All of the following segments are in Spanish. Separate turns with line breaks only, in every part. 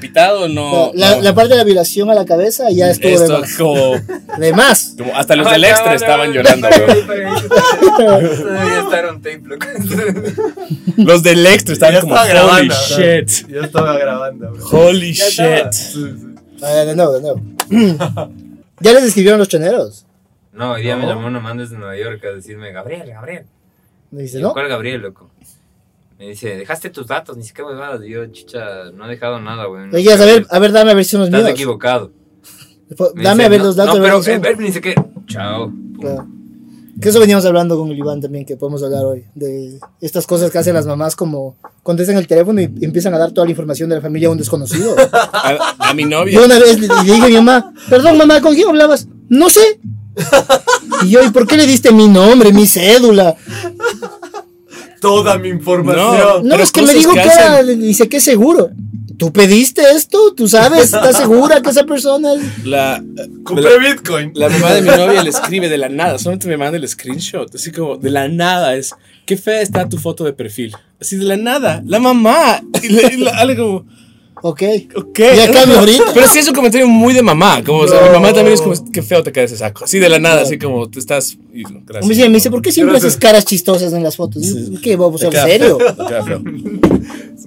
violado, no.
la,
no.
la parte de la violación a la cabeza ya estuvo de
Esto
más.
como,
De más.
como hasta
Ah,
los del extra estaban llorando, güey.
Todavía estar un tape, loco.
Los del extra estaban
Ya
como,
estaba
holy
grabando,
shit.
Yo estaba grabando, bro.
Holy
Ya estaba.
shit.
Sí, sí.
A ver, Ah, de nuevo, de nuevo. ¿Ya les escribieron los choneros?
No, hoy día me
No.
llamó una man desde Nueva York a decirme, Gabriel, Gabriel.
Me dice,
Y
¿no?
yo, ¿Cuál Gabriel, loco? Me dice, dejaste tus datos, ni siquiera huevadas. Y yo, chicha, no he dejado nada, güey. No
Oye, a
sé,
ver, a ver, dame a ver si son los
Estás
míos.
equivocado.
Fue-
Me
Dame
dice,
a ver
no,
los datos.
No,
a ver
pero eh,
cuáles son.
ver, ni siquiera. Chao. Pum.
Claro. Que eso veníamos hablando con el Iván también, que podemos hablar hoy, de estas cosas que hacen las mamás como contestan el teléfono y empiezan a dar toda la información de la familia a un desconocido.
A, a mi novia.
Yo una vez le le dije a mi mamá, perdón mamá, ¿con quién hablabas? No sé. Y yo, ¿y por qué le diste mi nombre, mi cédula?
Toda mi información.
No,
Pero
es que me
cosas
dijo que,
que
era,
hacen.
dice que es seguro. ¿Tú pediste esto? ¿Tú sabes? ¿Estás segura que esa persona es...
La,
Compré Bitcoin.
la mamá de mi novia le escribe de la nada. Solamente me manda el screenshot. Así como, de la nada. Es, qué fea está tu foto de perfil. Así de la nada. La mamá. Y le, y la- Ale como,
Ok.
ok.
Y acá me ahorita.
Pero sí es un comentario muy de mamá. Como, o sea, mi mamá
No.
también es como, qué feo te cae ese saco. Así de la nada. Así como, te estás. y- gracias.
Me dice, me dice, ¿por qué siempre
Gracias.
haces caras chistosas en las fotos? Y yo, ¿Qué, vamos,
Te
en
queda
serio?
feo, te queda feo.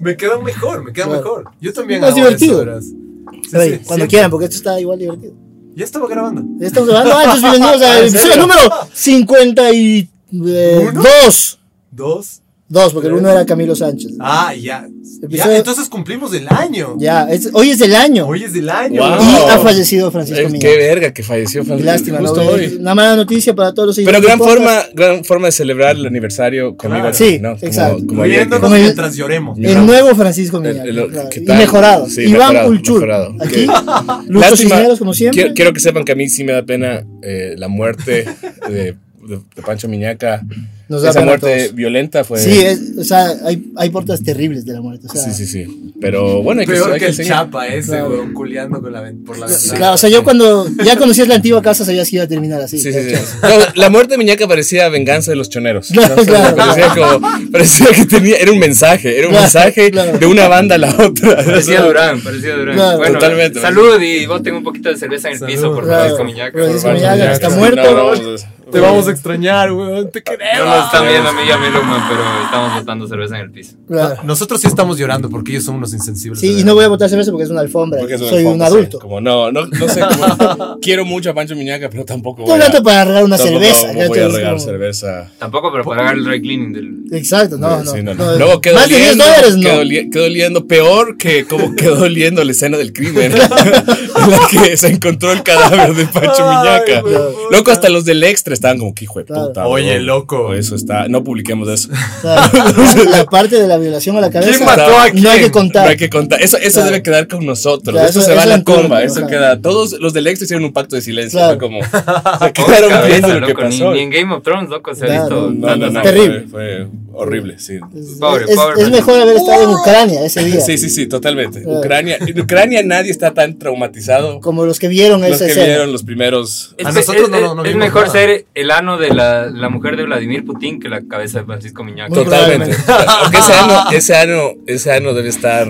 Me queda mejor, me queda
Claro.
mejor. Yo también
Más
hago
divertido.
eso, verás. Sí,
Oye,
sí,
cuando
siempre.
quieran, porque esto está igual divertido.
Ya estaba grabando.
Ya estamos hablando. Ah, entonces bienvenidos
Ah,
al
¿en
episodio
serio?
número 52.
¿Uno?
Dos,
Dos.
Dos, porque el uno era Camilo Sánchez.
Ah, ya.
Episodio-
Ya, entonces cumplimos el año.
Ya, es- hoy es el año.
Hoy es el año.
Wow.
Y ha fallecido Francisco
Eh,
Miño.
Qué verga que falleció. Francisco.
Lástima,
Justo
¿no?
hoy.
Una mala noticia para todos los
Pero
seguidores
gran
del podcast.
forma, gran forma de celebrar el aniversario conmigo.
Claro.
Sí,
¿no? Como-
exacto.
como ayer,
Riéndonos
Como el-
mientras lloremos.
Mi
El
mamá.
nuevo Francisco Miño.
El- el-
claro,
¿qué
y
tal?
mejorado.
Sí,
Iván
mejorado,
Ulchur.
mejorado.
Aquí.
Ok.
Lucho
Lástima.
Cisneros, como siempre.
Quiero, quiero que sepan que a mí sí me da pena eh, la muerte de, de- de Pancho Miñaca.
Nos da
Esa
pena a
muerte
todos.
violenta fue.
Sí, es, o sea, hay, hay puertas terribles de la muerte. O sea,
sí, sí, sí. Pero bueno, hay que,
Peor
hay
que
que
el
seguir.
chapa ese,
Claro.
weón, culeando con la ven- por la ventana.
Claro, o sea, yo cuando ya conocías la antigua casa sabías que iba a terminar así.
Sí, sí, sí. No, la muerte de Miñaca parecía venganza de los choneros.
Claro,
O sea,
claro.
Parecía, como, parecía que tenía, era un mensaje, era un
Claro,
mensaje
claro.
de una banda a la otra.
Parecía Durán, parecía Durán.
Claro.
Bueno,
Totalmente.
Salud y boten un poquito de cerveza en el
Salud.
piso por
Claro.
Francisco Miñaca.
Francisco
Por favor.
Miñaca, que está
Sí,
muerto.
no, no, vamos a-
Te vamos a extrañar, weón. Te
No
queremos.
nos están viendo a mí y a Meluma, pero estamos botando cerveza en el piso.
Ah.
Claro.
Nosotros sí estamos llorando porque ellos son unos insensibles.
Sí, y no voy a botar cerveza porque es una alfombra.
Porque es
Soy un
alfombra, sí.
adulto.
Como no, no, no sé, como, quiero mucho a Pancho Miñaca, pero tampoco voy
Un
a,
rato para regalar una
tampoco
cerveza.
voy
¿cachai?
a
Es
regalar
como-
cerveza.
Tampoco, pero para pagar el dry cleaning del.
Exacto, no, no.
Eh, Sí, no, no.
no,
Luego quedó
Más de 10
oliendo,
dólares, no.
quedó, oli- quedó oliendo peor que como quedó oliendo la escena del crimen en la que se encontró el cadáver de Pancho
Ay,
Miñaca.
güey, puta.
Loco, hasta los del extra estaban como que hijo de
Claro.
puta.
Oye,
bro.
loco.
Eso está, no publiquemos eso.
O sea, la parte de la violación a la cabeza.
¿Quién mató a quién?
No hay que
No
contar.
hay que contar. Eso, eso
Claro.
debe quedar con nosotros.
Claro,
eso,
eso-
se va
eso
a la
en turno,
comba. Eso
ajá.
queda. Todos los del extra hicieron un pacto de silencio.
Claro.
Fue como. Se
Pobre
quedaron viendo
cabeza,
lo que
loco, ni-
pasó.
Ni, en Game of Thrones, loco, se ha
Claro,
visto. Este,
No, no, no.
Terrible.
Fue, fue horrible, sí.
Es-
Pobre,
Pues, es,
pobre
es
Francisco.
mejor haber estado en Ucrania ese día.
Sí, sí, sí, totalmente.
Claro.
Ucrania, en Ucrania nadie está tan traumatizado
Como los que vieron
los
esa
que
escena.
vieron los primeros.
Es,
A
es-
nosotros
es-
no, no, no
es
vimos
mejor
nada.
ser el ano de la, la mujer de Vladimir Putin que la cabeza de Francisco Miñaca.
Muy
Totalmente. Aunque ese ano, ese ano, ese ano debe estar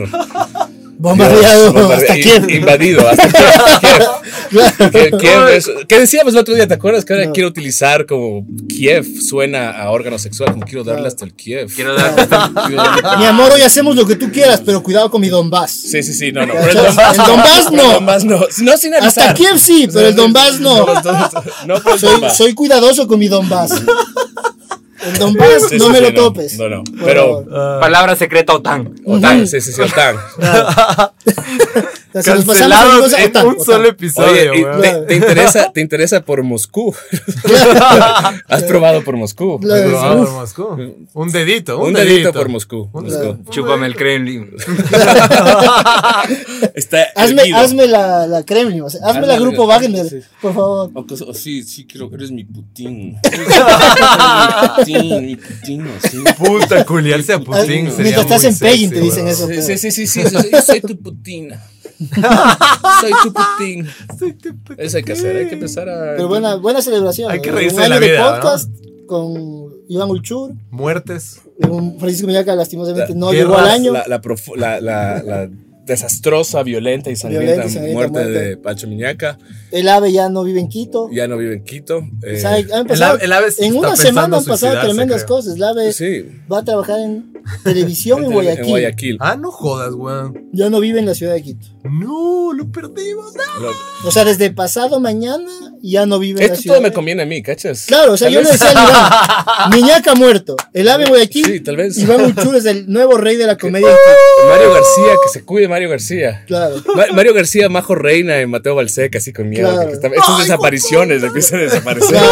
Bombardeado
Dios,
hasta
in-
quién.
invadido. Hasta Kiev.
Claro.
Kiev. Kiev es- ¿Qué decíamos el otro día? ¿Te acuerdas que ahora
No.
quiero utilizar como Kiev suena a órgano sexual? Como quiero darle
Claro.
hasta el Kiev.
Quiero dar.
Quiero darle-
Mi amor, hoy hacemos lo que tú quieras, pero cuidado con mi Donbass.
Sí, sí, sí, no, no.
El
Pero el Donbass,
Donbass
pero el
no.
Donbass no. No sin analizar.
Hasta Kiev sí, pero el Donbass no.
No, no, no por el
Soy,
Donbass.
soy cuidadoso con mi Donbass. El Donbass
Sí,
no
sí,
me
sí,
lo topes.
No, no.
Por
Pero.
favor.
Ah,
Palabra secreta OTAN.
OTAN, sí, sí, sí, OTAN.
O sea, nos pasamos de
cancelados
cosas-
en
Otan,
un
Otan.
solo
Oye,
episodio,
y
weón.
te, te interesa, te interesa por Moscú. Has probado por Moscú.
Lo de-
Ah, por
uf,
Moscú. Un dedito,
Un dedito por Moscú.
Un
Moscú.
dedito.
Chúpame el Kremlin.
Está
hazme,
erguido.
hazme la, la Kremlin, o sea, hazme
Hazme
la
la-
Grupo Wagner,
sí.
por favor.
O cos- o sí, sí, creo que eres mi Putin. Mi Putin, mi Putin, así.
Puta, culiarse a
Ah,
Putin sería
Mientras estás
muy
en Beijing
sexy,
te dicen
weón.
eso.
Sí,
pero-
sí, sí, sí, sí, sí, sí, soy tu Putina. Soy tu Putin. Eso hay que hacer, hay que empezar a.
Pero buena, buena celebración.
Hay que
¿no?
reírse
Un
de la
año
vida, ¿no?
podcast con Iván Ulchur,
Muertes.
un Francisco Millaca lastimosamente no
Guerras,
llegó al año.
La, la, profu- la, la, la desastrosa, violenta y sangrienta
Violenta y sangrienta
muerte,
muerte.
de Pancho Miñaca.
El ave ya no vive en Quito.
Ya no vive en Quito. eh,
O sea, han
El
pasado-
ave- el ave se
en
está
una
pensando
semana han pasado
suicidarse,
tremendas
creo.
cosas. El ave
sí.
va a trabajar en televisión en Guayaquil.
Ah, no jodas, weón.
Ya no vive en la ciudad de Quito.
No, lo perdimos. no.
Lo-
O sea, desde pasado mañana ya no vive en la
Esto
ciudad.
todo me conviene a mí, ¿cachas?
Claro, o sea,
Tal
yo le
vez-
decía a Iván, Miñaca muerto, el ave Guayaquil.
Sí, tal vez.
Iván Uchur es el nuevo rey de la comedia. en Quito.
Mario García, que se cuide Mario García.
Claro.
Ma- Mario García, Majo Reina y Mateo Balseca, así con miedo.
Claro.
que está- estas desapariciones empiezan a desaparecer.
Claro.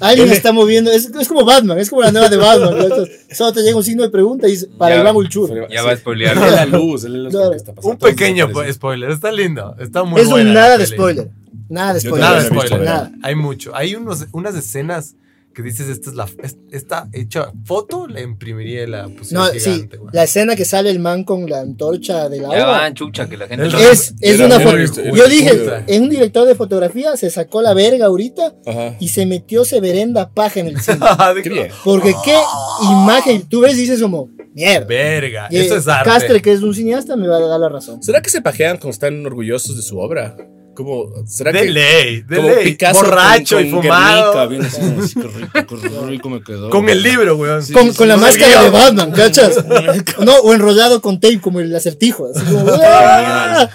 Alguien está moviendo, es, es como Batman, es como la nueva de Batman. ¿no? Entonces, Solo te llega un signo de pregunta y dice, para
Ya.
Iván Ulchur.
Ya va a spoilear.
Dale la luz, dale la luz,
Claro.
porque está pasando.
Un pequeño
Todo desaparece.
spoiler. Está lindo. Está muy
Es
buena
un
la
nada de
peli.
spoiler. Nada de
Yo
spoiler.
Nada de
Yo no la he
spoiler.
visto,
Nada.
Hay mucho. Hay unos, unas escenas que dices, esta es la es- esta hecha foto, la imprimiría y la
No,
pusieron
sí,
gigante, weón.
la escena que sale el man con la antorcha del
Ya
agua.
van, chucha, que la gente.
Es-
lo-
Es, es
Yo
una
también
foto.
lo he visto, yo
Yo
lo he
dije,
visto.
es un director de fotografía, se sacó la verga ahorita
Ajá.
y se metió severenda paja en el cine.
Ah,
Qué bien.
Porque qué imagen, tú ves y dices como, mierda.
Verga,
Y,
eso es arte.
Castre, que es un cineasta, me va a dar la razón.
¿Será que se pajean cuando están orgullosos de su obra? Como, ¿será
de
que
ley, de
como
ley.
Picasso
Borracho
con-
y
con Guernica,
fumado.
viene así, como así, qué rico, qué rico me quedó.
Con el libro, weón.
con, con la
No
máscara de
debió.
Batman, ¿cachas? No, o enrollado con tape como el acertijo. así como, ¡ah!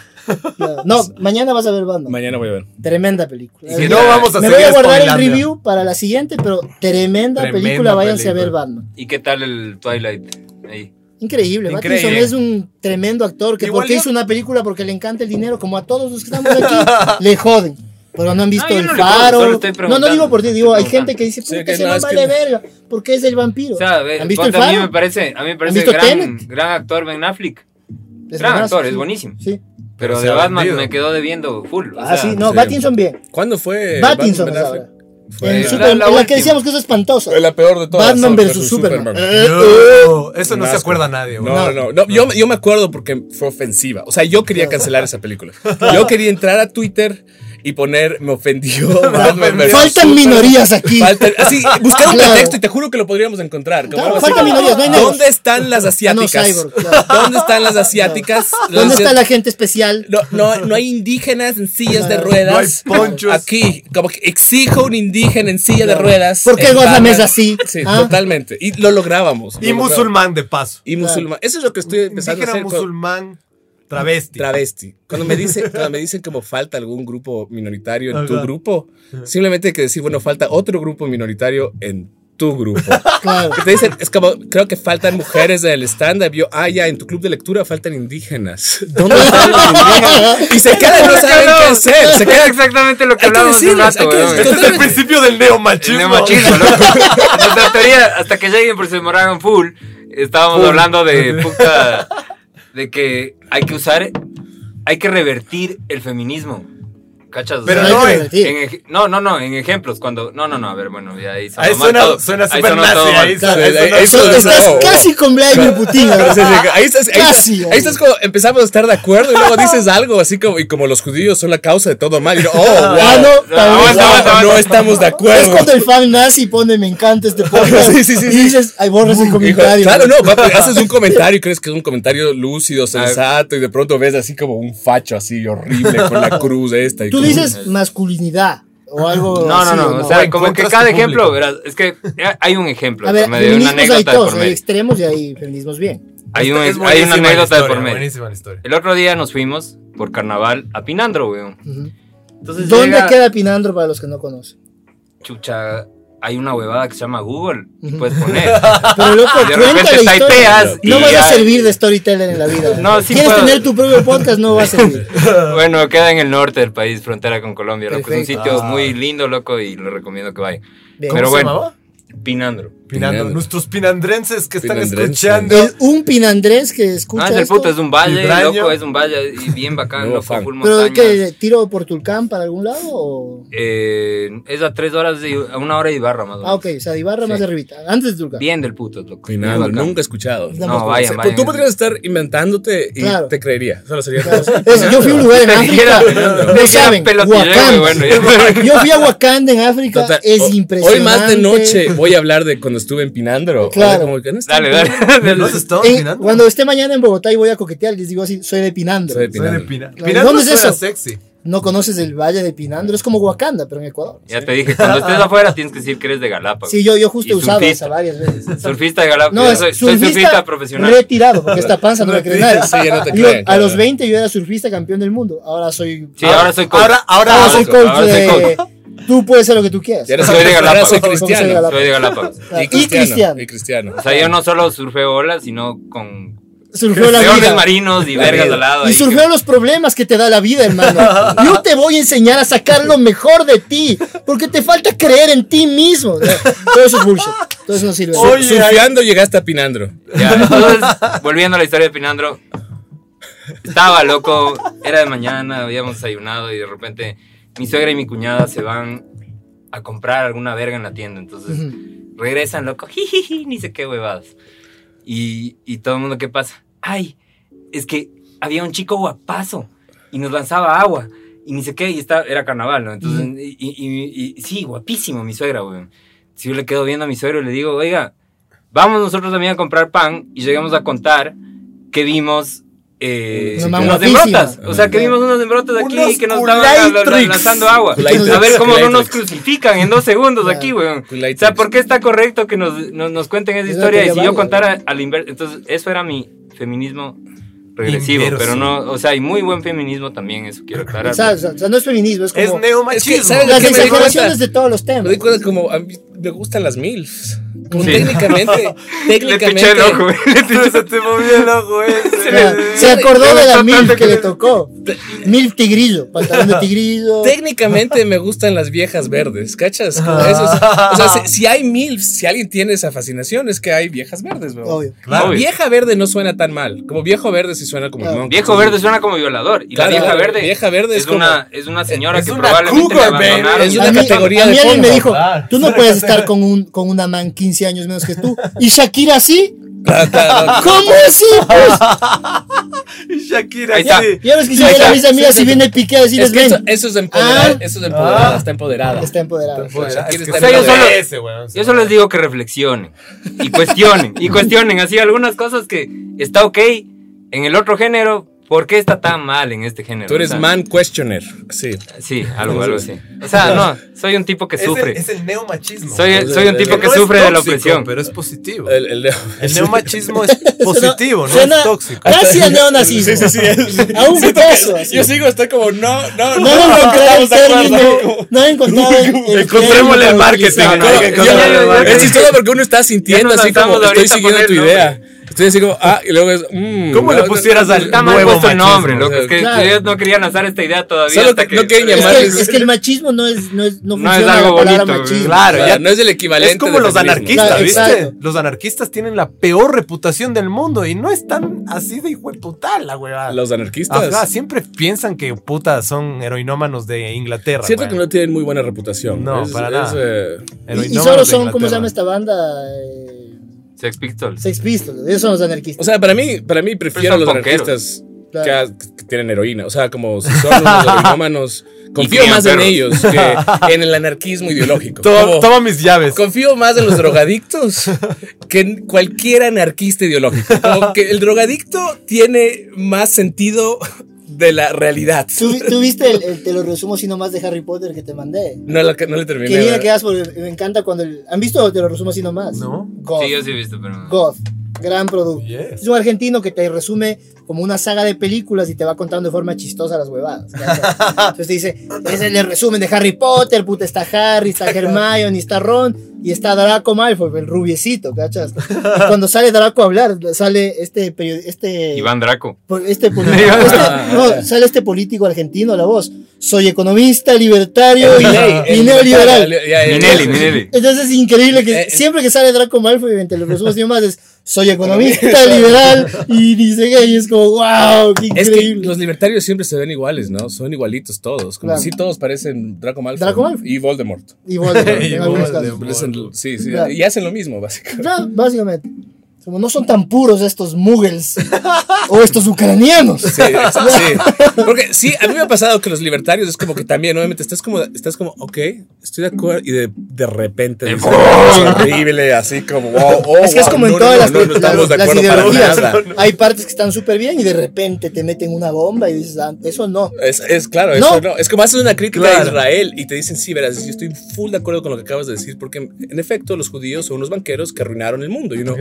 no, no, mañana vas a ver Batman.
Mañana voy a ver.
Tremenda película.
Y si no, vamos a
Me voy
seguir
a guardar el
spoileando.
review para la siguiente, pero tremenda,
Tremenda
película, váyanse a ver
película.
Batman.
¿Y qué tal el Twilight? Ahí.
Increíble,
Increíble.
Pattinson es un tremendo actor que
Igual
porque
yo-
hizo una película porque le encanta el dinero, como a todos los que estamos aquí, le joden. Pero no han visto
No, yo
el
no le jodo, solo
faro.
estoy
No, no
preguntando,
digo por ti, digo, hay
estoy
gente que dice,
Sí,
puta,
que
ese
no,
man
es que-
vale verga, porque es el vampiro.
O sea, a ver,
¿Han visto
ponte,
el
a mí
faro?
me parece, a mí me parece
visto
gran,
Tenet?
gran actor Ben Affleck.
Es
Gran
buenazo,
actor, es
sí.
buenísimo.
Sí.
Pero
Pero
se
de
ha
Batman
vendido.
me quedó debiendo full. o
Ah,
sea,
sí, no,
sí.
Pattinson bien.
¿Cuándo fue?
Pattinson
Batman
es
Ben
ahora.
Affleck?
El
Fue
Su-
super-
la
la, que
última.
decíamos que es espantosa.
fue la peor de todas.
Batman
versus
versus Superman. eh,
Un
No, eso Eh, no se
asco.
acuerda nadie, weón.
No, no, no. no, Yo, yo me acuerdo porque fue ofensiva. O sea, yo quería cancelar esa película. Yo quería entrar a Twitter y poner, me ofendió. Batman versus
Faltan
Superman.
minorías aquí.
Faltan- así, buscar un
Claro.
pretexto y te juro que lo podríamos encontrar. como
Claro,
algo
faltan
así.
minorías, no hay negros. Ah,
¿Dónde están las asiáticas?
cyborg, claro.
¿Dónde están las asiáticas? Las
¿Dónde está
asiáticas-
la gente especial?
No, no, no hay indígenas en sillas de
No hay
ruedas.
ponchos.
Aquí, como que exijo un indígena en silla de ruedas.
¿Por qué
en
Gotham
Batman.
es así?
Sí,
¿Ah?
totalmente. Y lo lográbamos.
Y
lo lográbamos.
musulmán de paso.
Y musulmán. Eso es lo que estoy empezando a
Indígena
hacer. con-
musulmán travesti.
travesti. Cuando me dicen, cuando me dicen como falta algún grupo minoritario en tu
Ajá.
grupo, simplemente hay que decir, bueno, falta otro grupo minoritario en tu grupo.
Claro.
Que te dicen, es como, creo que faltan mujeres del stand-up. Yo, ah, ya, en tu club de lectura faltan indígenas. ¿Dónde están los indígenas? Y se quedan, no saben qué hacer. Se
Se queda
quedan,
exactamente lo que
Hay que
hablábamos hace un
decirles, hay
rato,
que
weón.
decirles.
Este es el principio del
El
neomachismo.
neomachismo, loco. Nuestra teoría, hasta que lleguen por se moraron full, estábamos hablando de puta, de que hay que usar, hay que revertir el feminismo. ¿Cachas? O
Pero
sea,
no,
Hay que
eh,
revertir.
en ej- no, no, no, en ejemplos, cuando. No, no, no, a ver, bueno, ya ahí sonó
Ahí
mal
suena,
todo.
suena
Ahí
super
sonó
nazi.
todo mal.
Ahí suena,
Ahí- ahí
ahí
suena-
suena-
Estás
no.
casi con Vladimir Putin. ahora.
Sí, sí, ahí estás, ahí,
Casi,
estás-
hombre.
ahí estás como empezamos a estar de acuerdo y luego dices algo así como y como los judíos son la causa de todo mal y no, oh wow,
Ah, no,
wow,
también.
wow,
Aguanta, aguanta,
no
aguanta.
estamos de
Es
acuerdo
cuando el fan nazi pone me encanta este podcast.
Sí, sí, sí, sí.
Y dices, ay, borra ese
Hijo,
comentario.
claro, no, va, pues, haces un comentario y crees que es un comentario
Ah.
lúcido, sensato, y de pronto ves así como un facho así horrible con la cruz esta. Y
Tú
como-
dices masculinidad o algo
No, no,
así,
no,
¿o
o sea,
O
como que
encuentras
cada
tu
ejemplo,
público.
verás, es que eh, hay un ejemplo,
A ver,
me dio una
feminismos hay
anécdota de por
todos, hay
medio.
extremos y hay feminismos bien.
Hay, un-
Es
hay
buenísima
una
la
anécdota de
historia,
por medio.
Buenísima la historia.
El otro día nos fuimos por carnaval a Pinandro, weón.
Ujú.
Entonces
¿Dónde
llega-
queda Pinandro para los que no conocen?
chucha, hay una huevada que se llama Google y
Ujú.
puedes poner.
Pero loco,
Ah, de
cuenta
repente
la historia.
typeas.
No
y
vaya a
ya-
servir de storyteller en la vida.
No, sí
¿Quieres
puedo.
tener tu propio podcast? No va a servir.
Bueno, queda en el norte del país, frontera con Colombia, loco. Es un
Perfecto.
sitio
Ah.
muy lindo, loco, y lo recomiendo que vayan.
Bien.
Pero
¿Cómo se
bueno.
llamaba?
Pinandro.
Pinando.
Pinando.
Nuestros pinandrenses que están
Pinandrenses.
escuchando.
El- un pinandrés que escucha
Ah, es el
esto,
puto, es un valle,
Vibraño.
loco, es un valle y bien bacán,
Nuevo
loco,
fan.
full
pero
montaña.
que tiro por Tulcán para algún lado o
Eh, es a tres horas, de, a una hora y barra más o menos.
ah ok o sea de Ibarra más
Sí.
arribita antes de Tulcán
Bien del puto, loco. bien
Nada,
bacán.
nunca he escuchado.
No,
No,
O
vayan,
sea,
vayan.
Tú podrías estar inventándote y
Claro.
te creería. Solo sería
Claro. Es- yo fui a un lugar en
Te dijera-
África
te
lo
dijera
saben
pelotilleo,
Wakanda.
bueno, ya.
yo fui a Wakanda en África
Total,
es
o-
impresionante Eh,
Hoy más de noche voy a hablar de cuando estuve empinando. o- o
Claro.
como que no está-
Dale, dale.
¿No
dale.
has estado
Eh,
opinando?
cuando esté mañana en Bogotá y voy a coquetear, les digo así, soy de Pinandro.
Soy de
Soy de
Pinandro.
Pina.
Claro,
Pinandro
¿dónde es
suena
eso?
sexy.
No conoces el Valle de Pinandro, es como Wakanda, pero en Ecuador.
Ya te dije, cuando estés afuera tienes que decir que eres de Galápagos.
Sí, yo, yo justo
Y
he usado
surfista.
esa varias veces.
Surfista de Galápagos.
No,
Yo
es
soy, soy
surfista,
surfista profesional.
Retirado, porque esta panza no me cree nadie.
Sí, ya no te
Yo,
creen,
a
claro.
los 20 yo era surfista campeón del mundo. Ahora soy.
Sí, ahora soy coach.
Ahora, ahora,
ahora soy
soy
coach
ahora soy
de. Tú puedes ser lo que tú quieras.
Ya eres-
Soy de
ahora soy
Galápagos.
Porque soy de
cristiano.
Galápagos.
Soy de Galápagos.
Claro,
Y cristiano. Y cristiano.
O sea, yo no solo surfeo olas, sino con
Surfeo la
leones
vida.
marinos y
La
vergas
vida.
al lado.
Y
ahí
surfeo los problemas que te da la vida, hermano. Yo te voy a enseñar a sacar lo mejor de ti, porque te falta creer en ti mismo. O sea, Todo eso es bullshit. Todo eso no sirve.
Su- surfeando llegaste a Pinandro.
Ya, entonces, volviendo a la historia de Pinandro, estaba loco, era de mañana, habíamos desayunado y de repente mi suegra y mi cuñada se van a comprar alguna verga en la tienda. Entonces regresan loco, jijiji, ni sé qué huevadas. Y, y todo el mundo, ¿qué pasa? Ay, es que había un chico guapazo y nos lanzaba agua y ni sé qué, y estaba, era carnaval, ¿no? Entonces, y, y- y- y- sí, guapísimo mi suegra, güey. Si yo le quedo viendo a mi suegro y le digo, oiga, vamos nosotros también a comprar pan y llegamos a contar que vimos eh,
Una man
unas
guapísima.
embrotas. O sea, que vimos unas embrotas aquí
Unos
y que nos estaban la- la- la-
culaitrix.
lanzando agua.
Culaitrix,
A ver cómo no nos
culaitrix.
crucifican en dos segundos aquí, weón.
Pues
O
E.
Culaitrix.
sea, ¿por qué está correcto que nos, nos, nos cuenten esa
Es una
historia? Y
teoría
si yo
válida,
contara al inverso. Entonces, eso era mi feminismo regresivo,
Inverso.
pero no, o sea, y muy buen feminismo también, eso quiero aclarar.
O sea, o sea, o sea, no es feminismo, es
Es
como.
Es que,
neomachismo.
¿sabes lo
las
que me di
exageraciones
cuenta?
de todos los
Me
temas.
doy cuenta como a mí me gustan las MILFs. Como
Sí.
técnicamente,
le piché
técnicamente.
el ojo, le piché-
Se te movió el ojo
O
ese.
sea, se acordó
me
de la
gustó
mil
tanto
que
que-
le tocó. Mil tigrillo, pantalón de tigrillo.
Técnicamente me gustan las viejas verdes, ¿cachas? Como
Ah.
eso es- o sea, si, si hay MILFs, si alguien tiene esa fascinación, es que hay viejas verdes, weón.
Obvio.
La
Obvio.
vieja verde no suena tan mal. Como viejo verde sí suena como
Claro.
monk.
Viejo verde suena como violador. Y
Claro,
la vieja
la
verde,
vieja verde es
es,
como-
una, es una señora
es
que
una
probablemente
cougar,
le
baby.
abandonaron.
Es una
mí-
categoría
a mí
de
alguien me
porno.
dijo,
Claro.
tú no puedes estar con, un, con una man 15 años menos que tú. Y Shakira así. ¿Cómo así? Pues?
Y Shakira,
Ahí está.
sí.
Ya ves que si
Ahí
viene a
está.
mis amigas
Sí,
y viene Piqué a decirles,
Es que
ven,
eso, eso es empoderada,
Ah.
eso es empoderada, está empoderada.
está empoderado.
Joder,
Shakira
es que
está
se
en la
solo-
verga.
ese, weón.
Yo solo les digo que reflexionen y cuestionen y cuestionen así algunas cosas que está ok en el otro género, ¿por qué está tan mal en este género?
Tú eres
O sea,
man questioner. Sí.
Sí, algo, algo así. O sea, no, soy un tipo que
Es el-
sufre.
Es el neomachismo.
Soy, soy un tipo
no
que
es
sufre de la
tóxico,
opresión.
Pero es positivo.
El, el,
El neomachismo es positivo, no
Suena
es tóxico.
Casi a neonazismo. A un peso. así.
Yo sigo, estoy como, no, no,
No he encontrado el término. No he encontrado el el
Encontrémosle
término
el
para
marketing.
utilizar.
No,
Todo-
no,
yo-
encontrémosle el
yo-
marketing.
es chistoso porque uno está sintiendo
Ya nos
así como,
lanzamos
estoy
ahorita
siguiendo
con
tu
el
idea. Estoy así como, ah, y luego es, mm,
¿Cómo le
no,
pusieras al
Está mal
nuevo
puesto el
machismo?
nombre, loco. Es que
Claro.
ellos no querían lanzar esta idea todavía.
Solo
hasta
que no quieren
Es
llamar-
que, es que el machismo no es no, es, no
No es
funciona
algo
la palabra
bonito,
machismo.
Claro,
Claro,
ya
ya-
no es el equivalente.
Es como
de
los
feminismo.
anarquistas,
Claro,
¿viste?
exacto.
Los anarquistas tienen la peor reputación del mundo y no están así de hijo de puta la huevada.
Los anarquistas.
Ajá, siempre piensan que puta son heroinómanos de Inglaterra.
Cierto
weón.
que no tienen muy buena reputación.
No,
Es-
para
es,
nada.
eh,
Y, y
Heroinómanos
solo
de
son, ¿cómo se llama este? esta
Inglaterra.
banda? Eh,
Sex Pistols.
Sex Pistols. Ellos son los
o
anarquistas.
sea, para mí, para mí prefiero a
son
los
punkeros.
anarquistas que,
Claro.
a- que tienen heroína. O sea, como si son unos heroinómanos. Confío
crían
más en
perros.
ellos que en el anarquismo ideológico.
To-
Como-
Toma mis llaves.
Confío más en los drogadictos que en cualquier anarquista ideológico. Como que el drogadicto tiene más sentido de la realidad.
¿Tú, vi- tú viste el, el- te lo resumo sino más de Harry Potter que te mandé.
No, la- no le terminé.
Que viene
¿verdad?
que das porque me encanta cuando el- ¿Han visto? Te lo resumo así nomás.
No.
God.
Sí, yo sí he visto, pero.
God. Gran producto.
Yes.
Es un argentino que te resume como una saga de películas y te va contando de forma chistosa las huevadas. ¿cachai? Entonces te dice, ese es el resumen de Harry Potter, puta, está Harry, está Hermione, está Ron y está Draco Malfoy, el rubiecito, ¿cachas? Y cuando sale Draco a hablar, sale este perio- este
Iván Draco.
por- este, poli- este- no, sale este político argentino a la voz. Soy economista, libertario y, y
El-
neoliberal.
Ya, ya, ya.
Minelli, Minelli.
Entonces es increíble que
Eh,
siempre que sale Draco Malfoy entre los resumos y demás es soy economista, liberal y dice que y es como wow, qué
Es que
increíble.
los libertarios siempre se ven iguales, ¿no? Son igualitos todos. Como
Claro.
si todos parecen Draco Malfoy,
Draco Malfoy.
y Voldemort.
Y Voldemort,
Y
en algunos
Voldemort.
casos.
Parecen- sí, sí.
Claro.
Y hacen lo mismo, básicamente.
Ya, básicamente. como no son tan puros estos muggles o estos ucranianos.
Sí, es- sí. Porque sí, a mí me ha pasado que los libertarios es como que también, obviamente, estás como, estás como ok, estoy de acuerdo, y de, de repente dices, "Oh, es horrible, así como, wow, oh,
es que es
wow,
como en
no,
todas
no,
las,
no, no
las-
estamos de
las
acuerdo para
ideologías.
nada.
Hay partes que están súper bien y de repente te meten una bomba y dices, "Ah, eso no.
Es, es claro,
No.
eso no. Es como haces una crítica a
Claro.
Israel y te dicen, sí, verás, yo estoy full de acuerdo con lo que acabas de decir, porque en efecto los judíos son unos banqueros que arruinaron el mundo. Y uno,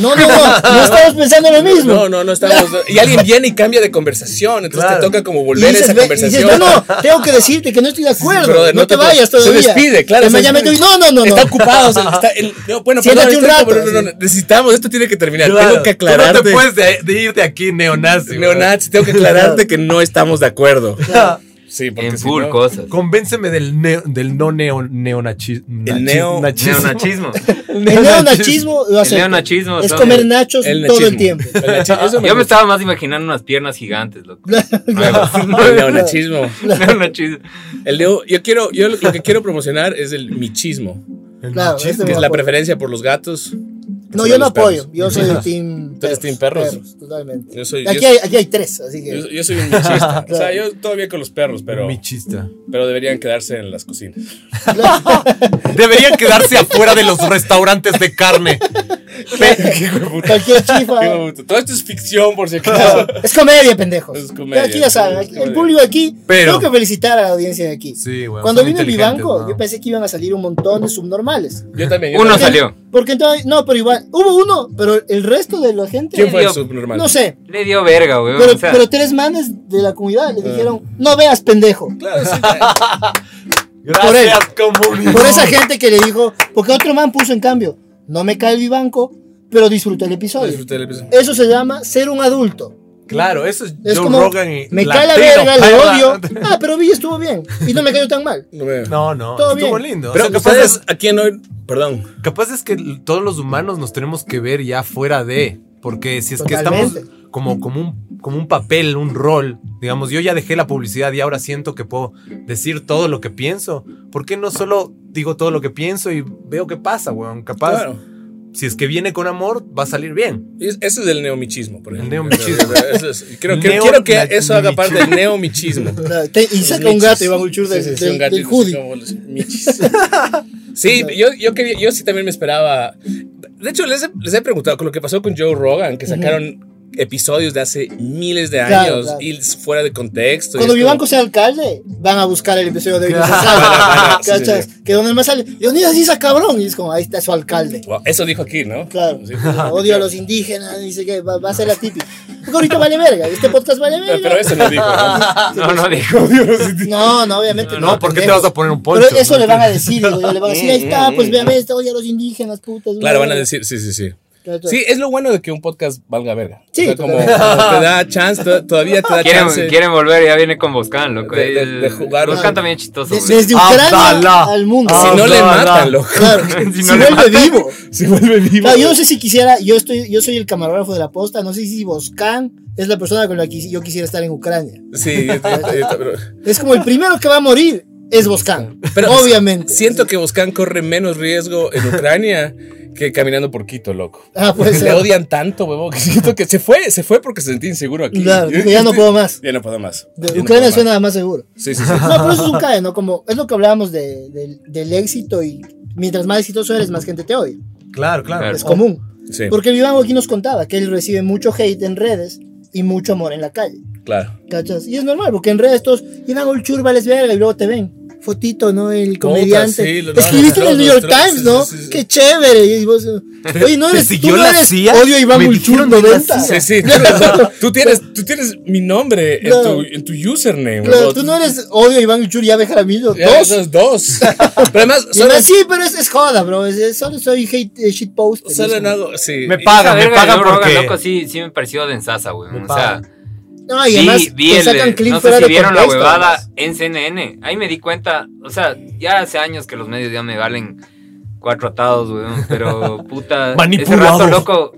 No, no, no, no estamos pensando lo mismo.
no, no, no estamos. Y alguien viene y cambia de conversación, entonces
Claro.
te toca como
Y
volver
dices,
a esa
"Ve", y
conversación.
dices, no, no, tengo que decirte que no estoy de acuerdo.
Brother,
no, te,
puedes-
vayas todavía.
Se despide, claro.
En
se
Miami
despide.
te- no, no, no. no.
Está ocupado. o sea, está el- no, bueno,
Siéntate
perdón,
un
estoy
rato,
como- no, no, no, necesitamos, esto tiene que terminar. Tengo que
aclarar.
aclararte.
No te puedes de, de ir de aquí, neonazi.
Neonazi, tengo que aclararte que no estamos de acuerdo.
Claro.
Sí, porque
En
si
full
no-
cosas.
Convénceme del, neo- del no neo, neonachismo.
El neo-
Neonachismo.
El neonachismo lo acepto.
neonachismo,
es
son-
comer nachos
el
todo el
nachismo.
tiempo.
El nachi- eso
Yo me
gusta.
estaba más imaginando unas piernas gigantes, loco.
El neonachismo.
Neonachismo.
El neo- yo quiero, yo lo que quiero promocionar es el michismo,
Claro, este
que es
me
la
apoyo.
preferencia por los gatos.
No, yo no
Los perros.
apoyo. Yo soy el team.
Tú eres team perros.
totalmente.
Yo soy-
aquí,
yo-
hay, aquí hay tres, así que.
Yo, yo soy un michista. O sea, yo todavía con los perros, pero,
Mi chista.
pero deberían quedarse en las cocinas.
Deberían quedarse afuera de los restaurantes de carne.
Qué hijo de puta.
Cualquier
Qué hijo
chifa.
de puta. Todo esto es ficción, por si acaso.
Es comedia, pendejos.
Es comedia,
aquí ya saben,
es
aquí- el
comedia.
público aquí.
Pero-
Tengo que felicitar a la audiencia de aquí.
Sí, güey,
Cuando
son
vino mi
inteligentes,
banco,
¿no?
yo pensé que iban a salir un montón de subnormales.
Yo también. yo
Uno
también.
salió.
Porque entonces, no, pero igual, hubo uno, pero el resto de la gente.
¿Quién fue el
Yo-
subnormal?
No sé,
Le dio verga, güey.
pero,
o sea,
pero tres manes de la comunidad le dijeron, no veas pendejo.
Claro, sí, ya.
Gracias, comunidad.
Por esa gente que le dijo, porque otro man puso en cambio, no me cae el banco, pero disfruta el episodio.
Disfruté el episodio.
Eso se llama ser un adulto.
Claro, eso es,
Es
Joe
como,
Rogan y
me cae la
latino,
verga, le
perra.
odio. Ah, pero vi, estuvo bien. Y no me cayó tan mal.
No veo.
No, no,
Todo
estuvo
bien.
lindo. O
Pero
sea, capaz,
ustedes,
es,
¿a quién hoy? Perdón.
capaz es que l- todos los humanos nos tenemos que ver ya fuera de. Porque si es que estamos
Totalmente.
como, como, un, como un papel, un rol, digamos, yo ya dejé la publicidad y ahora siento que puedo decir todo lo que pienso. ¿Por qué no solo digo todo lo que pienso y veo qué pasa, weón? Capaz,
Claro.
si es que viene con amor, va a salir bien.
Es- Eso es el neomichismo, por
El
ejemplo.
neomichismo.
Eso es- Creo, creo-
Neo-
quiero que
la-
eso haga parte del
michismo.
neomichismo.
Claro, te- y saca un gato y va a chur del,
Sí, sí, sí,
del-
un gato
del
y
hoodie.
como los michis. Sí, yo, yo, quería, yo sí también me esperaba. De hecho, les he, les he preguntado con lo que pasó con Joe Rogan, que sacaron episodios de hace miles de
Claro,
años
claro.
y fuera de contexto.
Cuando
y es
Vivanco sea alcalde, van a buscar el episodio de Leonidas
Claro,
Sala.
claro, sí,
¿Cachas? Que donde más sale, Leonidas Isa cabrón. Y es como, ahí está su alcalde.
como, wow, eso dijo aquí, ¿no?
Claro,
Sí.
odio a los indígenas, dice que va, va a ser la típica. Porque ahorita vale verga, este podcast vale verga.
Pero, pero eso no dijo. ¿no?
no, no dijo.
No, no, obviamente no.
No, ¿por qué te
pendejo.
vas a poner un poncho?
Pero eso
¿no?
le van a decir, digo, yo, le van a decir, ahí está,
Mm,
pues
mm,
vean esto, oye a los indígenas, putas.
Claro, van a
güey".
decir, sí, sí, sí.
Claro,
Sí, es lo bueno de que un podcast valga verga.
Sí,
O sea, como,
totalmente.
como te da chance, to- todavía te da
Quieren,
chance.
quieren volver, ya viene con Boscan, loco.
De- de- de jugar.
Boscan también es chistoso.
Des-
güey.
Desde Ucrania
Abdalá.
al mundo.
Si no le
Ah, no,
matan,
no.
loco.
Claro,
Si
si,
no le
vuelve vivo.
Se vuelve vivo.
Claro, yo no sé si quisiera, yo estoy, yo soy el camarógrafo de la posta, no sé si Boscan es la persona con la que yo quisiera estar en Ucrania.
Sí, yo- yo- yo- pero-
Es como el primero que va a morir es Boscan,
Pero
obviamente.
Siento que Boscan corre menos riesgo en Ucrania que caminando por Quito, loco.
Ah, puede
Le
ser.
odian tanto, huevo, que siento que se fue, se fue porque se sentía inseguro aquí.
Claro, digo, ya no puedo más.
Ya no puedo más.
De-
Ya no
Ucrania
puedo más.
suena más seguro.
Sí, sí, sí.
No, pero eso es un cae, ¿no? Como es lo que hablábamos de- del- del éxito y mientras más exitoso eres, más gente te odia.
Claro, claro.
Claro.
Es común.
Sí,
Porque Vivanco aquí nos contaba que él recibe mucho hate en redes y mucho amor en la calle.
claro.
¿Cachas? Y es normal, porque en redes todos, Vivanco el churba les verga y luego te ven. Fotito, ¿no? El comediante.
sí, lo-
Escribiste
no,
en el
no,
New York
no,
Times,
sí,
¿no?
sí, sí, sí.
Qué chévere. Y vos, oye, no
¿Te
eres, tú no
siguió la
eres,
CIA?
odio a Iván
Me
Ulchur
dijeron de la
90.
Sí, sí, tú, tú tienes, tú tienes mi nombre en,
Claro.
tu, en tu username.
Claro,
huevo.
tú no eres odio a Iván Ulchur y Abe Jaramillo,
Ya,
dos.
eso es dos. Pero además,
Y ahora
solo,
sí, pero es, es joda, bro. es- es- solo soy hate, eh, shitpost.
solo en algo. Sí.
Me
Y-
paga,
Esa
me
verga de
paga
Joe Rogan,
porque-
loco, sí, sí me pareció densaza, güey.
Me
O sea,
paga.
No, y
vi-
además
vi
te
el-
sacan clip
no sé
fuera
si
de
vieron la
contexto,
huevada
además.
en CNN. Ahí me di cuenta, o sea, ya hace años que los medios ya me valen cuatro atados, weón, pero puta, ese
Manipulados.
rato loco,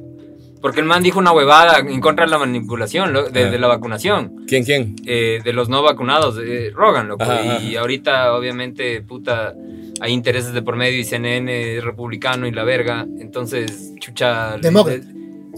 porque el man dijo una huevada en contra de la manipulación, lo- de, de la vacunación,
¿Quién, quién?
eh, de los no vacunados, de eh, Rogan, loco,
Ajá,
y ahorita obviamente, puta, hay intereses de por medio y CNN es republicano y la verga. Entonces, chucha.
Demócrata.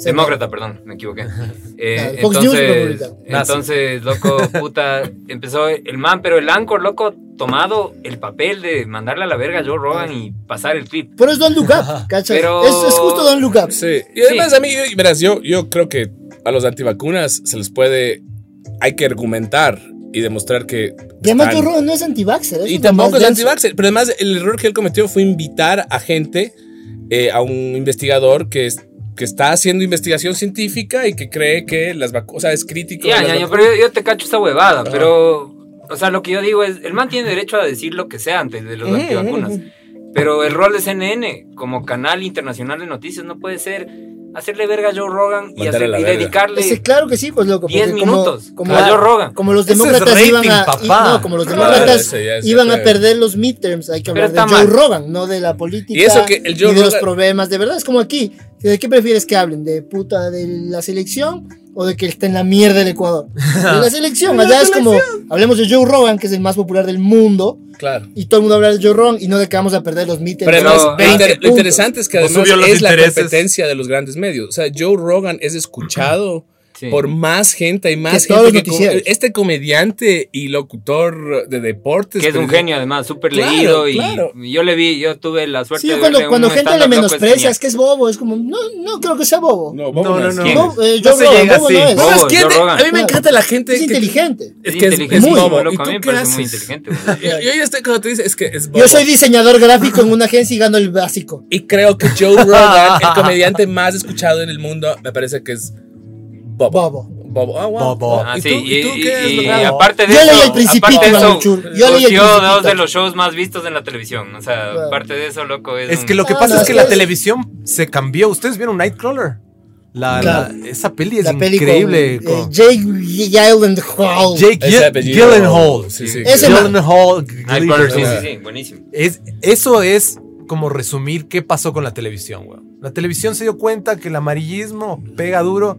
Demócrata, perdón, me equivoqué. Eh,
Fox News
entonces,
republicano.
entonces, loco, puta, empezó el man, pero el Anchor, loco, tomado el papel de mandarle a la verga a Joe Rogan y pasar el clip.
Pero es Don Look Up, ¿cachai?
Pero-
Es, es justo Don Look Up.
Sí. Y además, a mí, yo- verás, yo, yo creo que a los antivacunas se les puede. Hay que argumentar y demostrar que.
Y además
están-
Joe Rogan no es anti-vaxxer. eso
Y
es lo más
tampoco es
denso.
anti-vaxxer. Pero además, el error que él cometió fue invitar a gente, eh, a un investigador que, es- que está haciendo investigación científica y que cree que las vacunas. O sea, es crítico. de
Ya,
las
ya, ya,
vacunas.
pero yo, yo te cacho esta huevada, pero. O sea, lo que yo digo es: el man tiene derecho a decir lo que sea antes de los
Ujú,
antivacunas. Pero el rol de CNN como canal internacional de noticias no puede ser hacerle verga a Joe Rogan y,
Mandarle
hacer-
la
y
verga.
dedicarle.
Ese, claro que sí, pues loco.
10
porque como-
minutos,
Como,
a Joe Rogan.
como los
Ese es
demócratas
rating,
iban a.
papá.
y- no, como los
Claro,
demócratas
ese ya, ese
iban a
fue.
perder los midterms. Hay que
Pero
hablar de
está
Joe
mal.
Rogan, no de la política.
Y eso que el Joe
ni de los
Rogan-
problemas. De verdad, es como aquí. ¿De qué prefieres que hablen? ¿De puta de la selección? ¿O de que está en la mierda el Ecuador? De la selección. Allá es como. Hablemos de Joe Rogan, que es el más popular del mundo.
Claro.
Y todo el mundo habla de Joe Rogan y no de que vamos a perder los midterms.
Pero además, lo
Pero- ah,
inter- lo
puntos.
interesante es que
O
además
subió los
es la
intereses.
competencia de los grandes medios. O sea, Joe Rogan es escuchado
Sí.
por más gente y más
Que todos
gente
los
que
noticieros.
este comediante y locutor de deportes
que es un
pero-
genio además, súper
Claro,
leído y
claro.
yo le vi, yo tuve la suerte
Sí,
de verle
cuando,
un
cuando gente le
stand-up loco
menosprecia,
este
es que es bobo. Es como, no, no creo que sea bobo.
No, Bobo no,
No, no,
es.
no.
¿Quién?
No, eh,
No
Joe
se
Rogan,
llega
bobo no
así.
es.
¿Sabes
Joe
quién?
Rogan.
A mí me encanta la gente
Es
que-
inteligente.
Es
Es
que es, es
inteligentísimo,
bobo.
loco,
¿Y
a
tú
mí me
qué
parece muy
haces?
inteligente, güey.
Yo, yo ya estoy cuando te dices, es que es bobo.
Yo soy diseñador gráfico en una agencia y gano el básico.
Y creo que Joe Rogan, el comediante más escuchado en el mundo, me parece que es Bobo.
Bobo.
Bobo. Ah, wow.
Bobo.
¿Y
Ah,
tú,
sí,
y tú qué has
y- y
logrado?
aparte de
Yo
eso,
leí El Principito,
aparte de eso,
Manuchur, yo leí El
coció dos
Principito.
de los shows más vistos en la televisión, o sea,
Claro.
aparte de eso, loco, es,
Es
un-
que lo que
Ah,
pasa
no,
es que
es-
la
es-
televisión se cambió. Ustedes vieron Nightcrawler. La,
Claro.
la- esa peli es
La peli con,
increíble.
eh,
con
Jake Gyllenhaal.
Jake
Ese
Gil-
apellido-
Gyllenhaal.
Sí, sí.
Ese man.
Gyllenhaal.
Nightcrawler, sí,
Gyllenhaal.
sí, sí, buenísimo.
Es, eso es como resumir qué pasó con la televisión, güey. La televisión se dio cuenta que el amarillismo pega duro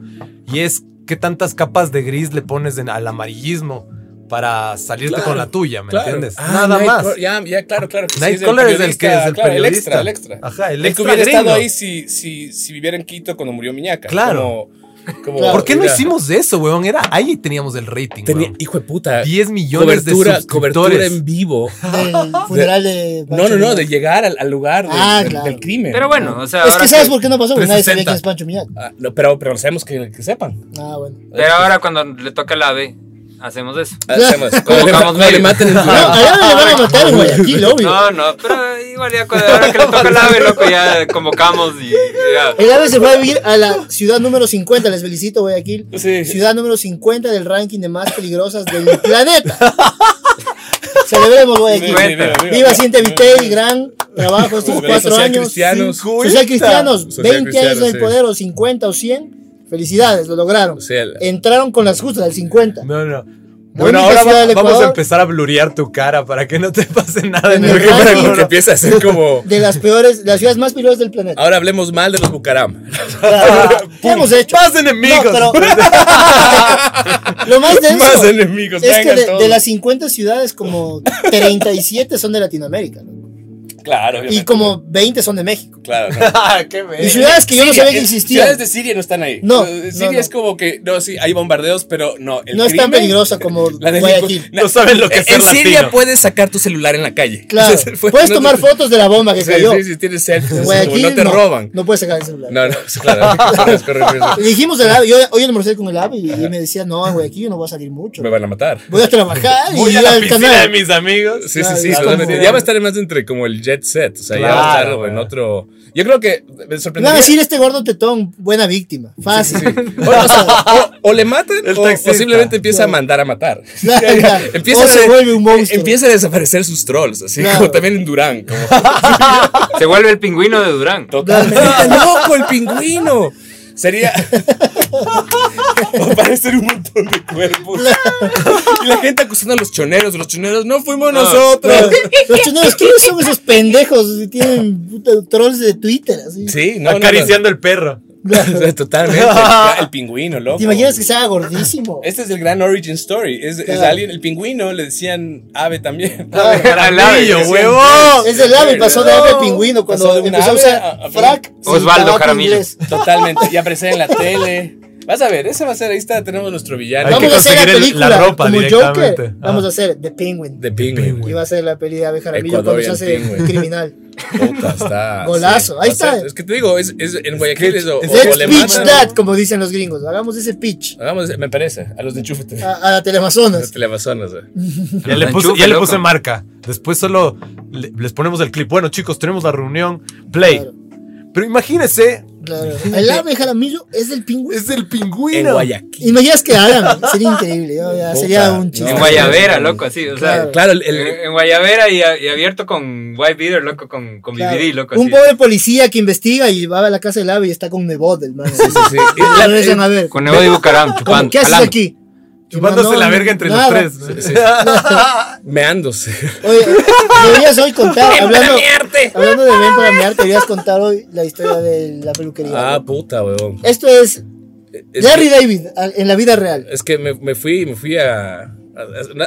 y es qué tantas capas de gris le pones en- al amarillismo para salirte
Claro,
con la tuya, ¿me
Claro.
entiendes?
Ah,
Nada
Nightcrawler,
más.
Ya, ya, claro, claro. que sí,
Nightcrawler es el que es el
claro,
periodista.
El extra, el extra.
Ajá, el
El que
extra
hubiera estado
gringo.
ahí si, si, si viviera en Quito cuando murió Miñaca.
Claro.
Como, como-
Claro.
¿Por qué no
Mira,
hicimos eso, weón? Era ahí teníamos el rating,
tenía-
weón.
hijo de puta.
10 millones
Cobertura,
de
cobertura
suscriptores.
en vivo.
Del funeral de.
No, no, no, de llegar al, al lugar del,
Ah,
del-
claro.
del crimen.
Pero bueno, o sea,
Es
ahora
que sabes por qué no pasó, porque nadie sabía
360.
quién es Pancho Miñac.
Ah, no, pero, pero sabemos que, que sepan.
Ah, bueno.
pero ahora cuando le toca la B, hacemos eso.
Ah, sabemos. Cuando le-
Convocamos
cuando le
medio.
maten el-
No, allá le van
ah,
a matar en Guayaquil, obvio.
No, no, pero igual ya cuando ahora que le toca la B, loco, ya convocamos y ya.
El AVE se va a vivir a la ciudad número 50, les felicito, Guayaquil.
Sí.
Ciudad número 50 del ranking de más peligrosas del planeta. Celebremos, Guayaquil.
Bueno.
Viva Cintia Viteri, gran trabajo estos
Viva
cuatro
Social
años.
Cristianos.
Cinco- Social Cristianos,
Social
20 años
Cristianos,
en el
sí.
poder o 50 o 100. Felicidades, lo lograron.
Sí, el-
Entraron con las justas, al 50.
No, no.
La
Bueno,
única
ahora
ciudad
va-
del
vamos a
Ecuador-
empezar a blurear tu cara para que no te pase nada en
En
el
el
Porque
ranking.
ranking.
porque empieza a ser como.
De las peores, de las ciudades más peligrosas del planeta.
Ahora hablemos mal de los Bucaram.
¿Qué hemos hecho?
Más enemigos.
No, Lo más denso
Más enemigos.
es que
vengan
de,
todos.
de las 50 ciudades, como 37 son de Latinoamérica. ¿no?
Claro,
Y
obviamente.
como 20 son de México.
Claro. no.
Ah, Qué
Y
verga.
ciudades que yo no
Siria,
sabía que
eh,
existían.
Ciudades de Siria no están ahí.
No,
Eh,
no,
Siria
no.
es como que, no, sí, hay bombardeos, pero no. El
No es tan
crimen,
peligrosa como
la delincu-
Guayaquil.
na-
No saben lo que
eh,
es
En
ser
Siria
latino.
puedes sacar tu celular en la calle.
Claro.
Entonces, fue-
Puedes
no
tomar
te-
fotos de la bomba que
Sí,
cayó.
sí, sí, tienes selfies.
En
es
Guayaquil
como, no te roban.
No puedes sacar el celular.
No, no, es claro. es correcto.
Le dijimos al AVE, yo hoy almorcé con el AVE y, y me decía, no, güey, aquí yo no voy a salir mucho.
Me van a matar.
Voy a trabajar y
Voy a
ir
la
al
piscina de
canal.
mis amigos.
Sí, sí, sí,
Claro,
totalmente.
como-
Ya va a estar más entre como el jet set. O sea, ya va a
Claro,
estar en
güey.
otro. Yo creo que me
Me van a
sorprendería.
decir este gordo tetón, buena víctima, fácil.
O, o sea, o- o le matan
Ah, El
o
taxista.
posiblemente empieza a
Claro.
mandar a matar.
Claro, claro.
empieza,
O
a
se
de-
vuelve un monstruo.
empieza a desaparecer sus trolls, así
Claro.
como también en Durán. Como,
Se vuelve el pingüino de Durán.
totalmente loco el pingüino. Sería. Aparecer un montón de cuerpos. y la gente acusando a los choneros. Los choneros no fuimos nosotros.
Los chinos, ¿quiénes son esos pendejos? Tienen puta, trolls de Twitter, así.
Sí, no, no, no.
acariciando el perro.
O sea, Totalmente. El, el pingüino, loco.
¿Te imaginas que sea gordísimo?
Este es el gran origin story. Es, es
Claro.
alguien, el pingüino, le decían ave también.
Al ave.
Caralillo,
sí,
huevo.
Es el ave, pasó de ave a pingüino
Pasó
cuando
de una
empezó a
ave
usar
a- a-
frac. sin
Osvaldo
tabaco
Jaramillo.
inglés.
Totalmente. Y aparecer en la tele. Vas a ver, ese va a ser, ahí está, tenemos nuestro villano.
Hay que
Vamos a hacer la
conseguir el- la
película
ropa
como
directamente.
Joker.
Ah.
Vamos a hacer The Penguin.
De pingüino.
Y va a ser la peli de Abe Jaramillo cuando se
Ecuadorian
hace
Penguin.
criminal.
Puta, está.
Golazo,
sí.
ahí
O sea,
está.
Es que te digo, es, es- en Guayaquil es o, o
Let's
le
pitch
mandan-
that, como dicen los gringos. Hagamos ese pitch
Hagamos, me parece, a los de Enchúfete.
a, a la
A los
Teleamazonas.
teleamazonas. eh.
Ya le,
Los
puse,
enchufe,
ya le
loco.
puse marca. Después solo le- les ponemos el clip. Bueno, chicos, tenemos la reunión. Play.
Claro.
Pero imagínense,
Claro. El ave Jaramillo es del pingüino.
es el
En
pingüino.
Guayaquil.
Imaginas que hagan. Sería increíble. ¿no? Ya,
Puta,
sería un chiste.
no.
En Guayavera, loco, así. O sea,
Claro.
Claro, el, el-
en en Guayavera y, a- y abierto con White Beater, loco, con, con
Claro.
BBD, loco.
un
así.
pobre policía que investiga y va a la casa del ave y está con Nebot, el man. Ah,
sí, sí.
Y le regresan a ver.
Con Evo de Bucaram,
¿cómo?
chupando.
¿Qué haces
jalando.
aquí?
Chupándose
No,
la
no,
verga entre
nada.
los tres.
meándose.
Oye, deberías hoy contar, hablando, hablando de ven para mear, deberías contar hoy la historia de la peluquería.
Ah, puta, weón.
Esto es
Es
Larry
que,
David a- en la vida real.
es que me, me fui, me fui a, a-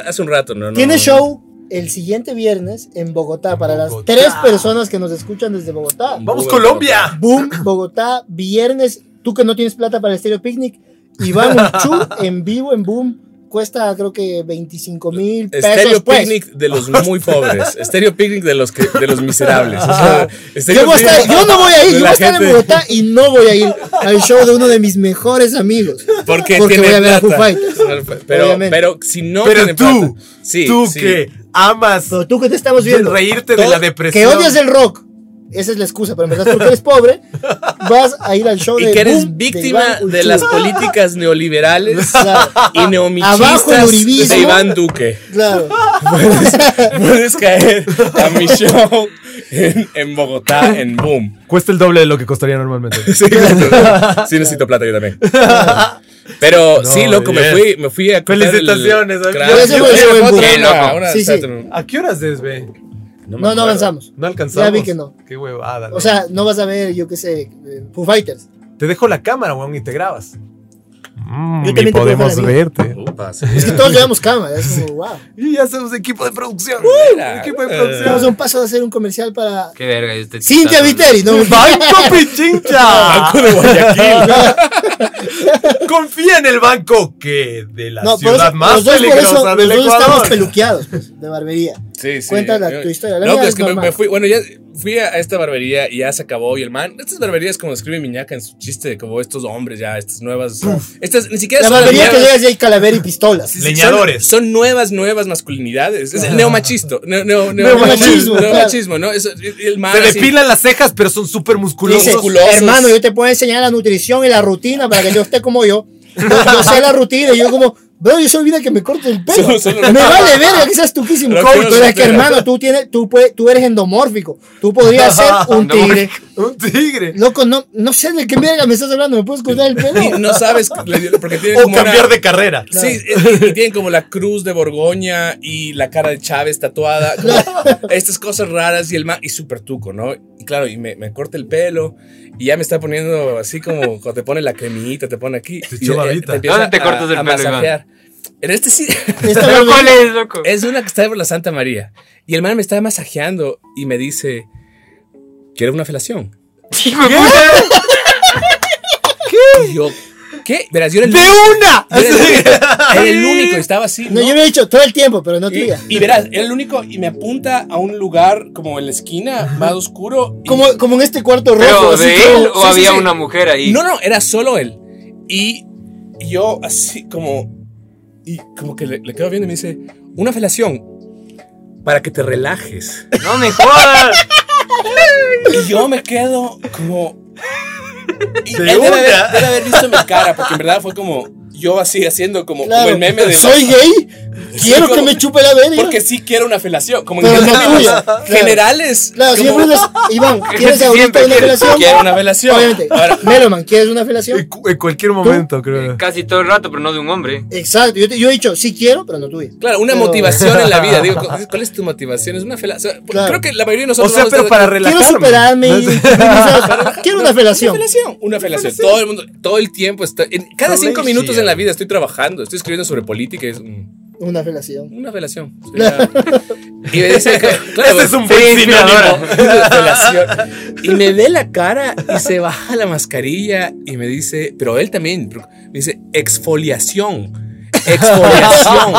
Hace un rato, ¿no? no
Tiene
no.
show el siguiente viernes en Bogotá para las
Bogotá.
tres personas que nos escuchan desde Bogotá.
¡Vamos,
Uy,
Colombia!
Boom, Bogotá, viernes. Tú que no tienes plata para el Stereo Picnic, Iván Uchú en vivo en Boom. Cuesta creo que 25 mil pesos.
Estéreo
pues.
Picnic de los muy pobres. Estéreo Picnic de los que, de los miserables. O sea, Estéreo
Yo, voy a estar-
Picnic
yo no voy a ir,
de
yo voy
la
a estar en
gente-
Bogotá y no voy a ir al show de uno de mis mejores amigos.
Porque,
Porque
tiene
voy a ver a
plata.
Foo Fighters,
Pero,
obviamente.
pero si no
Pero
tienen
tú,
plata- sí,
tú
sí.
que amas
Pero tú que te estamos viendo,
reírte de
Todo-
la
que
depresión.
odias el rock, esa es la excusa, pero en verdad porque eres pobre, vas a ir al show de
y que eres
Boom de
víctima
Iván
de, las
Uchú.
políticas neoliberales
Claro,
y
Abajo el
neomichistas
uribismo.
de Iván Duque.
claro.
Puedes caer a mi show en, en Bogotá, en Boom.
Cuesta el doble de lo que costaría normalmente.
Sí, exacto. Sí, necesito plata yo también. Pero
No,
sí, loco, me
bien.
fui, me fui a comprar el-
Felicitaciones, amigo.
Claro,
Ese
yo
fue- ese
fui
fue
a
en
otra,
Boom.
loco.
Sí,
Ahora,
sí.
no
¿A qué horas es, ve?
me
No, no
acuerdo.
avanzamos.
No alcanzamos.
Ya vi que no.
Qué ah, huevada.
O sea, no vas a ver, yo qué sé, eh, Foo Fighters.
te dejo la cámara, weón, y te grabas. Mm,
Yo
y
también te puedo
podemos
dejar la
verte.
Upa, sí.
Es que todos llevamos cámara, es como, wow.
Y ya somos equipo de producción. equipo
Estamos
de
a
producción.
un paso de hacer un comercial para
Qué verga. este
Cintia
pitazo.
Viteri, ¿no?
¡Banco Pichincha!
Banco de Guayaquil.
Confía en el banco que de la
No, por
ciudad
eso,
más
los dos, por
peligrosa
eso,
del
los dos estamos
Ecuador.
peluqueados, pues, de barbería.
Sí, sí.
Cuéntala tu historia, la
no,
mía
pero
es
es que me,
normal.
me fui, bueno, ya fui a esta barbería y ya se acabó. Y el man, estas barberías, como escribe Miñaca en su chiste, como estos hombres ya, estas nuevas. Estas ni siquiera
La
son las
barbería que
nuevas-
llegas y hay calavera y pistolas.
sí,
Leñadores.
Son, son nuevas, nuevas masculinidades. Es neomachisto. Neo, neo- neo-
Ah. Neomachismo, claro.
Neomachismo, ¿no? Eso, el man
Se
así-
depilan las cejas, pero son súper musculosos.
Dice,
musculosos.
hermano, yo te puedo enseñar la nutrición y la rutina para que yo esté como yo. Yo, yo sé la rutina y yo como, bro, yo soy vida que me corto el pelo.
Solo- solo-
me vale verga que seas tuquísimo
Pero
coach.
quiero
Pero es que,
saber.
hermano, tú, tienes, tú, puedes, tú eres endomórfico. Tú podrías ser un tigre.
Un tigre.
Loco, no, no sé de qué verga me estás hablando. ¿Me puedes cortar el
Y
pelo?
no sabes, le- porque tienen
O
como una-
cambiar de carrera.
Sí, eh, y, y tienen como la cruz de Borgoña y la cara de Chávez tatuada. como estas cosas raras y el man, y súper tuco, ¿no? Y claro, y me, me corta el pelo y ya me está poniendo así como cuando te pone la cremita, te pone aquí.
Tu
y, eh,
chubabita.
empieza
¿Dónde te
a-
cortas el
a
pelo, Iván?
masajear. En este sí.
Esta
¿Pero cuál
barbería-
es, loco?
Es una que está por la Santa María. Y el man me está masajeando y me dice, ¿quieres una felación?
Sí, me puse-
Y yo, ¿qué? Verás, yo era el
¡De
único-
una!
yo era el único, era el único y estaba así.
No, yo me he dicho todo el tiempo, pero no
Y,
tuya.
y verás, era el único y me apunta a un lugar como en la esquina, más oscuro. y-
Como, como en este cuarto rojo.
¿Pero
así
de
como-
él o
sí,
había
sí.
una mujer ahí?
No, no, era solo él. Y y yo así como... Y como que le, le quedo viendo y me dice, una felación para que te relajes.
¡No me jodas!
Y yo me quedo como... Y
De
él debe haber,
una.
debe haber visto mi cara, porque en verdad fue como yo así haciendo como, como
Claro.
el meme de...
¿Soy gay? quiero que me chupe la verga.
Porque sí quiero una felación. Como en
Pero no
términos
tuya. Claro.
generales.
Claro,
como-
siempre les- Iván, ¿quieres
Siempre
ahorita una
quiere-
felación?
Quiero una felación.
Obviamente.
Ahora,
Meloman, ¿quieres una felación?
En, cu- en cualquier momento, creo.
Casi todo el rato, pero no de un hombre.
Exacto. Yo, te- yo he dicho, sí quiero, pero no tuya.
claro, una
Pero-
motivación en la vida. Digo, ¿cuál es tu motivación? Es una felación.
Claro.
pues, Creo que la mayoría de
O
nosotros.
sea,
vamos a
pero
estar
para
de-
relajarme.
Quiero superarme. y- quiero una
Una
felación.
felación, una felación. Todo el mundo, todo el tiempo está. en- cada cinco minutos en la vida estoy trabajando, estoy escribiendo sobre política. y Es mm,
Una felación.
una felación. O sea, y me dice, claro,
Este es un buen
Sí,
sinónimo.
inspiradora.
una felación. Y me ve la cara y se baja la mascarilla y me dice, pero él también, pero me dice, exfoliación. Exfoliación.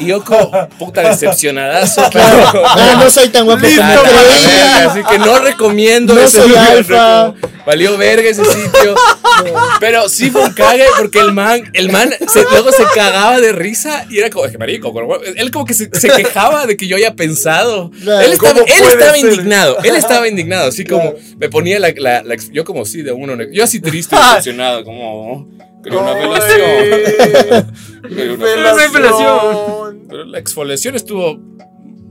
Y yo como puta decepcionadazo. Claro.
Ah, no soy tan guapo.
Listo,
como
Puta
para
creí.
verga, Así que no recomiendo
No
ese
soy
lugar.
alfa.
como, Valió verga ese sitio. Pero sí fue un cague porque el man, el man se- luego se cagaba de risa y era como, "Eje, marico, como- él como que se, se quejaba de que yo haya pensado.
Claro.
Él estaba,
¿Cómo
él
puede
estaba
ser?
indignado, él estaba indignado, así como
Claro.
me ponía la, la- la ex- yo como sí de uno, yo así triste y decepcionado, como quería una relación. Quería una
Pero no hay felación.
Felación.
Pero la exfoliación estuvo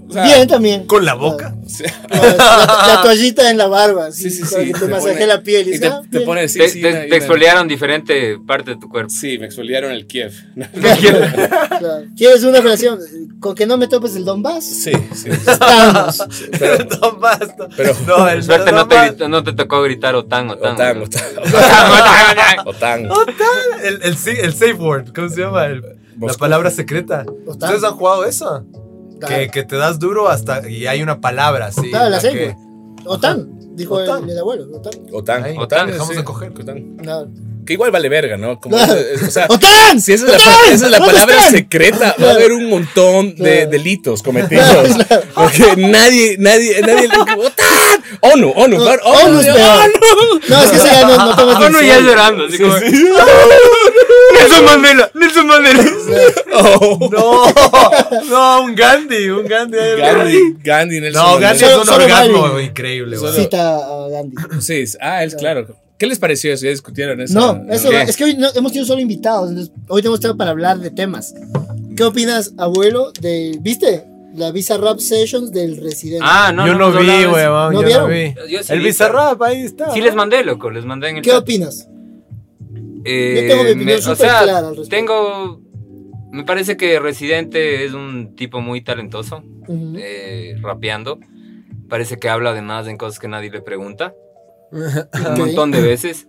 o sea,
Bien también. Ah,
Con la boca.
sí.
No, es La, la toallita en la barba.
Sí, sí,
para
sí.
que te
pone-
masaje la piel.
Y
Y
te,
ah,
te
bien.
pone sí,
Te,
sí,
te-
una-
te
una-
exfoliaron diferente parte de tu cuerpo.
Sí, me exfoliaron el Kiev. No,
Claro. ¿Quieres una relación? Con que no me topes el Donbass.
sí, sí.
Estamos.
Pero,
No basta.
Pero-
no, el
Suerte no te,
Normal-
gritó- no te tocó gritar OTAN, OTAN.
Otán,
¿no?
Otán.
Otán,
Otán.
El, el, si- el safe word, ¿cómo se llama? El- la
Moscú.
palabra secreta. ¿Ustedes han jugado eso? Que,
Claro.
que te das duro hasta. Y hay una palabra así.
Claro, la
que-
serie. OTAN, dijo el-
OTAN.
El, abuelo. OTAN.
Otán.
Ahí,
Otán,
dejamos
sí.
de coger.
Otán.
No.
Que igual vale verga, ¿no? Como,
Claro.
es- es- o sea,
¡OTAN!
si esa es la,
¡Otán!
pa- esa es la
¿Dónde
palabra
están?
secreta, va a
Claro.
haber un montón de
Claro.
delitos cometidos. Porque nadie, nadie, nadie. ¡Otán! ¡ONU! ¡ONU!
Oh, No,
¡ONU!
ONU es
Ah,
peor. No, es que se ganó, no tomas
OTAN. Uno Ah, ya
decisión.
llorando, así como.
Sí, sí.
Nelson Mandela, Nelson Mandela.
Oh.
No, no, un Gandhi, un Gandhi.
Gandhi, Gandhi en el
No, Gandhi es
Solo-
un
solo
orgasmo
Gandhi.
increíble, güey.
Solo-
Cita a Gandhi.
Sí, es- ah, es claro. ¿Qué les pareció eso? ¿Ya discutieron eso?
No, eso
Ok.
va- es que hoy no- hemos tenido solo invitados. entonces, hoy tenemos tema para hablar de temas. ¿Qué opinas, abuelo, de. ¿Viste? La Visa Rap Sessions del Residente.
Ah, no,
yo no,
hemos
vi,
hablado de eso.
weón,
¿No
yo no
vieron?
vi.
Yo sí
el
vi,
Bizarrap, ahí está.
Sí les mandé, loco, les mandé en el
¿Qué
chat.
opinas?
Eh,
Yo tengo mi opinión
me- O
súper
sea,
clara al respecto.
tengo... Me parece que Residente es un tipo muy talentoso,
Ujú.
eh, rapeando. Parece que habla además en cosas que nadie le pregunta.
Ok.
Un montón de veces.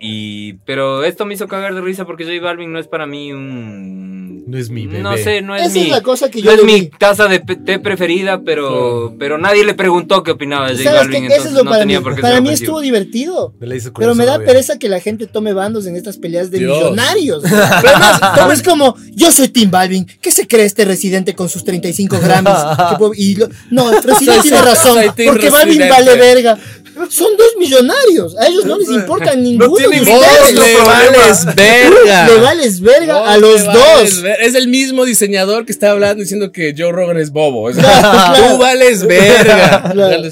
Y, pero esto me hizo cagar de risa porque J Balvin no es para mí un...
No es mi bebé.
No sé, no es
Esa
mi...
es la cosa que yo
No es
le
mi
vi.
taza de pe- té preferida, pero, pero nadie le preguntó qué opinaba de J
¿Sabes
Balvin,
qué? Eso
entonces
es lo
no
para mí.
tenía por qué
Para
ser
mí
ofensivo.
estuvo divertido.
Le hizo
Pero me da
corazón,
pereza que la gente tome bandos en estas peleas de
Dios.
millonarios. Pero además, todo es como, yo soy Tim Balvin, ¿qué se cree este residente con sus 35 gramos? Que puedo- y lo- no, el residente tiene razón,
soy Tim
porque Balvin
Residente.
vale verga. Son dos millonarios, a ellos no les importa ninguno de
tienen
Vos
ustedes.
otro
le
problema.
vales verga.
Le vales verga
Vos
a
le
los
vales
dos.
ver- Es el mismo diseñador que está hablando diciendo que Joe Rogan es bobo. Es-
Claro,
Tú vales verga.
Claro.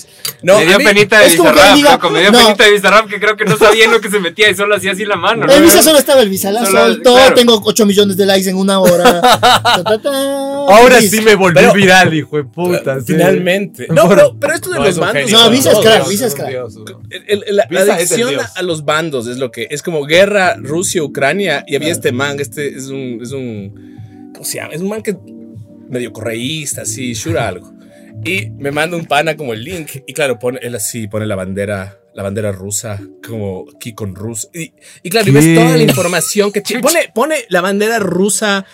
No,
me dio
a mí-
penita de
es como que
Bizarrap,
diga,
loco, me dio
no.
penita de Bizarrap que creo que no sabía en lo que se metía y solo hacía así la mano. ¿no?
El visa solo estaba el visa, la
Solo-
soltó,
claro.
tengo 8 millones de likes en una hora. Ta, ta, ta.
Ahora
Feliz.
sí me volví
Pero-
viral, hijo de puta. sí.
Finalmente. No,
Por-
pero, pero esto de
No,
los
es un
bandos.
genio,
No, Visa es
todos,
crack,
¿no?
Visa es crack.
Dios, weón.
El- el- la, la
Visa es el
adicción
dios.
a los bandos es lo que es como guerra Rusia-Ucrania y había este man, este es un, es un, ¿cómo se llama? Es un man que medio correísta, así, shura algo. Y me manda un pana como el link y claro, pone, él así pone la bandera, la bandera rusa, como aquí con Rusia. Y, y claro, y
¿Qué?
ves toda la información que tiene. Pone, pone la bandera rusa.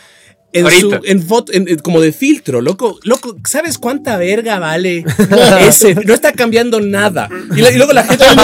En, su,
Ahorita.
en foto, en- en- como de filtro, loco, loco, ¿sabes cuánta verga vale ese? No está cambiando nada. Y, la- y luego la gente
Tengo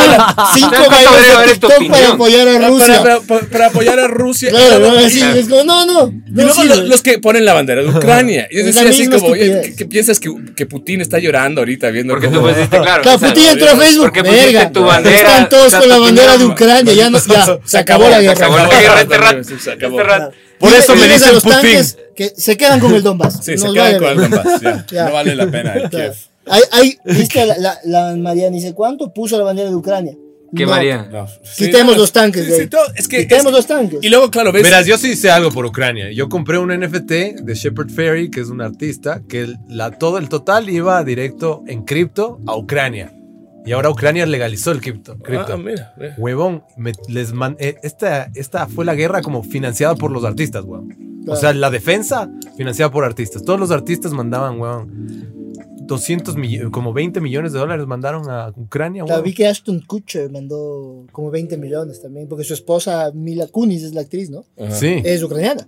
Cinco
¿Cuánto
bailes de
debería haber tu
TikTok para
opinión?
apoyar a
para,
Rusia.
para- para- para apoyar a Rusia.
Claro, no,
Y-
así, es como, no, no.
y
no
luego
sirve.
lo- los que ponen la bandera de Ucrania. Y yo
Es la
decía así
misma
como, oye,
estupidez.
¿qué, qué piensas que, que Putin está llorando ahorita viendo
Porque pues, este, tú
cómo-
pusiste, claro.
Claro,
o sea,
Putin entró a Facebook.
porque pusiste
Verga.
tu bandera,
Están todos
estás
con la
tu
bandera de
nombre.
Ucrania. Ya, no, ya se acabó la
Se
guerra.
acabó la
Acabó
guerra
la
este
guerra,
rato.
se acabó.
Este rato.
Por eso me
Diles a
dicen
los
Putin.
tanques que se quedan con el Donbass.
Sí, se
Nos
quedan
vale
con el
verga.
Donbass. ya.
Ya.
No vale la pena el
Claro.
Kiev.
Ahí, ahí, viste, la, la, la Mariana dice, ¿cuánto puso la bandera de Ucrania?
¿Qué
No.
María?
No.
Quitemos los tanques
Sí,
de
sí,
ahí.
todo. Es que,
Quitemos
es-
los tanques.
Y luego, claro, ves.
Verás, yo sí hice algo por Ucrania. Yo compré un NFT de Shepard Ferry, que es un artista, que el- la, todo el total iba directo en cripto a Ucrania. Y ahora Ucrania legalizó el cripto. cripto.
Ah, mira, mira.
Huevón, me- les man- eh, esta, esta fue la guerra como financiada por los artistas, huevón. O
Claro.
sea, la defensa financiada por artistas. Todos los artistas mandaban, huevón, 200 millones, como 20 millones de dólares mandaron a Ucrania,
La
huevón.
vi que Ashton Kutcher mandó como 20 millones también, porque su esposa Mila Kunis es la actriz, ¿no?
Ajá.
Sí.
Es ucraniana,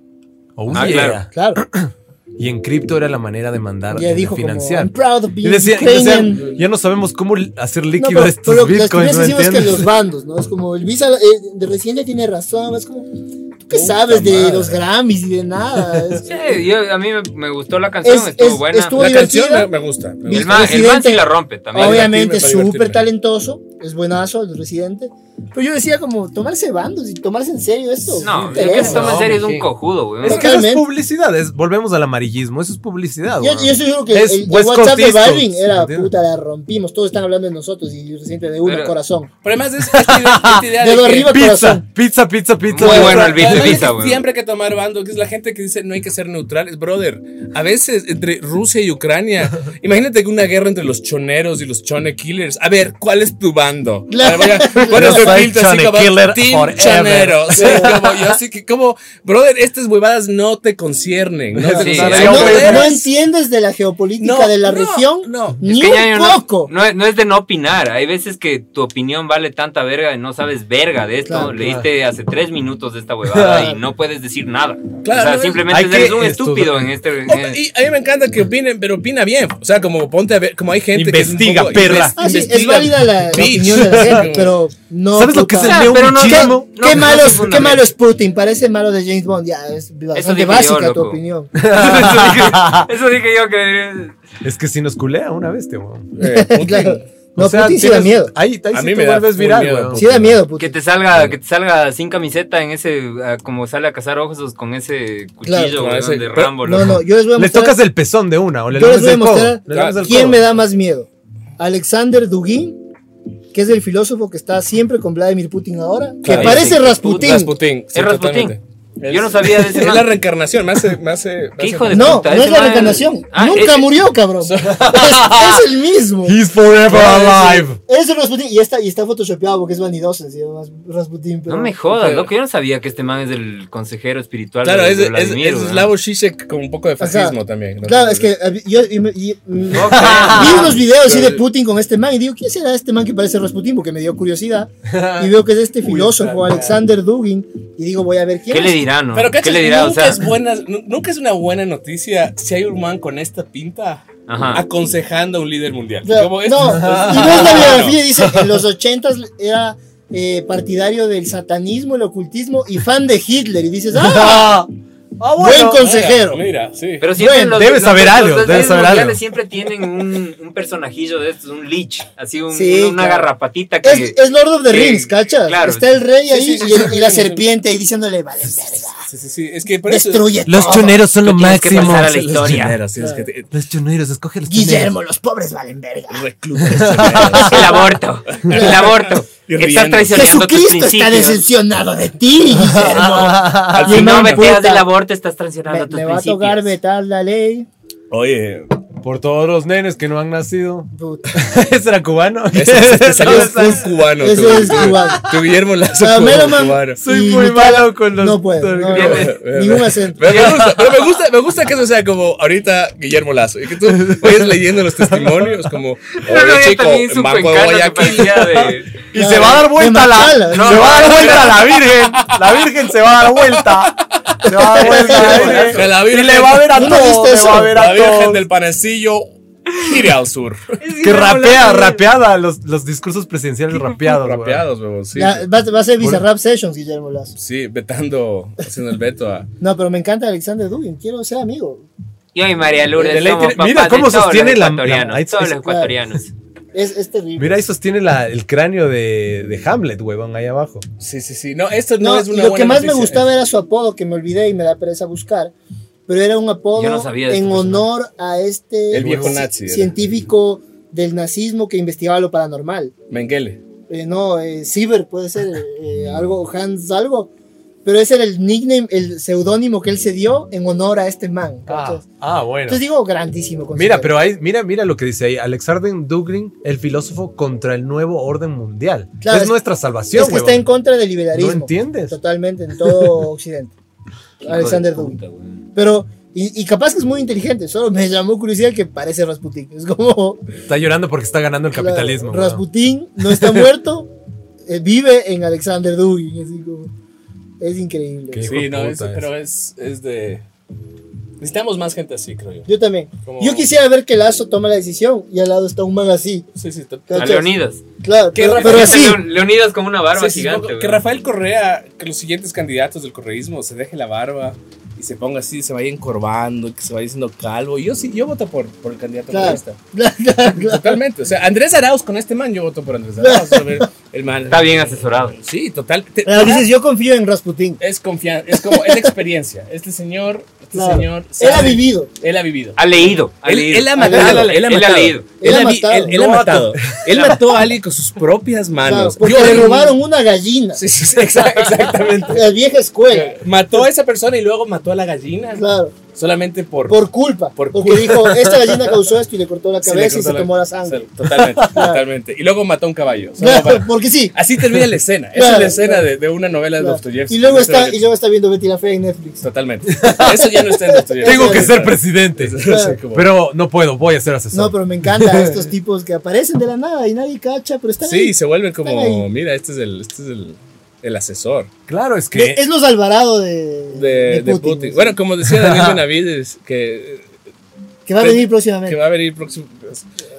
Oh,
Ah,
yeah.
claro.
Eh, claro.
Y en cripto era la manera de mandar,
Ya
de
dijo como,
financiar.
I'm proud of
Y
being
decía-
Ukrainian.
decía, ya no sabemos cómo li- hacer
No,
líquido
pero,
estos
pero las
bitcoins,
teorías
¿no
que decimos que
entiendes?
los bandos, ¿no? Es como el Visa eh, de reciente tiene razón, es como, ¿tú qué
Puta
sabes de
madre.
los Grammys y de nada? Es,
Sí, yo- a mí me, me gustó la canción,
Es-
estuvo
es-
buena.
estuvo-
La canción
divertida.
me, me gusta. me
el,
gusta.
man, el man sí
Presidente.
la rompe también.
Obviamente
para
es
divertirme.
súper talentoso, es buenazo el residente. Pero yo decía como, tomarse bandos y tomarse en serio esto. me
No, el que se
interesa.
toma en
No,
serio es un
mijín.
cojudo, güey.
Es que eso es
Totalmente.
publicidad. es- volvemos al amarillismo. Eso es publicidad.
Yo,
weón.
yo seguro que
Es
el, el
West
WhatsApp de
Coast Disco,
Balvin
¿sí
era
entiendes?
puta, la rompimos. Todos están hablando de nosotros y el residente de uno,
Pero-
corazón.
Pero además, es esta idea, esta idea de
Dedo
que-
arriba,
Pizza,
corazón.
pizza, pizza, pizza.
Muy
pizza.
bueno el beat de
Además,
pizza,
es
güey.
Siempre hay que tomar bando, que es la gente que dice no hay que ser neutrales, brother. A veces entre Rusia y Ucrania, imagínate que una guerra entre los choneros y los chone killers. A ver, ¿cuál es tu bando?
Claro.
A ver, ¿Cuál es
Yo
tu
soy
filtro? Así
chone
como,
killer
team
forever.
chonero. Sí, como yo, así que como, brother, estas huevadas no te conciernen. No, te
Sí,
conciernen.
hay
No
un-
debes-
No,
pero-
entiendes de la geopolítica
No,
de la
no,
región
no.
Es
ni
que ya
un
no-
poco.
No, es- no es de no opinar. Hay veces que tu opinión vale tanta verga y no sabes verga de esto.
Claro,
Leíste hace tres minutos de esta huevada y no puedes decir nada.
Claro,
o sea,
no es-
simplemente
Hay que
eres un
estudiar.
estúpido en este. en-
O- Y a mí me encanta que opinen, pero opina bien. O sea, como ponte a ver, como hay gente
Investiga,
que. es un poco-
perra.
inves-
Ah, sí, es
investiga,
válida la, la
bitch.
opinión de la gente, pero no.
¿Sabes lo que es
puta.
el
Ah, pero no-
neomuchismo?
no-
qué, malo es,
se
qué malo
fundamenta.
es Putin, parece malo de James Bond. Ya, es bastante
dije yo,
básica tu
loco.
opinión.
eso, dije, eso dije yo que.
Es que si nos culea una bestia, weón.
Eh, Putin.
Claro. No,
O sea,
Putin sí da
tienes-
miedo.
Ahí, ahí
A
sí
mí
te
me da
vuelves
full
viral,
miedo,
weón.
Putin.
Sí da miedo,
Que
Putin.
te salga, que te salga sin camiseta en ese, ah, como sale a cazar ojos con ese cuchillo
Claro.
weón,
Ese-
de
pero-
Rambo.
No,
loco.
no, yo les voy a
Le
mostrar
tocas el pezón de una o le
Yo les
lames
voy a
el codo.
mostrar
le lames el
quién
codo.
me da más miedo. Alexander Dugin, que es el filósofo que está siempre con Vladimir Putin ahora, que
Claro,
parece
sí.
Rasputin.
Rasputin. sí,
Es Rasputín.
totalmente.
Yo no sabía de ese
Es
man.
la reencarnación, me hace. Me hace me
¿Qué
hace-
hijo de
No,
puta?
no es
ese
la
man-
reencarnación.
Ah,
Nunca
eh,
murió, cabrón. es, es el mismo.
He's forever alive.
Es el Rasputin y está, y está photoshopeado porque es vanidoso. así, además, Rasputin, pero-
No me jodas,
Pero-
loco. Yo no sabía que este man es el consejero espiritual
Claro,
de,
es,
de
es,
Vladimir.
es
weón.
Slavoj Žižek con un poco de
O sea,
fascismo también. ¿no?
Claro, es que eh, yo y me- y- mm,
Ok.
vi unos videos así de Putin con este man y digo, ¿quién será este man que parece Rasputin? Porque me dio curiosidad. Y veo que es este filósofo, Alexander Dugin, y digo, voy a ver quién
¿Qué
es.
le dirá, no?
Pero
¿Qué
cachas,
le dirá? O
nunca,
sea,
es buena, nu- nunca es una buena noticia si hay un man con esta pinta
Ajá.
aconsejando a un líder mundial.
Claro,
Como es-
no, y ves la
Bueno,
biografía y dice, en los ochentas era eh, partidario del satanismo, el ocultismo y fan de Hitler. Y dices, ¡ah!
Ah,
buen consejero.
Mira, sí.
pero siempre
Bueno,
los,
debes
los-
saber
los-
algo,
los líderes
debes saber
mundiales
algo.
siempre tienen un, un personajillo de estos, un leech, así un-
Sí,
una
claro.
garrapatita que...
es, es Lord of the
Sí,
Rings, ¿cachas?
claro.
Está el rey
Sí,
ahí
sí, sí,
y, el-
sí,
y la
sí.
serpiente ahí diciéndole, vale, verga,
Sí, sí, sí. Es que por eso.
destruye
Ah,
todo.
son
lo Tienes que máximo. pasar a la
Los
historia.
choneros, sí, es que te-
Los choneros, escoge los
Guillermo, los pobres valen verga.
recluta choneros.
el aborto, el aborto.
Y
Estás
riendo.
traicionando tus
Jesucristo está
principios.
decepcionado de ti, Guillermo.
Al
Si
final,
no
Hermano,
metías
puta.
del aborto, estás traicionando
me,
tus
me va a tocar
principios.
vetar la ley.
Oye,
Por todos los nenes que no han nacido.
Puta,
¿Ese era cubano?
ese, ese te salió
No,
full cubano.
Ese
tú.
es cubano.
Tu Guillermo Lazo
Ah,
como
mero man.
cubano.
Soy
Y
muy
mi
malo con los.
No puedo. no,
Bien,
no,
Bien, bien,
ningún
bien.
acento.
Pero me gusta, pero me gusta, me gusta que eso sea como ahorita Guillermo Lazo. Y que tú vayas leyendo los testimonios como,
Pero
oye
yo
chico,
también
en
supe en
Banco de
Cano que
Guayaquil.
parecía de-
Y se va a dar vuelta
De
la.
Machala.
Se
No,
va a dar vuelta la Virgen. La Virgen se va a dar vuelta. Se va a dar vuelta la Virgen.
Que la
Y
Virgen-
le va a ver a
¿No
todos.
viste
Le va a
eso?
ver
La
a
Virgen
todos.
del Panecillo gire al sur.
Que rapea, rapeada. Los, los discursos presidenciales rapeados. güey.
Rapeados, bebo, sí.
Ya, va, va a ser Bizarrap Sessions, Guillermo Lazo.
Sí, vetando, haciendo el veto a...
No, pero me encanta Alexander Dugin, quiero ser amigo.
Yo y María
De
Lourdes
ley
somos
tiene-
papás
mira cómo
de todos
sostiene
los
la- la-
ecuatorianos,
ahí-
todos los
ahí-
ecuatorianos.
Es, es terrible.
Mira, ahí sostiene la- el cráneo de, de Hamlet, huevón, ahí abajo.
Sí, sí, sí. No, esto no,
no,
es una
y lo
buena
que más me
noticia.
gustaba era su apodo, que me olvidé y me da pereza buscar. Pero era un apodo
Yo no sabía de
en
este personaje.
honor a este
El viejo
ci-
nazi era.
científico del nazismo que investigaba lo paranormal.
Mengele.
eh, no, eh, Cyber puede ser eh, algo, Hans algo. Pero ese era el nickname, el seudónimo que él se dio en honor a este man.
Ah,
Entonces,
ah, bueno.
entonces digo, grandísimo.
Mira,
considero.
pero ahí, mira, mira lo que dice ahí. Alexander Dugrin, el filósofo contra el nuevo orden mundial.
Claro,
es,
es-
nuestra salvación,
es que está en
huevón.
contra del liberalismo.
No entiendes.
Totalmente, en todo Occidente. Alexander Dugin. Pero, y, y capaz que es muy inteligente, solo me llamó curiosidad que parece Rasputin. Es como.
Está llorando porque está ganando el capitalismo.
Claro,
huevón.
Rasputin no está muerto, eh, vive en Alexander Dugin. Así como, es increíble.
Qué-
Sí, no,
puta
es-
es.
pero es, es de. Necesitamos más gente así, creo yo.
Yo también.
Como-
Yo quisiera ver que Lazo toma la decisión y al lado está un man así.
Sí, sí, to-
A
¿cachas?
Leonidas.
Claro,
Qué
pero,
raro.
pero
Ese
así.
Leon- Leonidas con una barba
Sí, sí,
gigante.
supongo
güey.
que Rafael Correa, que los siguientes candidatos del correísmo se deje la barba y se ponga así, se vaya encorvando, que se vaya diciendo calvo. Yo sí, yo voto por, por el candidato
Claro.
correísta. Totalmente. O sea, Andrés Arauz con este man, yo voto por Andrés Arauz. A ver, el man.
Está bien asesorado.
Sí, total. Te-
Pero dices, yo confío en Rasputin.
es confianza, es como, es la experiencia. Este señor, este
Claro.
señor.
Él ha
sabe-
vivido.
Él ha vivido.
Ha leído. Ha
Él,
leído.
él ha
Él
matado,
ha
él ha
leído.
matado.
Él
Él ha
ha
vi-
matado.
él- él ha
No,
matado. Él mató a alguien con sus propias
Claro,
manos.
porque
Ah, Yo-
le robaron una gallina.
Sí, sí, sí, exa- exactamente.
La vieja escuela.
Mató a esa persona y luego mató a la gallina.
Claro.
Solamente por.
Por culpa.
Por
porque dijo, esta gallina causó esto y le cortó la
Sí, le
cabeza y
cortó
se
la-
tomó la
sí,
sangre.
Totalmente, totalmente. Y luego mató a un caballo. solo
Claro,
para-
porque sí.
Así termina la escena. Esa
Claro,
es la escena
claro.
de, de una novela de
Claro.
Dostoyevsky.
Y luego
Esa es la
está,
que-
y luego está viendo Betty la Fea en Netflix.
Totalmente. Eso ya no está en Dostoyevsky.
Tengo que ser
Claro.
presidente.
Eso es como-
Pero no puedo, voy a ser asesor.
No, pero me encanta estos tipos que aparecen de la nada y nadie cacha, pero están
sí,
ahí.
se vuelven como.
ahí.
Mira, este es el, este es el, el asesor
Claro, es que.
Es, es los Alvarado de,
de,
de
de Putin. Bueno, como decía Daniel Benavides, que,
que va a
de-
venir
que
próximamente.
va a venir próximo.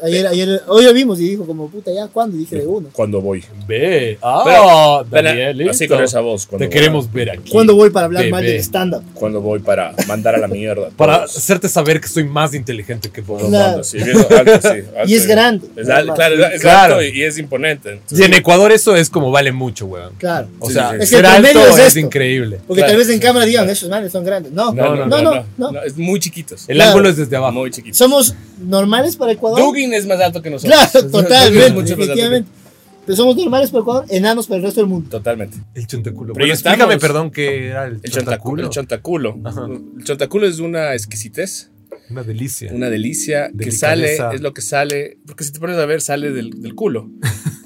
Ayer, ayer, hoy lo vimos y dijo como, puta, ¿ya cuándo? Y dije, de uno.
Cuando voy.
Ve.
Pero,
Ah, Daniel,
Bena- así
listo.
con esa voz. cuando
Te
voy.
queremos ver aquí.
¿Cuándo voy para hablar
Bebé.
mal del stand-up?
Cuando voy para mandar a la mierda. a
Para
todos.
hacerte saber que soy más inteligente que vos.
Claro.
Sí, bien alto, sí, alto.
Y es grande.
Es al-
Además.
claro, es
Claro.
alto y es imponente. Entonces,
Y en Ecuador eso es como vale mucho, weón.
Claro.
O
Sí, sí,
sea,
sí.
Es que
ser
el
alto
promedio
es,
es esto.
increíble.
Porque
Claro.
tal vez en cámara digan, esos manes son grandes. No,
no, no, no, no,
no.
no, Es muy chiquitos.
El ángulo es desde abajo.
Muy chiquitos.
Somos normales para Ecuador.
Dugin es más alto que nosotros.
Claro,
Dugin es mucho más
totalmente,
alto que-
efectivamente. Pero somos normales para Ecuador, enanos para el resto del mundo.
Totalmente.
El chontaculo.
Pero
Bueno,
ya estamos.
explícame, perdón, que era el,
El
chontaculo.
chontaculo. El chontaculo.
Ajá.
El chontaculo es una exquisitez,
Una delicia.
una delicia que
Delicadeza.
sale, es lo que sale, porque si te pones a ver, sale del, del culo.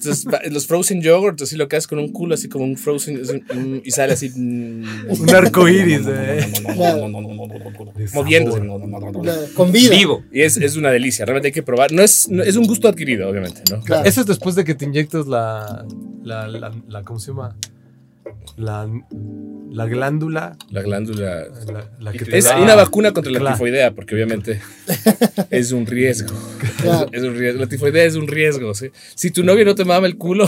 Entonces, pa- los frozen yogurt, así lo que haces con un culo, así como un frozen, es un- un- y sale así.
Un arco iris, eh.
Claro.
moviéndose.
Claro, Con vida.
Vivo.
Y es, es una delicia, realmente hay que probar. No es, no- es un gusto adquirido, obviamente, ¿no?
Claro.
Eso es después de que te inyectas la. la, la, la- ¿Cómo se llama? La, la glándula.
La glándula.
La, la que te
Es
da-
una vacuna contra la
Claro.
tifoidea, porque obviamente es un riesgo.
Claro.
Es un riesgo. La tifoidea es un riesgo. ¿sí? Si tu novio no te mama el culo,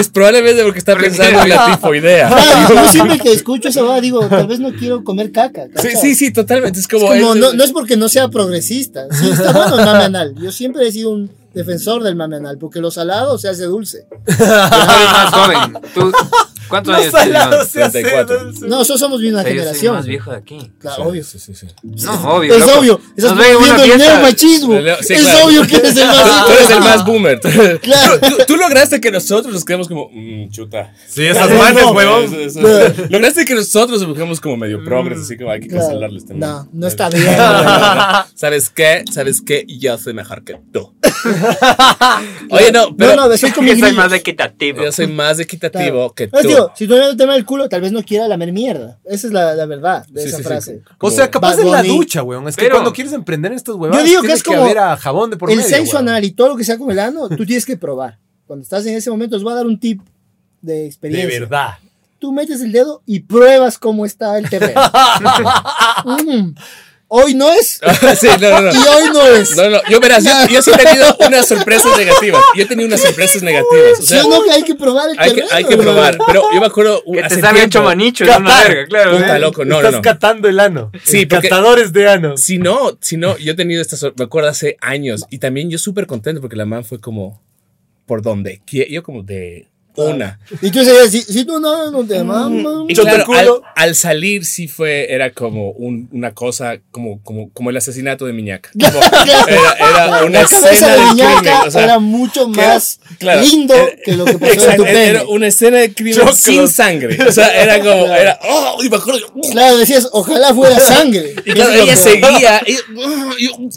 es probablemente porque está pensando en la tifoidea.
Claro, yo siempre Ah, que escucho esa va, digo, tal vez no quiero comer caca.
Sí,
¿cachas?
sí, sí, totalmente. Es
Es
como.
como,
es-
no, no es porque no sea progresista. Sí, está bueno el mame anal. Yo siempre he sido un defensor del mame anal, porque lo salado se hace dulce.
Tú eres más joven. Tú- ¿Cuántos años tienes?
salados
Iván?
se hacen
34.
dulces.
No, nosotros somos de una
O sea, yo soy
generación.
más viejo de aquí.
Claro, obvio.
Sí, sí, sí.
No, obvio.
es
loco.
obvio. Estás
Nos ven en una
viendo el
fiesta.
neomachismo.
Sí,
es
claro.
obvio que eres el
Tú
más hijo
eres
de-
el más boomer.
Claro.
Tú, tú lograste que nosotros nos quedemos como, "Mm, chuta.
Sí, esas
No,
manos,
no, Mm,
Eso,
huevón.
eso, eso. Lograste que nosotros nos buscamos como medio progres, así como hay que
Claro.
cancelarles también.
No, no está bien. güey.
¿Sabes qué? ¿Sabes qué? Yo soy mejor que tú. Oye, no, pero
no, no, soy como
Yo soy
grillos.
más equitativo.
yo soy más equitativo
Claro.
que
No,
tú.
tío, si tú no el tema del culo, tal vez no quiera lamer mierda. Esa es la, la verdad de
Sí,
esa
sí, sí.
frase.
O sea, capaz
Bad
en la
Bunny.
ducha, weón. Es que
Pero-
cuando quieres emprender en estos huevadas,
Yo digo que
tiene
es como
haber a jabón de por
el
medio,
sexo
weón.
anal y todo lo que sea con el ano, tú tienes que probar. Cuando estás en ese momento, os voy a dar un tip de
De
experiencia.
verdad.
Tú metes el dedo y pruebas cómo está el terreno. Mm. Hoy no es
Ah, sí, no, no,
y
no.
hoy no es.
No, no, yo verás, yo, yo sí he tenido unas sorpresas negativas. Yo he tenido unas sorpresas negativas. O sea,
Yo no que hay que probar el
hay que,
terreno.
hay que
bro.
probar. Pero yo me acuerdo.
Que te
hace
salga
tiempo,
hecho manicho en una verga, claro.
Puta,
¿eh?
loco, no,
Estás
no, no.
catando el ano.
Sí, porque-
Catadores de ano.
Si no, si no, yo he tenido esta sor- me acuerdo hace años y también yo súper contento porque la man fue como, ¿por dónde? ¿Qué? Yo como de, Una.
Y tú serías, si, si tú no, no
Mm.
te mamas.
Y claro, al, al salir sí fue, era como un- una cosa, como, como, como el asesinato de Miñaca. Como- era, era una
La cabeza
escena
de
del crimen.
Iñaka
o sea,
era mucho
que era-
más
claro,
lindo
era-
que lo que pasó en
exacto,
tu
era-
pene.
Era una escena de crimen
Chócalos.
sin sangre. O sea, era como, era, oh, y me acuerdo, yo, uh,
Claro, decías, ojalá fuera sangre.
y claro,
Eso es lo
ella
peor.
seguía. y, uh, y, uh,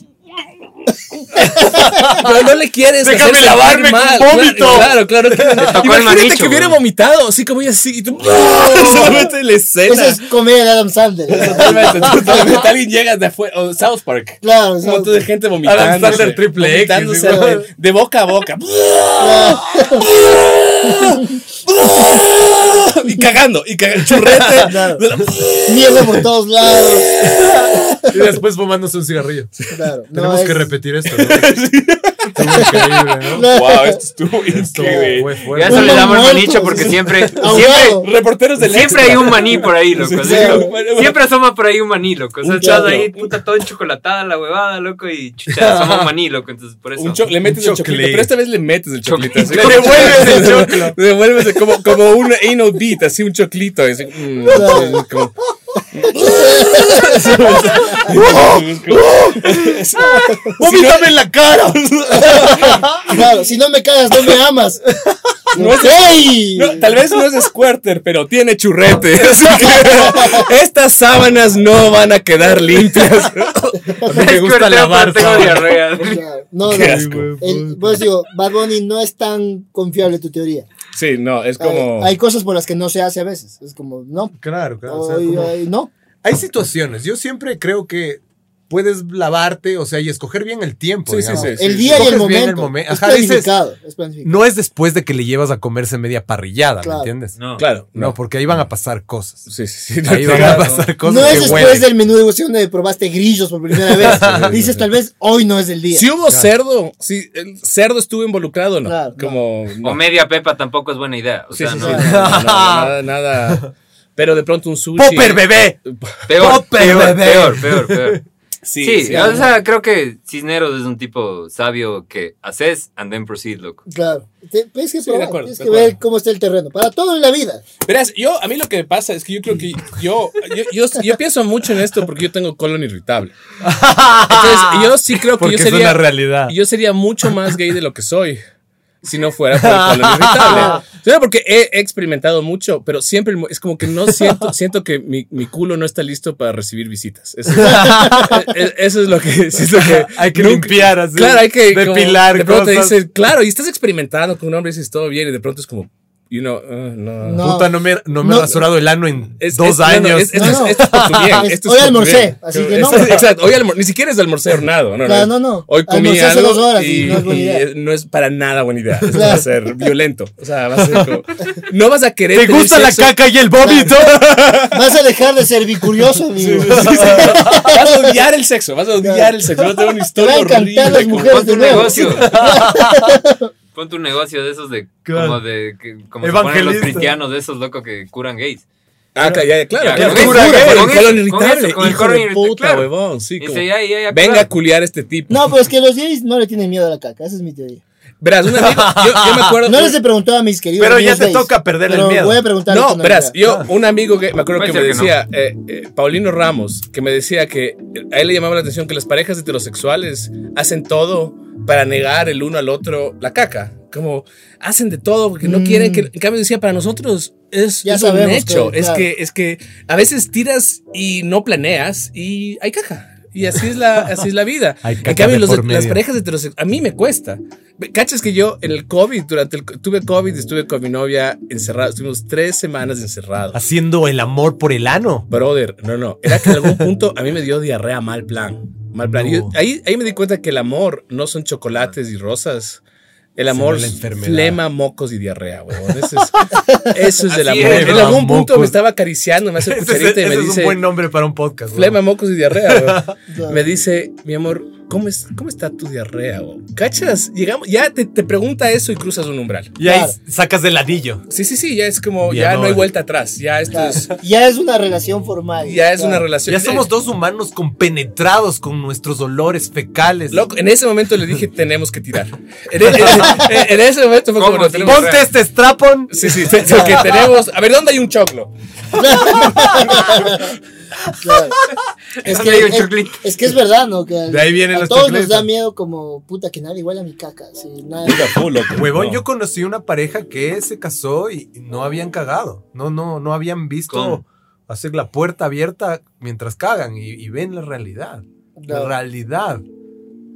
pero no le quieres
Déjame
hacer sentir
lavarme con
mal.
vómito.
Claro, claro, claro. que-
tocó el
Imagínate
manicho,
que hubiera
güey.
vomitado, así como ella así. Y tú, solamente la escena.
Esa es comedia de Adam Sandler.
Totalmente, totalmente. Alguien llega de afuera, o South Park.
Claro, o
Un
sea,
montón de gente vomitando.
Adam Sandler triple X, sí, güey.
de, de boca a boca. y cagando, y cagando. Churrete.
Claro.
De la-
mierda por todos lados.
Y después fumándose un cigarrillo.
Claro, no,
Tenemos
es-
que repetir esto, ¿no? Estuvo increíble, ¿no?
Claro.
wow, esto estuvo
Esto
increíble.
fue fuerte.
Ya se le
Unos
damos el
muertos,
manicho porque
sí.
siempre.
A
Siempre,
huevo.
Reporteros del
siempre hay
Extra.
un maní por ahí, loco.
Sí,
así,
sí,
loco.
bueno.
Siempre asoma por ahí un maní, loco. O sea,
Un
echado
diablo.
ahí, puta, todo en chocolatada, la huevada, loco. Y chucha, asoma un maní, loco. Entonces, por eso.
Un cho- le metes
Un
el choclito,
chocolate.
pero esta vez le metes el choclito. así
Chocolate.
como-
Devuelves el choclo.
Devuelves el- como, como un anal beat, así un choclito. así, mm,
Claro.
como-
¡Vomítame en la cara!
Claro, si no me cagas, no me amas.
No es-
¡Ey!
No, tal vez no es squirter, pero tiene churrete. Así que estas sábanas no van a quedar limpias.
Es
me gusta
corteo, pero
lavar,
Tengo
Pablo.
diarrea.
Claro, No,
Qué
no.
asco.
El- pues digo, Bad Bunny no es tan confiable tu teoría.
Sí, no, es
Hay-
como.
Hay cosas por las que no se hace a veces. Es como, no.
Claro, claro. o sea,
Ay,
como-
ay, no.
Hay situaciones. Yo siempre creo que puedes lavarte, o sea, y escoger bien el tiempo.
Sí, sí,
digamos.
sí, sí.
El día y el
Coges bien
momento.
el momen-
Es
Ajá, dices-
planificado. Es planificado.
No es después de que le llevas a comerse media parrillada,
Claro.
¿me entiendes?
No.
Claro,
No,
no.
porque ahí van a pasar cosas.
Sí, sí, sí. no
Ahí
te
van a
gano.
pasar cosas.
No
que
es después
huelen.
del menú de devoción donde probaste grillos por primera vez. Dices, tal vez hoy no es el día.
Si hubo cerdo, si el cerdo estuvo involucrado, ¿no?
Claro,
como.
O
no.
media pepa tampoco es buena idea. O
Sí,
sea,
sí, sí,
no.
no, no, no, nada, nada. Pero de pronto un sushi.
¡Popper bebé!
Peor,
Tope,
peor,
bebé.
peor, peor, peor.
Sí,
Sí,
sí,
o sea, creo que Cisneros es un tipo sabio que haces and then proceed, loco.
Claro. Te- Tienes que,
de
probar,
acuerdo,
tienes
de
que
acuerdo.
ver cómo está el terreno. Para todo en la vida.
Verás, yo, a mí lo que me pasa es que yo creo que yo, yo, yo, yo pienso mucho en esto porque yo tengo colon irritable. Entonces, yo sí creo que
Porque
yo
es una
sería,
realidad.
yo sería mucho más gay de lo que soy si no fuera por el colon irritable. Solo porque he experimentado mucho, pero siempre es como que no siento, siento que mi, mi culo no está listo para recibir visitas. Eso es, e- e- eso es lo que siento que
Hay que
nunca-
limpiar así.
Claro, hay que como,
depilar
de pronto te
cosas.
dices, claro, y estás experimentando con un hombre y dices todo bien y de pronto es como, you know, uh,
No.
Puta, no me, no me he
No.
rasurado el ano en
es-
dos
es- no, no,
años.
es- esto,
No,
es-
no.
esto es por tu bien.
Es-
esto
hoy
es por tu
almorcé,
bien.
así que no.
Exacto, exacto, hoy almor- ni siquiera es de almorcé hornado. No,
Claro, no, no.
Hoy comí
Almorcé hace
algo
dos horas
y,
y no es buena
y
idea.
es- no es para nada buena idea. Eso va a
Claro.
ser violento. O sea, va a ser como, no vas a querer
¿Te
tener
gusta la
sexo.
caca y el vómito?
Vas a dejar de ser bicurioso, amigo.
Vas a odiar el sexo, vas a odiar el sexo. Vas a tener una
Te va
historia
a encantar las
horrible. como-
mujeres
Pon
de
tu
nuevo.
negocio. Pon tu negocio de esos de
Claro.
como de que- como se ponen los
Evangelista.
cristianos de esos locos que curan gays.
Ah, ca- ya, claro,
Ya,
claro.
con
que
eso,
cura,
con
por
eso,
el colon
con
irritable,
eso, con el
hijo
colon
de
irritable,
puta,
claro.
huevón, sí,
Y
como,
dice, ya, ya, ya,
Venga
claro.
a culiar a este tipo.
No, pero es que los gays no le tienen miedo a la caca. Esa es mi teoría.
Verás, un amigo, yo, yo me acuerdo.
No les he preguntado a mis queridos
Pero ya
amigos
te
gays,
toca perder el
pero
miedo.
voy a preguntar
No,
esta
verás,
Navidad.
yo,
Ah.
un amigo que me acuerdo
Puede
que me
ser que
decía, eh, eh, Paulino Ramos, que me decía que a él le llamaba la atención que las parejas heterosexuales hacen todo para negar el uno al otro la caca. Como hacen de todo porque no
Mm.
quieren que. En cambio, decía, para nosotros es,
Ya
es un
sabemos
hecho.
que,
es,
claro.
que, es que a veces tiras y no planeas y hay caca. Y así es la, así es la vida.
Hay
En
caca
cambio,
de
los-
por
las
medio.
parejas heterosexuales. A mí me cuesta. Cachas que yo en el COVID, durante el. Tuve COVID, estuve con mi novia encerrado. Estuvimos tres semanas encerrados.
Haciendo el amor por el ano.
Brother, no, no. Era que en algún punto a mí me dio diarrea mal plan. Mal plan. Y yo-
No.
ahí, ahí me di cuenta que el amor no son chocolates y rosas. El amor
la
es
enfermedad.
flema, mocos y diarrea, huevón. Eso es, eso es el
Así
amor.
es,
en
¿no?
algún punto
Mocos.
me estaba acariciando, me hace
Ese es,
cucharita y
ese
me
es un
dice,
buen nombre para un podcast. güey.
flema, mocos y diarrea, huevón.
Claro.
Me dice, mi amor, ¿cómo, es, ¿cómo está tu diarrea? güey? ¿Cachas? Llegamos, ya te, te pregunta eso y cruzas un umbral.
Y ahí
Claro.
sacas del anillo.
Sí, sí, sí, ya es como,
Ya
ya
no.
no hay vuelta atrás, ya esto
Claro.
es,
Ya es una relación formal.
ya es
Claro.
una relación. Eh,
Ya somos dos humanos compenetrados con nuestros olores fecales.
Loco, en ese momento le dije, tenemos que tirar. En, en- en- en ese momento fue como,
¿Cómo?
no, tenemos que
Ponte este strapon.
Sí, sí, sí, sí, que tenemos. A ver, ¿dónde hay un choclo?
Claro. Es,
Ahí
que,
hay un
es,
choclito.
es que es verdad, ¿no? Que al-
De ahí vienen
a
los
todos
chocletos.
nos da miedo como puta que nadie huele a mi caca. sí, nada.
Huevón, yo conocí una pareja que se casó y no habían cagado. No, no, no habían visto
¿Cómo?
hacer la puerta abierta mientras cagan y, y ven la realidad. La
No.
realidad.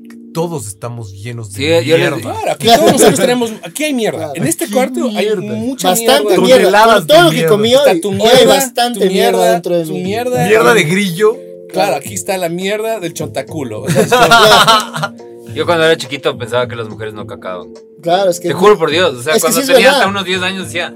Que todos estamos llenos de
Sí, yo les-
mierda.
Claro, aquí todos nosotros tenemos. Aquí hay mierda.
Claro.
En este
Aquí
cuarto hay
mierda.
mucha mierda.
Bastante
mierda.
mierda.
Toneladas
Con todo
de
lo que
mierda.
comí
Está
hoy,
tu
hoy
mierda,
hay bastante
tu
mierda,
mierda,
dentro de
tu
mí.
mierda.
Mierda de grillo.
Claro, aquí está la mierda del chontaculo. O sea, es
Yo cuando era chiquito pensaba que las mujeres no cacaban.
Claro, es que.
Te juro por Dios. O sea,
Es que
cuando
sí es
tenía
verdad.
hasta unos 10 años decía.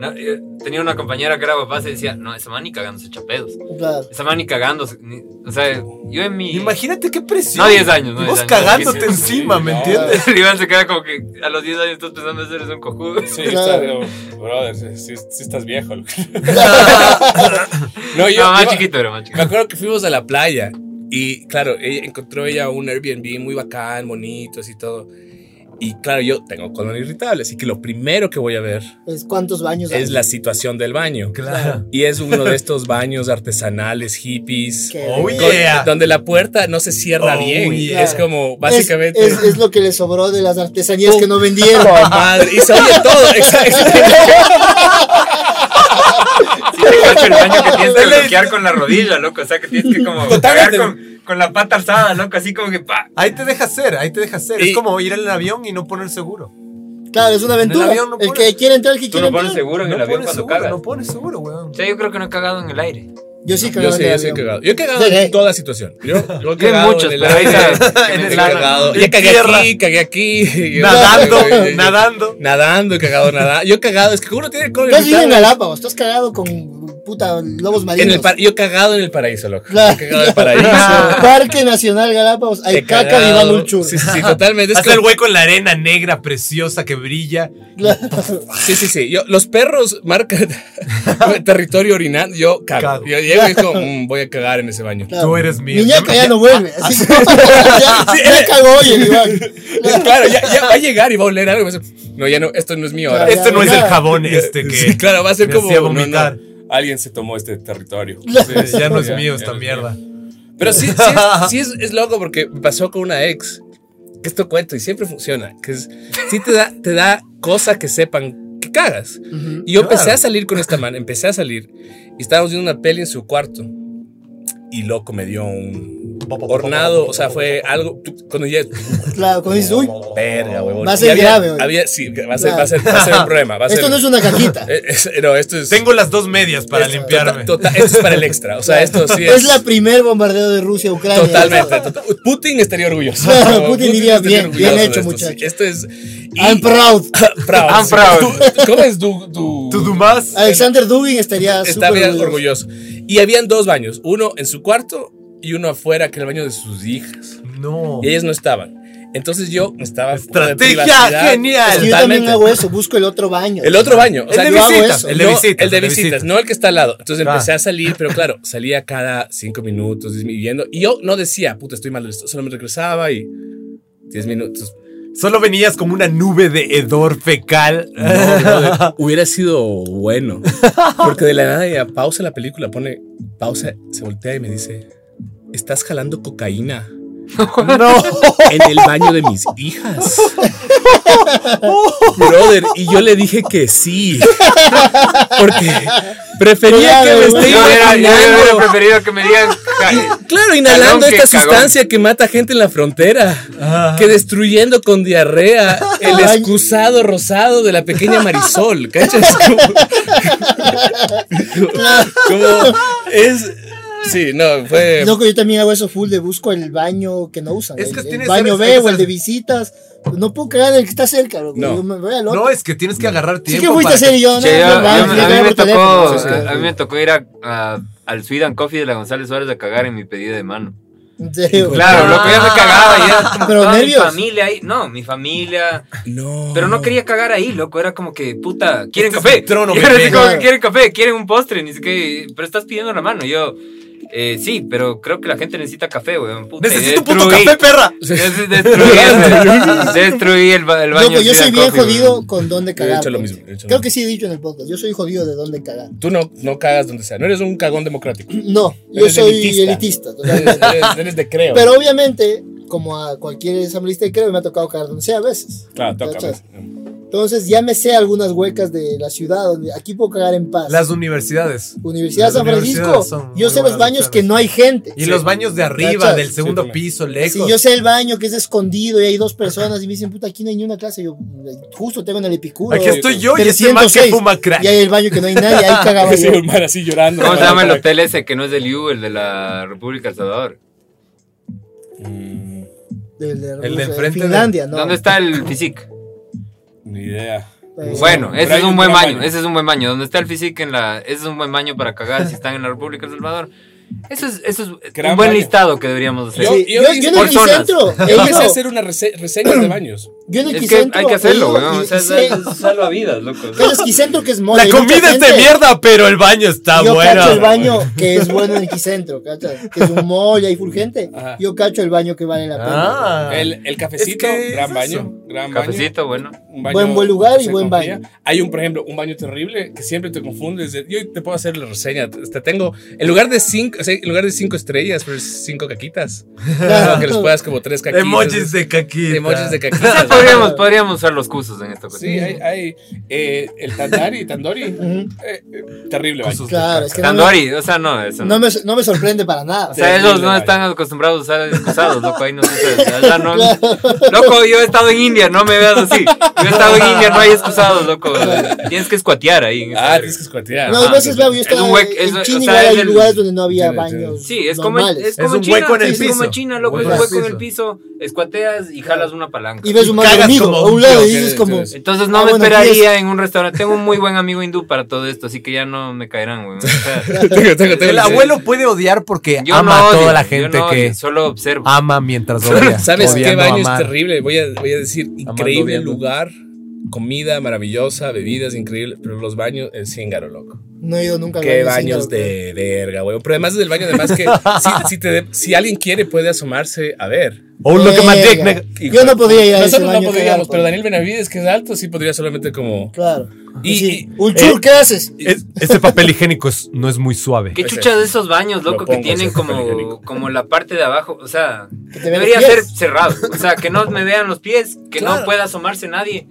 no, eh, tenía una compañera que era guapaza y decía, no, esa man ni cagándose chapedos.
Claro.
Esa man ni cagándose. ni- o sea, yo en mi.
Imagínate qué presión.
No 10 años, no
Y
10
Vos
años.
cagándote
Sí, sí, sí.
encima, ¿me
No.
entiendes?
El Iván se queda como que a los 10 años estás pensando eso, eres un cojudo.
Sí,
Claro.
está, pero, brother, si, estás viejo. loco. no, yo,
no, más
yo-
chiquito era más
Me
chiquito.
acuerdo que fuimos a la playa y, claro, ella, encontró ella un Airbnb muy bacán, bonito, así todo. Y, claro, yo tengo colon irritable, así que lo primero que voy a ver
Es cuántos baños hay.
es la situación del baño.
Claro.
Y es uno de estos baños artesanales, hippies.
Qué
Oh,
verga.
con-
yeah.
Donde la puerta no se cierra
Oh,
bien.
yeah.
Es como, básicamente.
Es, es- es lo que le sobró de las artesanías que no vendieron.
¡Oh, madre! Y se oye todo. exacto.
Sí, te cacho el baño que tienes que bloquear con la rodilla, loco. O sea, que tienes que como cagar
Totalmente.
con, con la pata alzada, loco. Así como que pa.
Ahí te deja ser, ahí te deja ser.
Y-
Es como ir al avión y no poner seguro.
Claro, es una aventura.
En el avión no
el
pones-
que quiere entrar, el que
Tú
quiere
no pones
entrar.
seguro en
no
el avión
pones
cuando
seguro,
cagas.
no pones seguro, weón.
O sea, yo creo que no he cagado en el aire.
Yo sí
Yo
cagaba
sí,
en el
yo sí he
avión.
cagado. Yo he cagado
Sí,
en
sí.
toda situación. Yo, yo he
Yo en
cagado
muchos,
el
pero ahí
aire,
está.
he
En el
cagado.
aire.
Ya cagué
Tierra.
aquí, cagué aquí.
Nadando,
Yo- yo- yo-
nadando.
Nadando, he cagado, nadando. Yo he cagado. Es que uno tiene colon
Tú has ido en
irritable.
Galápagos, tú has cagado con puta lobos marinos.
En el par- yo he cagado en el paraíso, loco. Yo
Claro.
he cagado en el paraíso.
Parque Nacional Galápagos, hay
He
caca
cagado.
vivando un churro.
Sí, sí, sí, totalmente. Es
Hasta el
como-
hueco en la arena negra, preciosa, que brilla.
Claro.
sí, sí, sí. Yo- los perros marcan territorio orinando. Yo cago.
Cago.
Yo llego y es como, "Mm, voy a cagar en ese baño.
Claro.
Tú eres mío.
Miñaca
Ya-
ya no vuelve.
Ah,
Así que ya,
eh.
ya cagó hoy el Iván.
Claro, ya, ya va a llegar y va a oler algo. y va a decir, No, ya no, esto no es mío ahora.
Claro,
Esto no es el jabón este que.
Sí, claro, va a ser
me
como.
hacía
no, no,
vomitar.
Alguien se tomó este territorio.
Sí, ya no es
Ya,
mío
ya
esta
no es
mierda.
Pero sí, sí, es, sí es, es loco porque me pasó con una ex. Que esto cuento y siempre funciona. Que es- sí te da, te da cosa que sepan que cagas. Y yo
Claro.
empecé a salir con esta man, empecé a salir. Y estábamos viendo una peli en su cuarto. Y loco me dio un hornado. O sea, fue algo. tú- Cuando ya.
Claro, cuando dices, uy,
Verga, huevón.
Va a
Y
ser
había-
grave hoy.
había- sí, va a ser,
Claro.
va a ser- va a ser un problema. va a
esto
ser-
no es una caquita.
Eh, es- no, esto es.
Tengo las dos medias para
es
limpiarme.
tota- tota- esto es para el extra. O sea, esto sí es.
Es la primer bombardeo de Rusia a Ucrania.
Totalmente. tota- Putin estaría orgulloso.
Putin diría,
estaría
bien, bien
orgulloso
hecho,
de esto, sí.
muchacho.
Esto es.
I'm proud.
proud.
I'm
sí.
proud.
Tú- ¿Cómo es tu. tu-
¿Tú Dumas?
Alexander Dugin estaría
Está
súper
bien
orgulloso.
orgulloso. Y habían dos baños. Uno en su cuarto y uno afuera, que era el baño de sus hijas.
No.
Y ellas no estaban. Entonces yo estaba. por la
Estrategia
privacidad.
genial.
Sí, yo también
Totalmente.
hago eso, busco el otro baño.
El otro baño.
El de
yo hago
visitas,
eso.
el de
No,
visitas,
El de visitas, no el que está al lado. Entonces
Ah.
empecé a salir, pero claro, salía cada cinco minutos, diez minutos, viendo. Y yo no decía, puta, estoy mal, solo me regresaba y diez minutos.
Solo venías como una nube de hedor fecal.
No, brother, hubiera sido bueno. Porque de la nada ella pausa la película, pone pausa, se voltea y me dice, estás jalando cocaína
No.
en el baño de mis hijas. Brother, y yo le dije que sí. Porque prefería que me
Claro,
Yo
esté
hubiera, yo hubiera
imaginando.
preferido que me digan.
Claro, inhalando
Cagón que
esta
cagón.
sustancia que mata gente en la frontera, que destruyendo con diarrea el
Ay.
excusado rosado de la pequeña Marisol, ¿cachas? Como, como es... Sí, no, fue...
Loco, yo también hago eso full de busco el baño que no usan.
Es
el-
que
el,
tienes-
baño
sabes-
B
sabes-
o el de visitas. No puedo cagar en el que está cerca, loco.
No.
Yo me voy al otro.
No, es que tienes que agarrar
Sí
tiempo.
que fuiste a
para
hacer y yo, no,
Che, yo-
no,
yo-
vamos, yo
a, mí
agarro
me
el teléfono.
tocó,
Sí, sí.
a, a mí me tocó ir a- a- al Sweden Coffee de la González Suárez a cagar en mi pedido de mano.
En serio.
Claro, loco, ya me cagaba. Ya como
Pero
estaba
nervios.
Mi familia ahí. No, mi familia.
No.
Pero no quería cagar ahí, loco. Era como que, puta, ¿quieren café?
un Este trono,
Y era así
bebé.
como que,
Claro.
¿quieren café? ¿Quieren un postre? Ni sé qué. Pero estás pidiendo la mano. Yo, eh, sí, pero creo que la gente necesita café, weón. Puta, y
Necesito un puto
destruí.
café, pues. perra.
Des- Destruí, ese- destruí el, ba- el baño.
Loco, yo
Sida
soy bien
Coffee,
jodido con
Yo
dónde
he
cagar.
hecho lo
pues.
mismo, yo he hecho lo
Creo
mismo.
que sí he dicho en el podcast. Yo soy jodido de dónde cagar.
Tú no, no cagas donde sea. No eres un cagón democrático.
No, yo
Eres
soy
elitista.
elitista. totalmente.
Eres, eres- eres de creo.
Pero obviamente, como a cualquier asambleísta de creo, me ha tocado cagar donde sea a veces.
claro, Ah, toca. pues.
¿Cachas? Entonces ya me sé algunas huecas de la ciudad donde aquí puedo cagar en paz.
Las universidades.
Universidad de
Las
San Francisco,
universidades son
yo
muy
sé los
buenas
baños
opciones.
que no hay gente.
Y los baños de arriba,
¿Cachas?
del segundo
Sí, claro.
piso,
Si
lejos.
yo sé el baño que es escondido y hay dos personas y me dicen, puta, aquí no hay ni una clase. Yo justo tengo en el epicuro.
Aquí estoy yo y este man que
306.
fuma crack.
Y hay el baño que no hay nadie, ahí cagaba
Sí,
yo.
un man así llorando.
¿Cómo se llama el hotel ese que no es del U, el de la República del Salvador?
Mm,
Del de,
El de enfrente de-
Finlandia, ¿no?
¿Dónde está el Physique?
ni idea.
Eh,
Bueno,
Pero
ese
hay
es un
un
buen
gran
baño,
baño.
ese es un buen baño. Donde está el Physique en la, ese es un buen baño para cagar si están en la República del Salvador. Eso es, eso es
Gran
un buen
baño.
listado que deberíamos hacer.
Yo-
sí,
yo
yo,
hice
yo en el
personas.
Quicentro, he
Yo empecé a
ido-
hacer unas rese- reseñas de baños.
yo en el
es que
Quicentro
hay que
he
hacerlo,
ido
weón.
y-
O sea,
y
es,
sé-
es salvavidas, loco.
Pero es Quicentro que es mono.
La comida es de mierda, pero el baño
Ah,
está
yo
bueno.
cacho el baño que es bueno en el Quicentro, ¿cachas? Que es un mall y hay fulgente.
Ajá.
Yo cacho el baño que vale la pena.
Ah.
El, el cafecito,
Es que
gran
es
baño.
eso.
Gran baño.
Cafecito, bueno.
Un
Buen- buen lugar
que
y
se
buen
confía.
baño.
Hay un, por ejemplo, un baño terrible que siempre te confundes. de- Yo te puedo hacer la reseña. Te tengo, en lugar de cinco, o sea, en lugar de cinco estrellas, pero es cinco caquitas.
Claro.
Como que les puedas como tres caquitas.
Emojis de caquita.
Emojis de
Quizás
caquitas.
podríamos, podríamos usar los cursos en
Sí,
esta cuestión.
hay, hay eh, el Tandari, Tandori. Eh, eh, terrible baño.
Cosas de
Claro, es que no me,
Tandori, o sea, no, eso no.
no, me, no me sorprende para nada.
O sea,
Terrible
ellos no
baño.
están acostumbrados a usar excusados, loco, ahí no se usa, o sea, no- Loco, yo he estado en India, no me veas así. Yo he estado en India, no hay excusados, loco. Tienes que escuatear ahí. en esa
Ah,
verga.
tienes que escuatear.
No,
Ajá.
a veces veo, yo
Es
estaba
un hueco,
en
es-
China
o
y
sea,
igual
es
hay
el-
lugares donde no había
Sí, sí.
baños
Sí, es como,
normales.
es como
un
China,
hueco en el
sí, es como
piso.
China, loco, es un
Hueco en el
hueco en el piso, escuateas y jalas una palanca.
Y ves un mal
Cagas
amigo
como
a
un
un lado
tío,
y dices
que-
como...
que-
Entonces no
Ah,
me
bueno, aquí
esperaría en un restaurante. Tengo un muy buen amigo hindú para todo esto, así que ya no me caerán, güey. O sea,
Tengo- tengo- tengo-
El abuelo puede odiar porque
yo
ama
no
a
odio,
toda la
yo
gente
no odio,
que
solo observo.
ama mientras odia.
¿Sabes qué
Odiando
baño es
amar.
terrible? Voy a, voy a decir, increíble
odiando.
lugar, comida maravillosa, bebidas increíbles, pero los baños, el cíngaro, loco.
No he ido nunca al
Qué
baño, sí,
baños
no,
de verga, güey. Pero además del baño, además que si, si te de- si alguien quiere puede asomarse a ver.
Oh, look at my dick,
Verga.
nigga.
Yo no podía ir a ese
Nosotros
baño.
no
a cagar,
podríamos,
pues.
pero Daniel Benavides, que es alto, sí podría solamente como...
Claro.
Y-
Y,
y-
eh,
un chur, ¿qué haces?
Es- este papel higiénico es- no es muy suave.
¿Qué
Ese-
chucha de esos baños, loco,
Lo
que
pongo,
tienen
ese
como,
higiénico.
como la parte de abajo? O sea,
te vean
debería
los
ser
pies.
cerrado. O sea, que no me vean los pies, que no
Claro.
pueda asomarse nadie.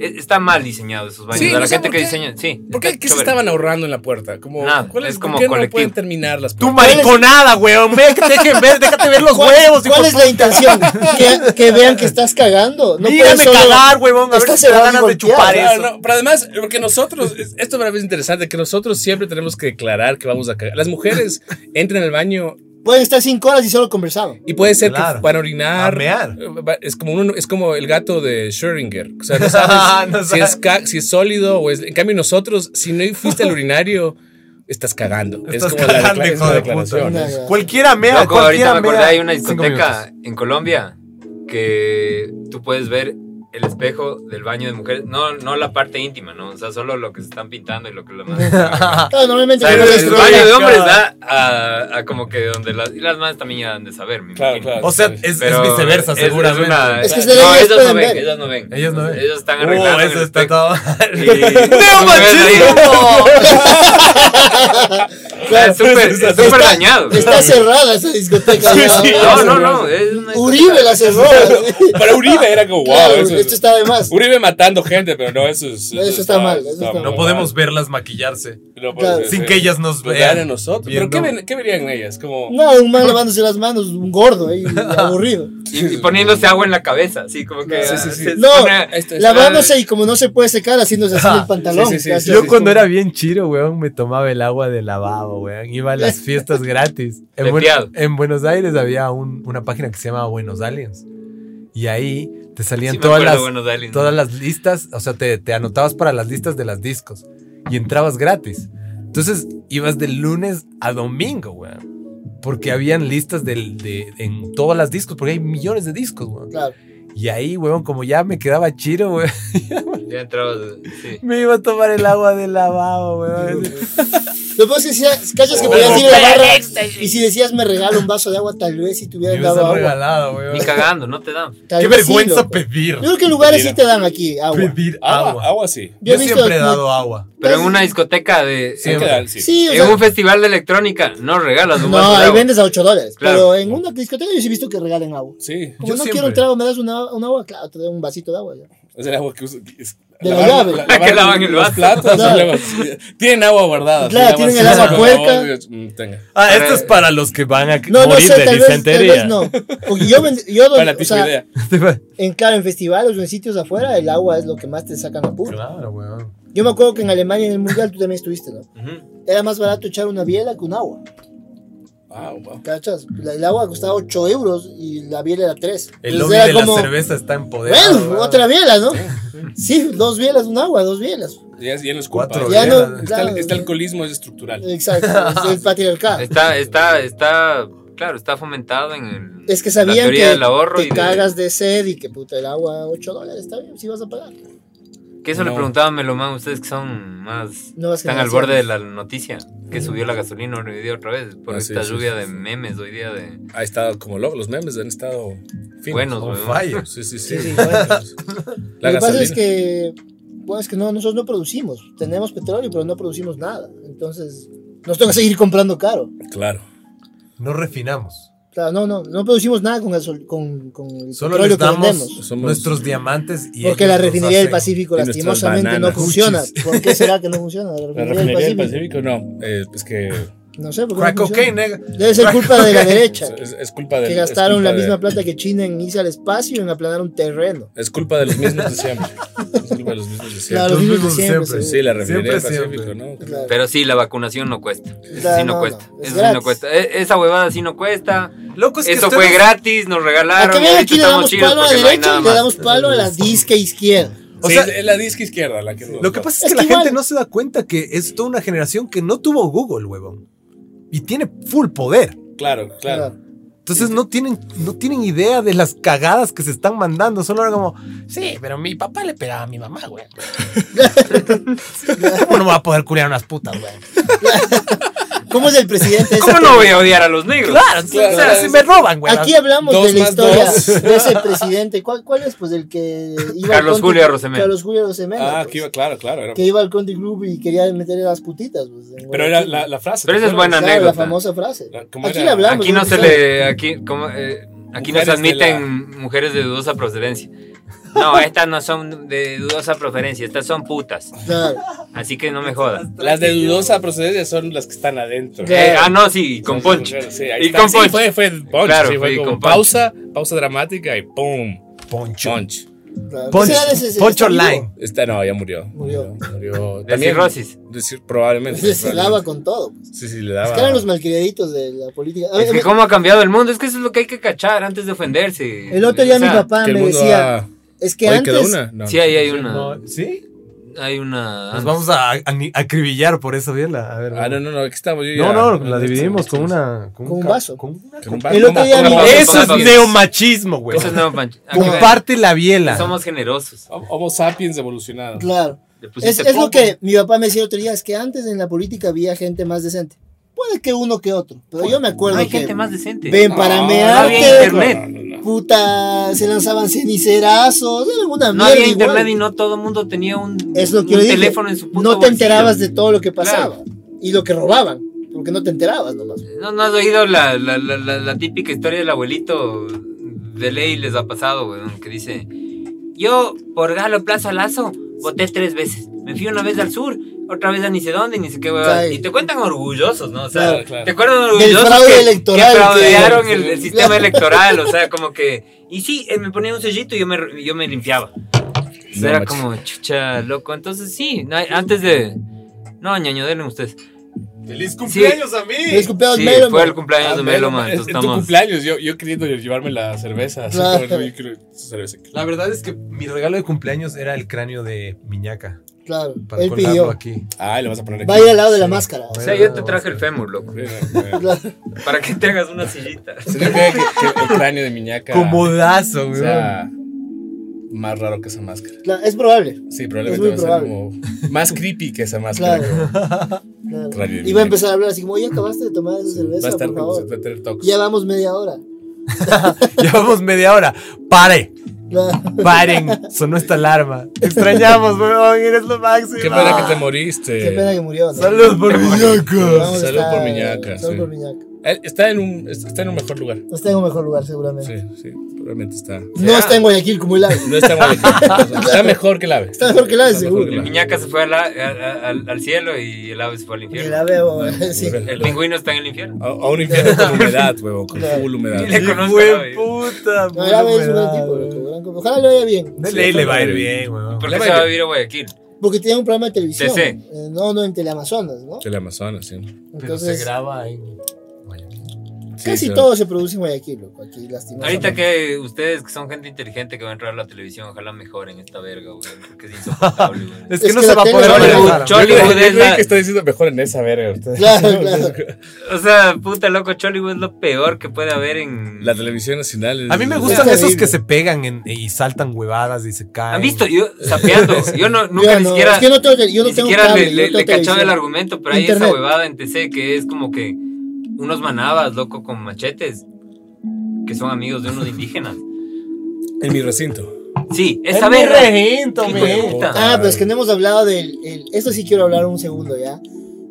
E- Está mal diseñado esos baños.
Sí,
a
no
la
sé
gente
por
que
qué.
diseña, sí.
¿Por qué,
está
¿qué se
chévere.
estaban ahorrando en la puerta? Como,
Nada,
¿cuál es,
es
como
como
¿por qué no
colectivo.
pueden terminar las
Tu
puertas?
mariconada, weón. Ve, que te dejen ver, déjate ver los
¿Cuál,
huevos. hijo
cuál
de-
es la intención? que, que vean que estás cagando. No
Mírame
puedes solo-
cagar, huevón. A ver
Estás
si te da
cerrado y
ganas de
golpeado.
chupar
Claro,
eso.
no, pero además, porque nosotros, es- esto para mí es interesante, que nosotros siempre tenemos que declarar que vamos a cagar. Las mujeres entran al baño
Pueden estar cinco horas y solo conversaban.
y puede ser
Claro.
que van a
A
orinar.
mear.
eh, va- Es como, un- es como el gato de Schrödinger. O sea, no
Ah,
sabes
no
si,
sabes.
es ca- si es sólido o es. En cambio, nosotros, si no fuiste al urinario, estás cagando.
Estás
es como
cagando,
la, decla- es
hijo
una
de
declaración.
puta.
es-
Cualquiera mea,
Loco,
cualquiera
ahorita me acordé,
mea.
hay una
Cinco
discoteca en Colombia que tú puedes ver el espejo del baño de mujeres, no, no la parte íntima, ¿no? O sea, solo lo que se están pintando y lo que la más...
minutos.
Claro, normalmente
el,
no
es
les-
el
baño de
discoteca.
hombres da a, a como que donde las... Y las más también ya han de saber, me
Claro,
imagino.
claro.
O sea, es, es
Pero
viceversa,
es- es
seguramente.
una-
Es que
no,
ustedes
ellas
pueden
no ven,
ver.
ellas no ven. Uh,
Ellas no ven.
Ellos están arreglando.
Oh,
el
eso está
espejo.
todo.
Y-
Claro.
Es súper es súper dañado.
Está cerrada esa discoteca. ya.
No, no, no. es una
Uribe la cerró.
Para Uribe era como, wow,
Claro,
eso es-
esto está de más.
Uribe matando gente, pero no, eso es.
Eso está mal, eso está mal.
No podemos verlas maquillarse
No podemos
Claro.
ver,
sin
sí.
que ellas nos
Nos vean a
vean.
nosotros.
viendo-
¿Pero qué, ven- qué verían ellas? Como.
No, un man lavándose las manos, un gordo ahí, aburrido.
Y, y poniéndose agua en la cabeza, así como que.
Sí, sí, sí.
se
No,
pone-
esto es-
Lavándose y como no se puede secar, haciéndose así en el pantalón.
sí, sí,
que hace
sí,
Yo
así
cuando
como-
era bien chiro, weón, me tomaba el agua de lavado, weón. Iba a las fiestas gratis. En, Buen-
Desviado.
en Buenos Aires había un- una página que se llamaba Buenos Aliens. Y ahí te salían
Sí, me
todas
acuerdo,
las,
bueno, de alguien.
todas las listas, o sea, te, te anotabas para las listas de las discos y entrabas gratis. Entonces ibas de lunes a domingo, weón. Porque habían listas del- de, en todas las discos, porque hay millones de discos, weón.
Claro.
Y ahí, weón, como ya me quedaba chido, weón,
Ya entraba. Sí.
me iba a tomar el agua del lavabo, weón.
Lo que pasa es que si cachas que
Oh,
podías ir a la
pero
barra y si decías me regala un vaso de agua, tal vez si te
Me
hubieran dado
hubiesen
agua.
regalado, weón.
Ni cagando, no te dan.
tal
Qué
vez sí,
vergüenza
loco.
pedir.
Yo creo que en lugares sí te dan aquí agua.
Pedir
Agua,
agua.
agua sí.
Yo siempre he dado agua.
Pero en una discoteca de.
Hay que dar, sí.
Sí, o
En
sea,
un festival de electrónica, no regalas un vaso
no,
de
ahí
agua.
vendes a 8 dólares.
Claro.
Pero en una discoteca yo sí he visto que regalen agua.
Sí,
Como
Yo
no quiero
siempre.
un trago, me das una- un agua, claro, te doy un vasito de agua. ya.
es el agua que usan. es-
De la
lavar-
llave.
lavar
Que lavan el
los
vaso.
platos,
Claro.
lavan- sí, Tienen agua guardada. sí,
Claro,
lavan-
tienen
sí,
el agua
lavan-
puerca.
Mm, Tenga.
Ah,
Para-
esto es para los que van a
No, no
morir
sé,
de
tal vez, tal
disentería.
vez no. Porque yo, vend- yo donde-
Para ti
o
su
sea,
idea.
en, claro, en festivales o en sitios afuera, el agua es lo que más te sacan a puro.
Claro, weón.
Yo me acuerdo que en Alemania, en el Mundial, tú también estuviste, ¿no?
Ujú.
Era más barato echar una biela que un agua.
Ah, wow.
¿Cachas? La- el agua costaba 8 euros y la biela era 3.
El lobby de la cerveza está empoderado.
Bueno,
weón.
otra biela, ¿no? Sí, dos bielas, un agua, dos bielas.
Ya, ya no es culpa.
Cuatro.
Ya no,
bielas.
Está-
claro,
este alcoholismo es estructural.
Exacto, es el patriarcado.
Está, está, está. Claro, está fomentado en. el-
Es que
la
sabían
teoría
que
del ahorro y
te
de-
cagas de sed y que puta el agua 8 dólares, está bien, si vas a pagar.
Que eso le
No.
preguntaba a Melomán, ustedes que son más.
Nuevas
Están al
generaciones.
borde de la noticia que subió la gasolina hoy día otra vez por
Ah, sí,
esta
sí,
lluvia
sí,
de
sí.
memes hoy día de
Ha estado como loco, los memes han estado finos.
buenos,
On
weón.
fire.
Sí, sí, sí. pues,
Sí, sí, bueno.
La
Lo que pasa es
gasolina.
que, bueno, es que no, nosotros no producimos. Tenemos petróleo, pero no producimos nada. Entonces, nos toca seguir comprando caro.
Claro.
No refinamos.
Claro, no, no, no producimos nada con, gasol- con, con el
Solo
petróleo
les
que
damos
vendemos.
Somos-
nuestros diamantes y
Porque
ellos
la
nos
refinería del
hacen-
Pacífico
y nuestras
lastimosamente no
bananas.
funciona.
Cuchis.
¿Por qué será que no funciona?
La refinería del Pacífico, no. eh, es que
No sé, ¿por qué no
Crack
funciona?
cocaine, ¿eh? nega.
Debe ser
Crack
culpa de la
cocaine.
derecha,
es, es culpa de
que gastaron la misma plata que China en irse al espacio en aplanar un terreno.
Es culpa de los mismos de siempre. Es culpa de los mismos de siempre.
Claro, los
Los
mismos de
mismos
siempre.
siempre,
Sí, la refinería del
Siempre,
Pacífico,
siempre.
¿no?
Claro.
Pero sí, la vacunación no cuesta.
Ya,
sí no,
no,
cuesta.
no, es
Eso sí no
gratis.
cuesta. E- esa huevada sí no cuesta.
Loco, es que
Eso
ustedes-
fue gratis, nos
A
regalaron.
que
y
vean
ahorita
aquí le
estamos
damos
chidos
palo a la
porque no hay
derecha
nada
y le
más.
damos palo a la disque izquierda.
O
Sí,
sea,
es la disca izquierda la que nos-
Lo que pasa es,
Es
que,
que
la gente
igual-
no se da cuenta que es toda una generación que no tuvo Google, huevón. Y tiene full poder.
Claro, claro.
Entonces no tienen, no tienen idea de las cagadas que se están mandando. Solo era como, sí, pero mi papá le pegaba a mi mamá, güey. ¿Cómo no va a poder culiar unas putas, güey?
¿Cómo es el presidente? de esa
¿Cómo no voy a odiar a los negros?
Claro,
Claro.
o sea, si me roban, güey.
Aquí hablamos
Dos
de la
más
historia
dos.
de ese presidente. ¿Cuál, cuál es? Pues el que iba al
Carlos
country-
Julio Arosemena.
Carlos Julio Arosemena.
Ah,
pues,
que iba, claro, claro. era-
que iba al country club y quería meterle las putitas. pues, en
Pero era
Guayaquil.
la, la frase.
Pero
¿te
esa es
acuerdas?
buena.
Claro,
anécdota.
la famosa frase.
La- ¿cómo
Aquí
era?
la hablamos.
Aquí no
¿no?
se le. Aquí, como, eh, aquí no
Mujeres
se
de
admiten mujeres de dudosa procedencia. No, estas no son de dudosa procedencia, estas son putas.
Claro.
Así que no me jodan.
Las de dudosa procedencia son las que están adentro.
Ya,
Eh, ah, no, sí, con Poncho.
Sí, ahí
Y
está.
con
Sí,
punch.
fue, fue punch.
Claro,
sí, fue
fue
como
con punch.
pausa, pausa dramática y ¡pum!
Poncho.
Punch.
claro.
Poncho,
Ese era ese- ese
Poncho
amigo.
Line.
Esta no, ya murió.
Murió.
Murió.
De cirrosis.
Decir, probablemente.
Se daba con todo. pues.
Sí, sí, le daba.
Es que eran los malcriaditos de la política. A
Es
ver,
que cómo ha cambiado el mundo, es que eso es lo que hay que cachar antes de ofenderse.
el otro día
O sea,
mi papá
que el
me
mundo
decía,
ha-
es que
¿Hoy
antes...
queda una? No.
Sí, ahí hay una.
No, ¿Sí?
Hay una.
Nos vamos a, a- a acribillar por eso, Biela. A ver.
Ah, no, no, no, aquí estamos. yo
No,
ya-
no, la dividimos con una.
Con un
ca-
vaso.
con una-
Con un vaso.
El otro día
Con una
vi-
pausa
Eso es
dramática.
neomachismo, güey.
Eso es nuevo, Pancho. Ah, que vean,
Comparte la biela.
Somos generosos.
Homo sapiens evolucionado.
Claro.
Le
Es,
pusiste
es lo
poco.
que mi papá me decía el otro día, es que antes en la política había gente más decente. Puede que uno que otro, pero yo me
No
acuerdo
hay
que...
gente más decente.
Ven, para
No,
no
mearte,
había internet.
puta, se lanzaban cenicerazos, era alguna
No
mierda
había
igual.
internet y no todo el mundo tenía un,
Es lo que
un
yo dije,
teléfono en su puto
No te
bolsillo.
enterabas de todo lo que pasaba y lo que robaban, porque no te enterabas nomás.
No, no has oído la, la, la, la, la típica historia del abuelito de ley les ha pasado, weón, que dice, yo por Galo Plaza Lazo voté tres veces, me fui una vez al sur, otra vez a ni sé dónde, ni sé qué, weón.
Claro.
Y te cuentan orgullosos, ¿no? O sea,
Claro, claro.
te cuentan
Del
orgullosos
fraude
que,
electoral,
que fraudearon
claro.
el, el sistema electoral, o sea, como que... Y sí, eh, me ponía un sellito y yo me, yo me limpiaba. O sea,
No,
era
macho.
como, chucha, loco. Entonces sí, no hay- antes de... No, ñaño, denle ustedes.
¡Feliz cumpleaños a
Feliz
mí!
cumpleados,
Sí,
Melo,
fue el
man.
cumpleaños de Melo, man.
Es,
Entonces
es tu
estamos.
cumpleaños, yo, yo queriendo llevarme la cerveza. así
Claro.
como, yo quiero cerveza.
La verdad es que mi regalo de cumpleaños era el cráneo de Miñaca.
Claro,
Para
él
colgarlo
pidió.
aquí.
Ay, lo vas a poner aquí.
Va a ir al lado de la máscara.
O sea, yo te traje el fémur, loco.
Claro, claro.
Claro.
Para que te hagas una sillita.
Se te queda que- que el cráneo de miñaca.
Comodazo,
o
güey.
sea, más raro que esa máscara.
Claro, Es probable.
Sí,
Es
probablemente
muy
va a ser
probable.
como más creepy que esa máscara.
Claro.
como-
claro.
Claro, bien,
Y va a
bien.
empezar a hablar así como, oye, acabaste de tomar esa
Va a
cerveza,
estar
por
como se va
favor.
a tener tox.
Llevamos media hora.
Llevamos media hora. ¡Pare!
Claro.
¡Paren! Sonó esta alarma. Te extrañamos, weón. Eres lo máximo.
Qué pena que te moriste.
Qué pena que murió, ¿no?
Salud por
Vamos
Miñaca.
a
Salud
estar-
por Miñaca,
Salud
sí.
por Miñaca.
Él Está en un, está en un mejor lugar.
Está en un mejor lugar, seguramente.
Sí, sí, realmente está.
No está en Guayaquil como el ave.
No está mal. Está mejor que el ave.
Está mejor que el ave,
Está mejor
seguro.
que
El
el ave.
miñaca se fue a la- a- a- al, al cielo y el ave se fue al
El
infierno.
ave, o- sí.
El pingüino está en el infierno.
eh, A, a un infierno con humedad, huevo, con
Claro.
full humedad.
Dile-
Qué
conozco,
buen
güey.
puta,
No, el ave es un gran
humedad,
tipo,
güey.
loco, gran tipo. Ojalá le vaya bien.
Dele, le va a ir bien, weón.
¿Por
Le
qué
va
se va a
bien.
vivir a Guayaquil?
Porque tiene un programa de televisión.
TC.
Eh, no, no, en Teleamazonas, ¿no?
Del Amazonas, sí.
Pero se
Entonces,
graba en. Guayaquil.
Sí,
casi
sí.
todo se produce en Guayaquil, loco. Aquí, lastimosamente.
Ahorita que ustedes, que son gente inteligente que va a entrar a la televisión, ojalá mejoren esta verga, güey. Porque es insoportable, güey.
Es que
Es
no
que
se
la
va a
tele
poder
vale
manejar,
mucho.
güey.
Yo
Hollywood
creo- yo
es
creo
la-
que está diciendo mejor en esa verga. ustedes.
Claro, claro.
O sea, puta loco, Chollywood es lo peor que puede haber en.
La televisión nacional. es-
A mí me
es-
gustan
Está
esos
horrible.
que se pegan en- y saltan huevadas y se caen.
¿Han visto? Yo, sapeando. Yo no, nunca
Yo
ni
no,
siquiera.
es que no tengo, tele- yo no
ni
tengo
siquiera
cable,
le,
yo
le-
no
le
tengo
cachaba el
televisión.
argumento, pero hay
Internet.
esa huevada en TC que es como que unos manabas, loco, con machetes, que son amigos de unos indígenas.
En mi recinto.
Sí,
Es
esa
mi
verga.
recinto,
Hijo
mi
de
gente.
puta.
Ah, pero es que no hemos hablado del. el- esto sí quiero hablar un segundo, ¿ya?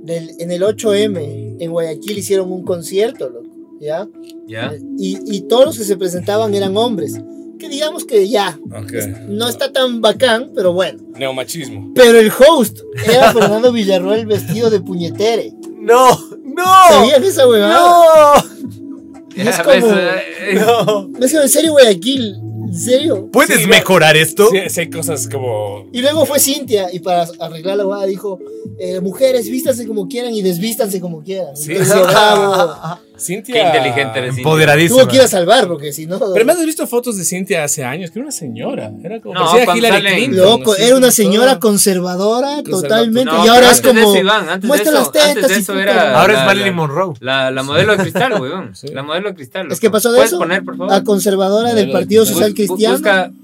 Del- en el 8M, en Guayaquil hicieron un concierto, loco, ¿ya?
¿Ya?
Y, y todos los que se presentaban eran hombres. Que digamos que ya,
Ok.
no está tan bacán, pero bueno.
Neomachismo.
Pero el host era Fernando Villarroel vestido de puñetere.
No, no,
¿Sabías esa huevada?
no,
Y es
Ya,
como-
ves, eh, eh,
no.
Me decían, ¿en serio Guayaquil? ¿En serio?
¿Puedes
Sí, no.
mejorar esto?
Sí, sí hay cosas como.
Y luego fue Cintia y para arreglar la huevada dijo, eh, mujeres, vístanse como quieran y desvístanse como quieran.
Sí.
Entonces, yo, bravo.
Cintia.
Qué inteligente eres.
Empoderadísimo.
Tuvo que ir a salvar porque si no...
Pero me has visto fotos de Cintia hace años, que era una señora. Era como.
Mm. No,
parecía
cuando
Hillary
salen-
Clinton.
Loco,
así,
era una
con
señora
todo.
conservadora
Conserva-
totalmente
No,
y ahora
pero
es
antes de
como...
eso, Iván, antes de
muestra
eso,
las tetas
antes de
y
eso
puta".
era-
Ahora
La-
es
la-
Marilyn Monroe.
La, la modelo de cristal, weón.
Sí.
La modelo de cristal.
Es que
loco.
pasó de
¿Puedes
eso
poner, por favor?
a conservadora del
Modelo
Partido
de-
Social
Bu- bu-
Cristiano.
Busca.
¿Le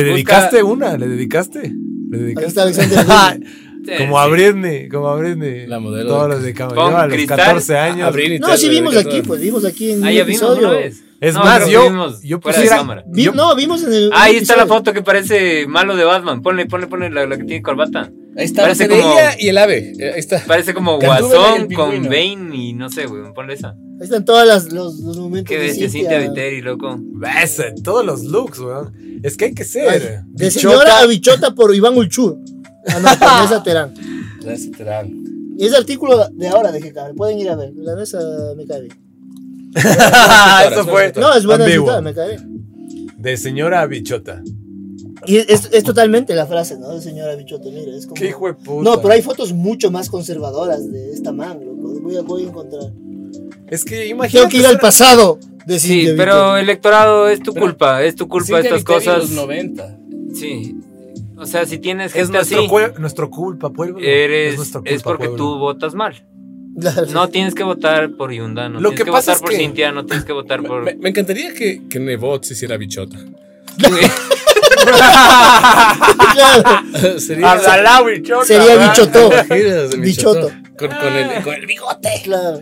Busca-
dedicaste una? ¿Le dedicaste? ¿Le
Ahí está
dedicaste?
Alexander
Ah,
Britney.
eh,
como a Britney, como a Britney.
La modelo
Todos
de-
los de Camarillo,
Con
a los
cristal,
14 años.
Abrir y
No,
tal,
sí
de-
vimos
de-
aquí, pues vimos aquí en
Ah,
el
ya vimos
episodio.
una vez.
Es
No,
más,
creo que
yo-
vimos
yo
fuera de
pusiera-
cámara.
Vi-
Yo-
No, vimos en el
Ahí está la
episodio.
foto que parece malo de Batman. Ponle, ponle, ponle la, la que tiene corbata.
pues.
Ahí está.
Parece
Parece
como-
ella y el ave. Eh, Ahí está.
Parece como
Catwoman y
Guasón
el
con
pingüino.
Bane y no sé, weón. Ponle esa.
Ahí están todos los, los momentos
Qué
de
bestia, Cintia
Cintia.
Viteri, loco.
Ves, en todos los looks, weón. Es que hay que
Ay,
ser.
De
bichota.
señora a bichota por Iván Ulchur. Ah, no, por Vanessa Terán.
Gracias, Terán.
Y ese artículo de ahora de GK, pueden ir a ver. La mesa me cae bien.
Eso fue.
No, es buena
ambiguo.
citada, me cae bien.
De señora a bichota.
Y es, es- es totalmente la frase, ¿no? De señora bichota, mira, es como...
Qué hijo de puta.
No, pero hay fotos mucho más conservadoras de esta man, loco. Voy a, voy a encontrar.
Es que
Tengo
imagínate.
que ir al
ser-
pasado. De
Sí,
Cintia
pero
Viteri.
electorado es tu culpa. Es tu culpa
Cintia
estas
Viteri en
cosas.
Los 90.
Sí. O sea, si tienes
Es
gente así,
nuestro, cue- nuestro culpa, pueblo.
eres,
es, nuestra
es
culpa,
porque
pueblo.
tú votas mal.
Claro.
No tienes que votar por Yunda, no
Lo
tienes
que
que,
pasa
votar
es
por
que-
Cintia, no tienes que votar por...
Me, me encantaría que, que Nebot se hiciera bichota.
Claro,
Sería.
Abdalá, bichota,
sería
¿verdad?
bichotó.
¿Te imaginas el
Bichoto.
Con, con el, con el bigote.
Claro.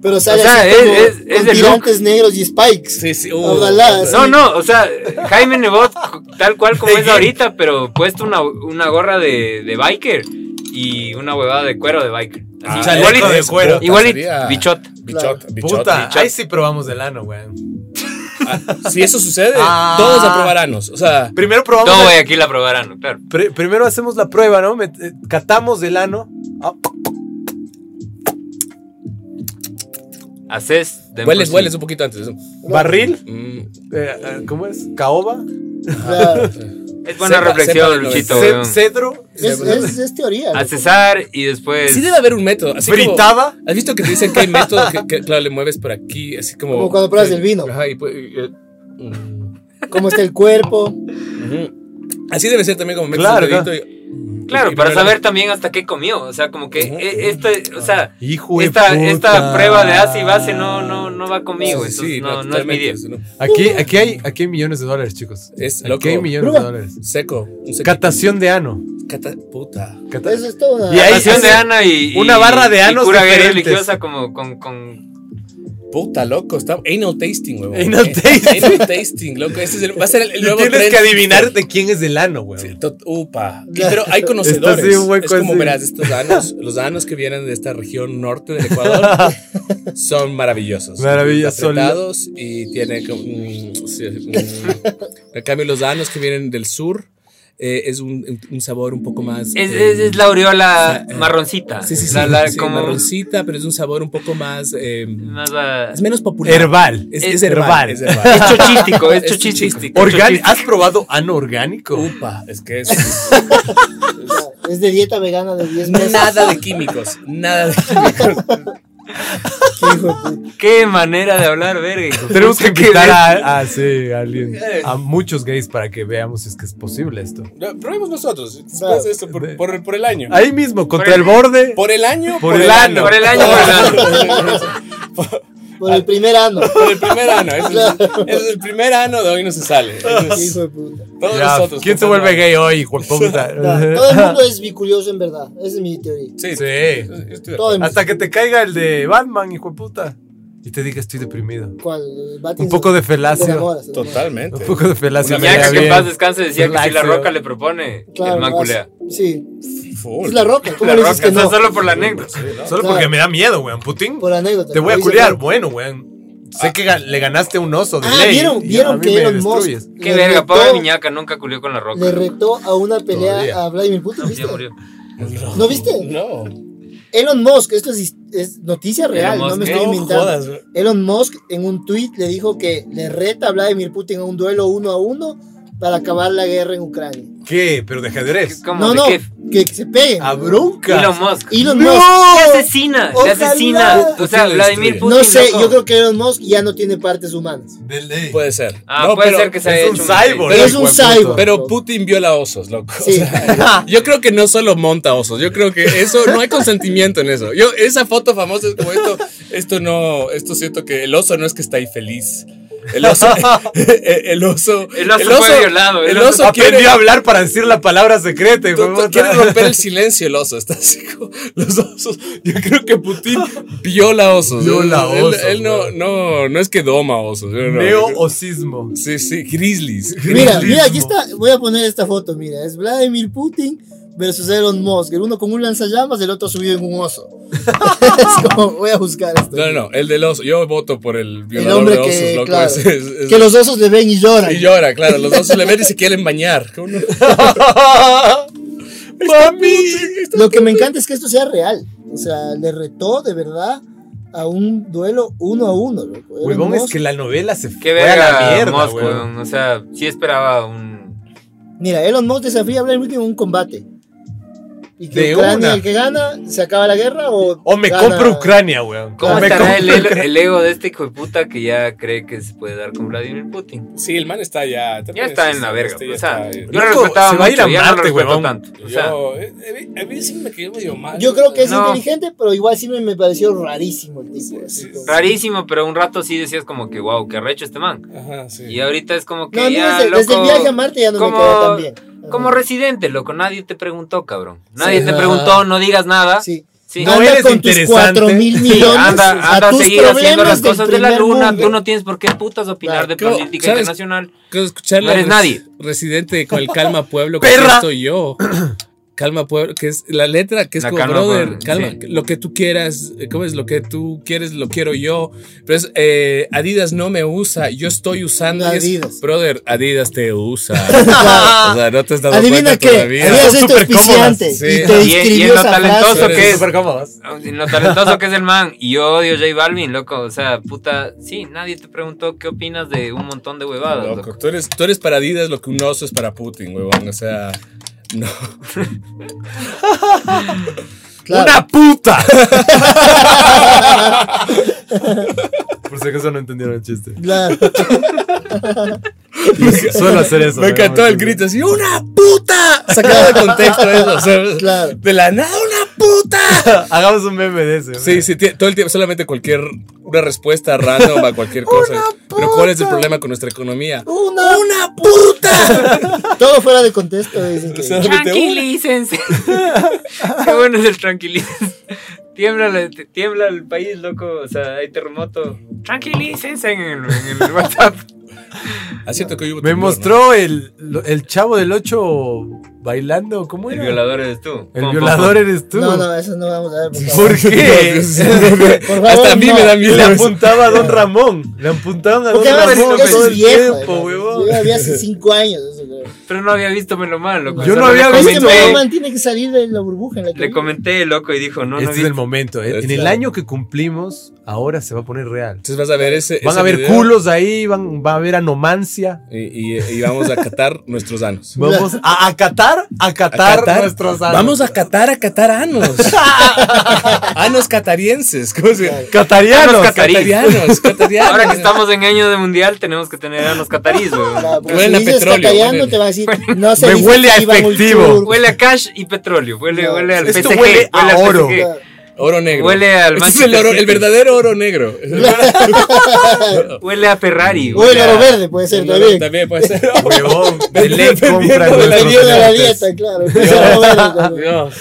Pero sale
O sea,
así
es-
como
es- es
con
de
tirantes negros y spikes.
Sí, sí. uh,
Ojalá,
No, no, o sea, Jaime Nebot, tal cual como es ahorita, pero puesto una, una gorra de, de biker y una huevada de cuero de biker.
Ah,
Así,
chaleco
igualito,
de cuero.
igualito,
Sería-
bichota.
Bichota,
Puta,
bichota.
ahí sí probamos del ano, weón.
Si eso sucede,
Ah.
todos aprobarános. O sea,
Primero probamos.
No,
el-
güey, aquí la probarán, ¿no? claro.
pri- primero hacemos la prueba, ¿no? Met- eh, catamos del ano. Ah,
Haces de
hueles,
por pues, sí.
hueles un poquito antes.
barril.
Mm,
eh, eh, ¿Cómo es? Caoba.
Claro.
Es buena
Sepa- sepa
reflexión,
de
Luchito,
noventa.
ce-
weón.
cedro.
Es, es- es teoría.
A
loco.
César y después.
Sí debe haber un método. Así como-
¿Fritaba?
¿Has visto que te dicen que hay método que, que, claro, le mueves por aquí, así como...
Como cuando pruebas el vino.
Ajá, y pu- y, eh,
Cómo está el cuerpo.
ujú. Así debe ser también como metes
Claro,
el dedito y-
Claro,
y
para
primero-
saber también hasta qué comió. O sea, como que
Ujú.
eh, este, o sea,
Hijo de
esta,
puta.
esta prueba de ácido y base no, no, no va conmigo.
Sí, sí,
entonces
sí,
no, no es mi
totalmente,
día.
eso no.
Aquí, aquí, hay, aquí hay millones de dólares, chicos.
Es
aquí
loco.
hay millones
Prueba.
de dólares.
Seco. Un sequito.
Catación de ano.
Cata- puta.
Cata-
Eso es todo. una-
Y ahí-
Relación de
hace
Ana y. y-
una barra de
y
anos
Cura gay
diferentes.
religiosa como con. con
Puta, loco. Está anal tasting, huevón.
Anal
Eh,
tasting.
Anal tasting, loco. Este es el- va a ser el, el
Y
nuevo
tienes
trend.
que adivinar de quién es el ano, güey.
Sí, tot- Upa. Y pero hay conocedores.
Está así un hueco
es como
así.
verás, estos anos, los anos que vienen de esta región norte del Ecuador son maravillosos.
Maravilloso.
Apretados y tiene como- mm, sí, mm. En cambio, los anos que vienen del sur eh, es un, un sabor un poco más.
es,
eh,
es, es la aureola marroncita.
Sí, sí, sí.
La, la-
sí,
como
marroncita, pero es un sabor un poco más. eh,
más va-
es menos popular.
Herbal.
Es,
Es
es herbal.
herbal.
Es
Es
herbal.
chochístico, es
Es
chochístico.
chochístico. Ah.
Orgáni- ¿Has probado ano orgánico?
Upa, es que es
Es de dieta vegana de 10 meses.
nada de químicos, nada de químicos.
Qué hijo de puta.
Qué manera de hablar, verga. hijo.
Tenemos que
Puta, qué
invitar
bestia.
a, a- sí, a alguien, a muchos gays para que veamos si es que es posible esto.
No, Probemos nosotros.
Claro.
Después de esto, por, por, el- por el año.
Ahí mismo, contra el borde.
Por el año,
Por el ano.
Por el año, por el año.
Por el primer ano.
Por el primer ano. Ese Es, ese es el primer ano de hoy no se sale. Ese
Qué
es-
hijo de puta.
todos
Ya,
nosotros.
¿Quién se vuelve gay hoy, hijo de puta?
No, todo el mundo es bicurioso en verdad. Esa es mi teoría.
Sí, sí.
Sí.
Todo el mundo.
Hasta que te caiga el de Batman, hijo de puta. Y te diga estoy deprimido.
¿Cuál?
Un poco de felacio.
Total.
Totalmente.
Un poco de felacio.
Una
me
Ya
haría
que en
bien.
paz descanse decía que si la
Relaxo.
roca le propone,
Claro,
el man
vas-
culea.
Sí,
Full.
es la roca. ¿Cómo
La
le
roca,
dices que no?
no solo por la anécdota.
Solo porque me da miedo, weón. Putin.
Por anécdota.
Te voy a
Dice,
culiar.
claro.
Bueno, weón. Sé que ga- le ganaste un oso de
Ah,
ley.
vieron,
y a
vieron
mí
que
me
Elon Musk.
destruyes.
Qué
le
verga,
retó-
pobre Miñaca, nunca culió con la roca.
Le retó a una pelea
Todavía.
a Vladimir Putin,
No,
¿viste?
ya murió.
¿No viste?
No.
Elon Musk, esto es, es noticia real,
Elon
no me
Musk,
estoy
no
inventando.
jodas, güey.
Elon Musk en un tuit le dijo que le reta a Vladimir Putin a un duelo uno a uno para acabar la guerra en Ucrania.
¿Qué? Pero de ajedrez.
¿Cómo?
No,
¿De
no,
qué?
que, que se peguen.
A bronca.
Elon Musk.
Elon
¡No!
Musk.
¡Le asesina! ¡Le
Ojalá.
asesina! O sea,
Putin lo
Vladimir
destruye.
Putin.
no sé,
loco.
yo creo que Elon Musk ya no tiene partes humanas.
De ley.
Puede ser.
Ah,
No,
puede
pero-
ser que se haya
Es un
hecho
cyborg.
Pero es un
hijo de puta.
cyborg.
Pero Putin viola osos, loco. O
Sí.
sea, yo creo que no solo monta osos, yo creo que eso no hay consentimiento en eso. Yo esa foto famosa es como esto, esto no, esto siento que el oso no es que está ahí feliz. El oso, e-, el oso,
El oso fue violado,
El
el oso-
oso
Aprendió
quiere,
a hablar para decir la palabra secreta, hijo de
tú- tú-
puta.
quiere romper el silencio el oso, está así como- los osos. Yo creo que Putin viola osos.
Viola
él, él-
osos,
Él, no,
güey.
no, no es que doma osos. yo no-
Neo-osismo.
sí, sí, grizzlies.
Mira,
Cristianismo.
mira, aquí está. Voy a poner esta foto. Mira, es Vladimir Putin versus Elon Musk. El uno con un lanzallamas, el otro subido en un oso. es como, voy a buscar esto.
No, no, no, el del oso. Yo voto por el
El
violador
hombre
de osos,
que,
loco.
claro,
es- es- es-
que los osos le ven y lloran.
Y llora, claro. Los osos le ven y se quieren bañar. ¿Cómo no?
¡Mami!
Lo que me encanta es que esto sea real. O sea, le retó de verdad a un duelo uno a uno, loco. Elon
Huevón, es
Musk-
que la novela se fue
Qué
a la
verga,
mierda,
Musk,
huevón.
weón. O sea, sí esperaba un.
Mira, Elon Musk desafía a Vladimir Putin en un combate. Y que
De
Ucrania,
una.
el que gana, se acaba la guerra o.
O me
gana-
compro Ucrania, weón.
¿Cómo
O me
estará el,
compro
el-
Ucrania.
el ego de este hijo de puta que ya cree que se puede dar con Vladimir Putin?
Sí, el man está ya.
Ya está en la verga. pues,
Este ya
O sea,
está-
yo
yo,
lo
Loco,
respetaba
se va a ir
mucho,
a
ya no lo
Marte,
respeto
huevón.
tanto. O sea,
eh, a mí sí me quedó medio mal.
Yo creo que es
No.
inteligente, pero igual siempre me pareció rarísimo el tipo. así
Sí,
como-
rarísimo, pero un rato sí decías como que, wow, qué arrecho este man.
Ajá, sí.
Y ahorita es como que
No, a mí
ya,
desde, desde el
loco,
viaje a Marte ya no
como-
me quedó tan bien.
Como
Ajá.
residente, loco, nadie te preguntó, cabrón. Nadie
Sí.
te preguntó, no digas nada.
Sí.
Sí.
No
anda
eres
con tus
interesante.
4 mil
Sí,
millones
anda, anda
a
a
tus
seguir haciendo
problemas
las
del
cosas de la
primer
luna.
mundo.
Tú no tienes por qué putas opinar
Claro,
de
creo-
política
¿sabes?
internacional.
Creo escuchar
No
la
eres nadie.
residente con el Calma Pueblo que
¡Perra!
estoy yo. Calma Pueblo, que es la letra que es
La
como
Calma
brother,
Pueblo,
calma,
sí.
lo que tú quieras, eh, ¿cómo es? Lo que tú quieres, lo quiero yo. Pero es eh, Adidas no me usa, yo estoy usando. y es,
Adidas.
brother, Adidas te usa. o sea, no te has dado
Adivina
cuenta
qué,
todavía.
Adidas es tu
Súper cómodas,
auspiciante
sí.
y
Y-
te
y en
inscribió
lo
esa
talentoso
frase.
Pero
que
es
es.
Súper cómodas.
Y Lo talentoso que es el man. Y yo odio a J Balvin, loco. O sea, puta, sí, nadie te preguntó qué opinas de un montón de huevadas,
Loco,
loco.
tú eres, tú eres para Adidas lo que un oso es para Putin, huevón. O sea,
Claro.
¡Una puta! Por si acaso no entendieron el chiste.
Claro.
Y suelo hacer eso.
Me
¿no?
encantó el grito así, ¡una puta! Sacado de contexto eso, ¿sabes?
Claro.
De la nada, ¡una puta!
Hagamos un meme de ese.
Sí, sí, tie- todo el tiempo, solamente cualquier, una respuesta random a cualquier cosa. Pero ¿cuál es el problema con nuestra economía?
Una-
¡Una puta!
Todo fuera de contexto. es increíble.
Solamente una.
Tranquilícense. Qué bueno es el tranquilícense. Tiembla, la- te- tiembla el país, loco. O sea, hay terremoto. Tranquilícense en el, en el WhatsApp.
Ah, cierto que hoy hubo
Me
temblor, ¿no?
mostró el, el chavo del 8 bailando. ¿Cómo
El
era?
violador eres tú.
El
Pum, pum,
violador eres tú.
No, no, eso no vamos a ver. por favor.
¿Por qué?
Por favor,
Hasta a mí
no.
me da
Le
miedo. eso.
apuntaba a Don Ramón. Le apuntaban a Don
Porque además
Ramón
yo
todo
soy
el
viejo.
tiempo,
además.
huevón.
Yo había hace cinco años. eso creo.
pum. Pero no había visto Meloman, loco.
Yo
Solo
no
le
había
Es que
visto
comenté-
Meloman.
Meloman tiene que salir de la burbuja en la que
Le
vive.
comenté, loco, y dijo, no, no
Este
vi.
es el momento. ¿eh? En
Este-
el año que cumplimos, ahora se va a poner real.
Entonces vas a ver ese.
Van
ese
a haber
video
culos ahí, van, va a haber anomancia.
Y, y- y vamos a catar nuestros anos.
Vamos a acatar, acatar, nuestros anos.
Vamos a catar a catar anos. anos catarienses. ¿Cómo se llama?
catarianos.
Anos catarí.
Catarianos, catarianos.
Ahora que estamos en año de mundial, tenemos que tener a los catarís, weón.
Claro, porque
Huelen a
si dices
petróleo,
cacayando,
huelen.
te va a decir, no se
Me
dice
huele a
que iba muy
efectivo.
churro.
Huele a cash y petróleo. Huele,
No,
huele al
esto
PSG.
huele a
al
oro.
PSG.
Claro.
Oro negro.
Huele al
Este es el,
Manchester
oro-
City.
el verdadero oro negro.
Huele a
Mm.
Ferrari.
O el
a-
oro verde puede ser
También.
también.
puede ser.
Huevón, de ley
Dependiendo
compra
de la
nuestros
Perdiendo la
elefantes.
dieta, claro. Pues oro verde, claro.
Dios.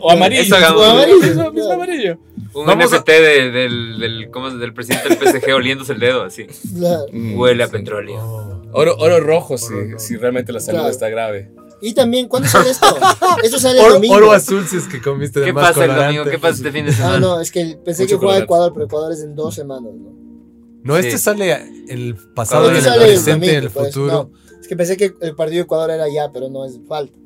O amarillo.
Eso hagamos.
O amarillo.
Amarillo,
es
claro.
amarillo.
Un
Vamos
NFT de- del, del, ¿cómo es? del presidente del PSG oliéndose el dedo, así.
Claro.
Mm. Huele a
Oh,
petróleo.
Oro, oro rojo si, si realmente la salud
Claro.
está grave.
Y también, ¿cuándo sale esto? Esto sale el
Oro,
domingo.
oro azul si es que comiste de
¿Qué
más
pasa el domingo?
colorante.
¿Qué pasa este fin de
Ah,
semana?
no, es que pensé
Mucho
que jugaba
colorante.
Ecuador, pero Ecuador es en dos semanas. ¿no?
No,
Sí.
este sale el pasado,
Ahora
en
Este
el
sale el
presente, en
domingo,
el
pues,
futuro.
no. Es que pensé que el partido de Ecuador era ya, pero no es falta.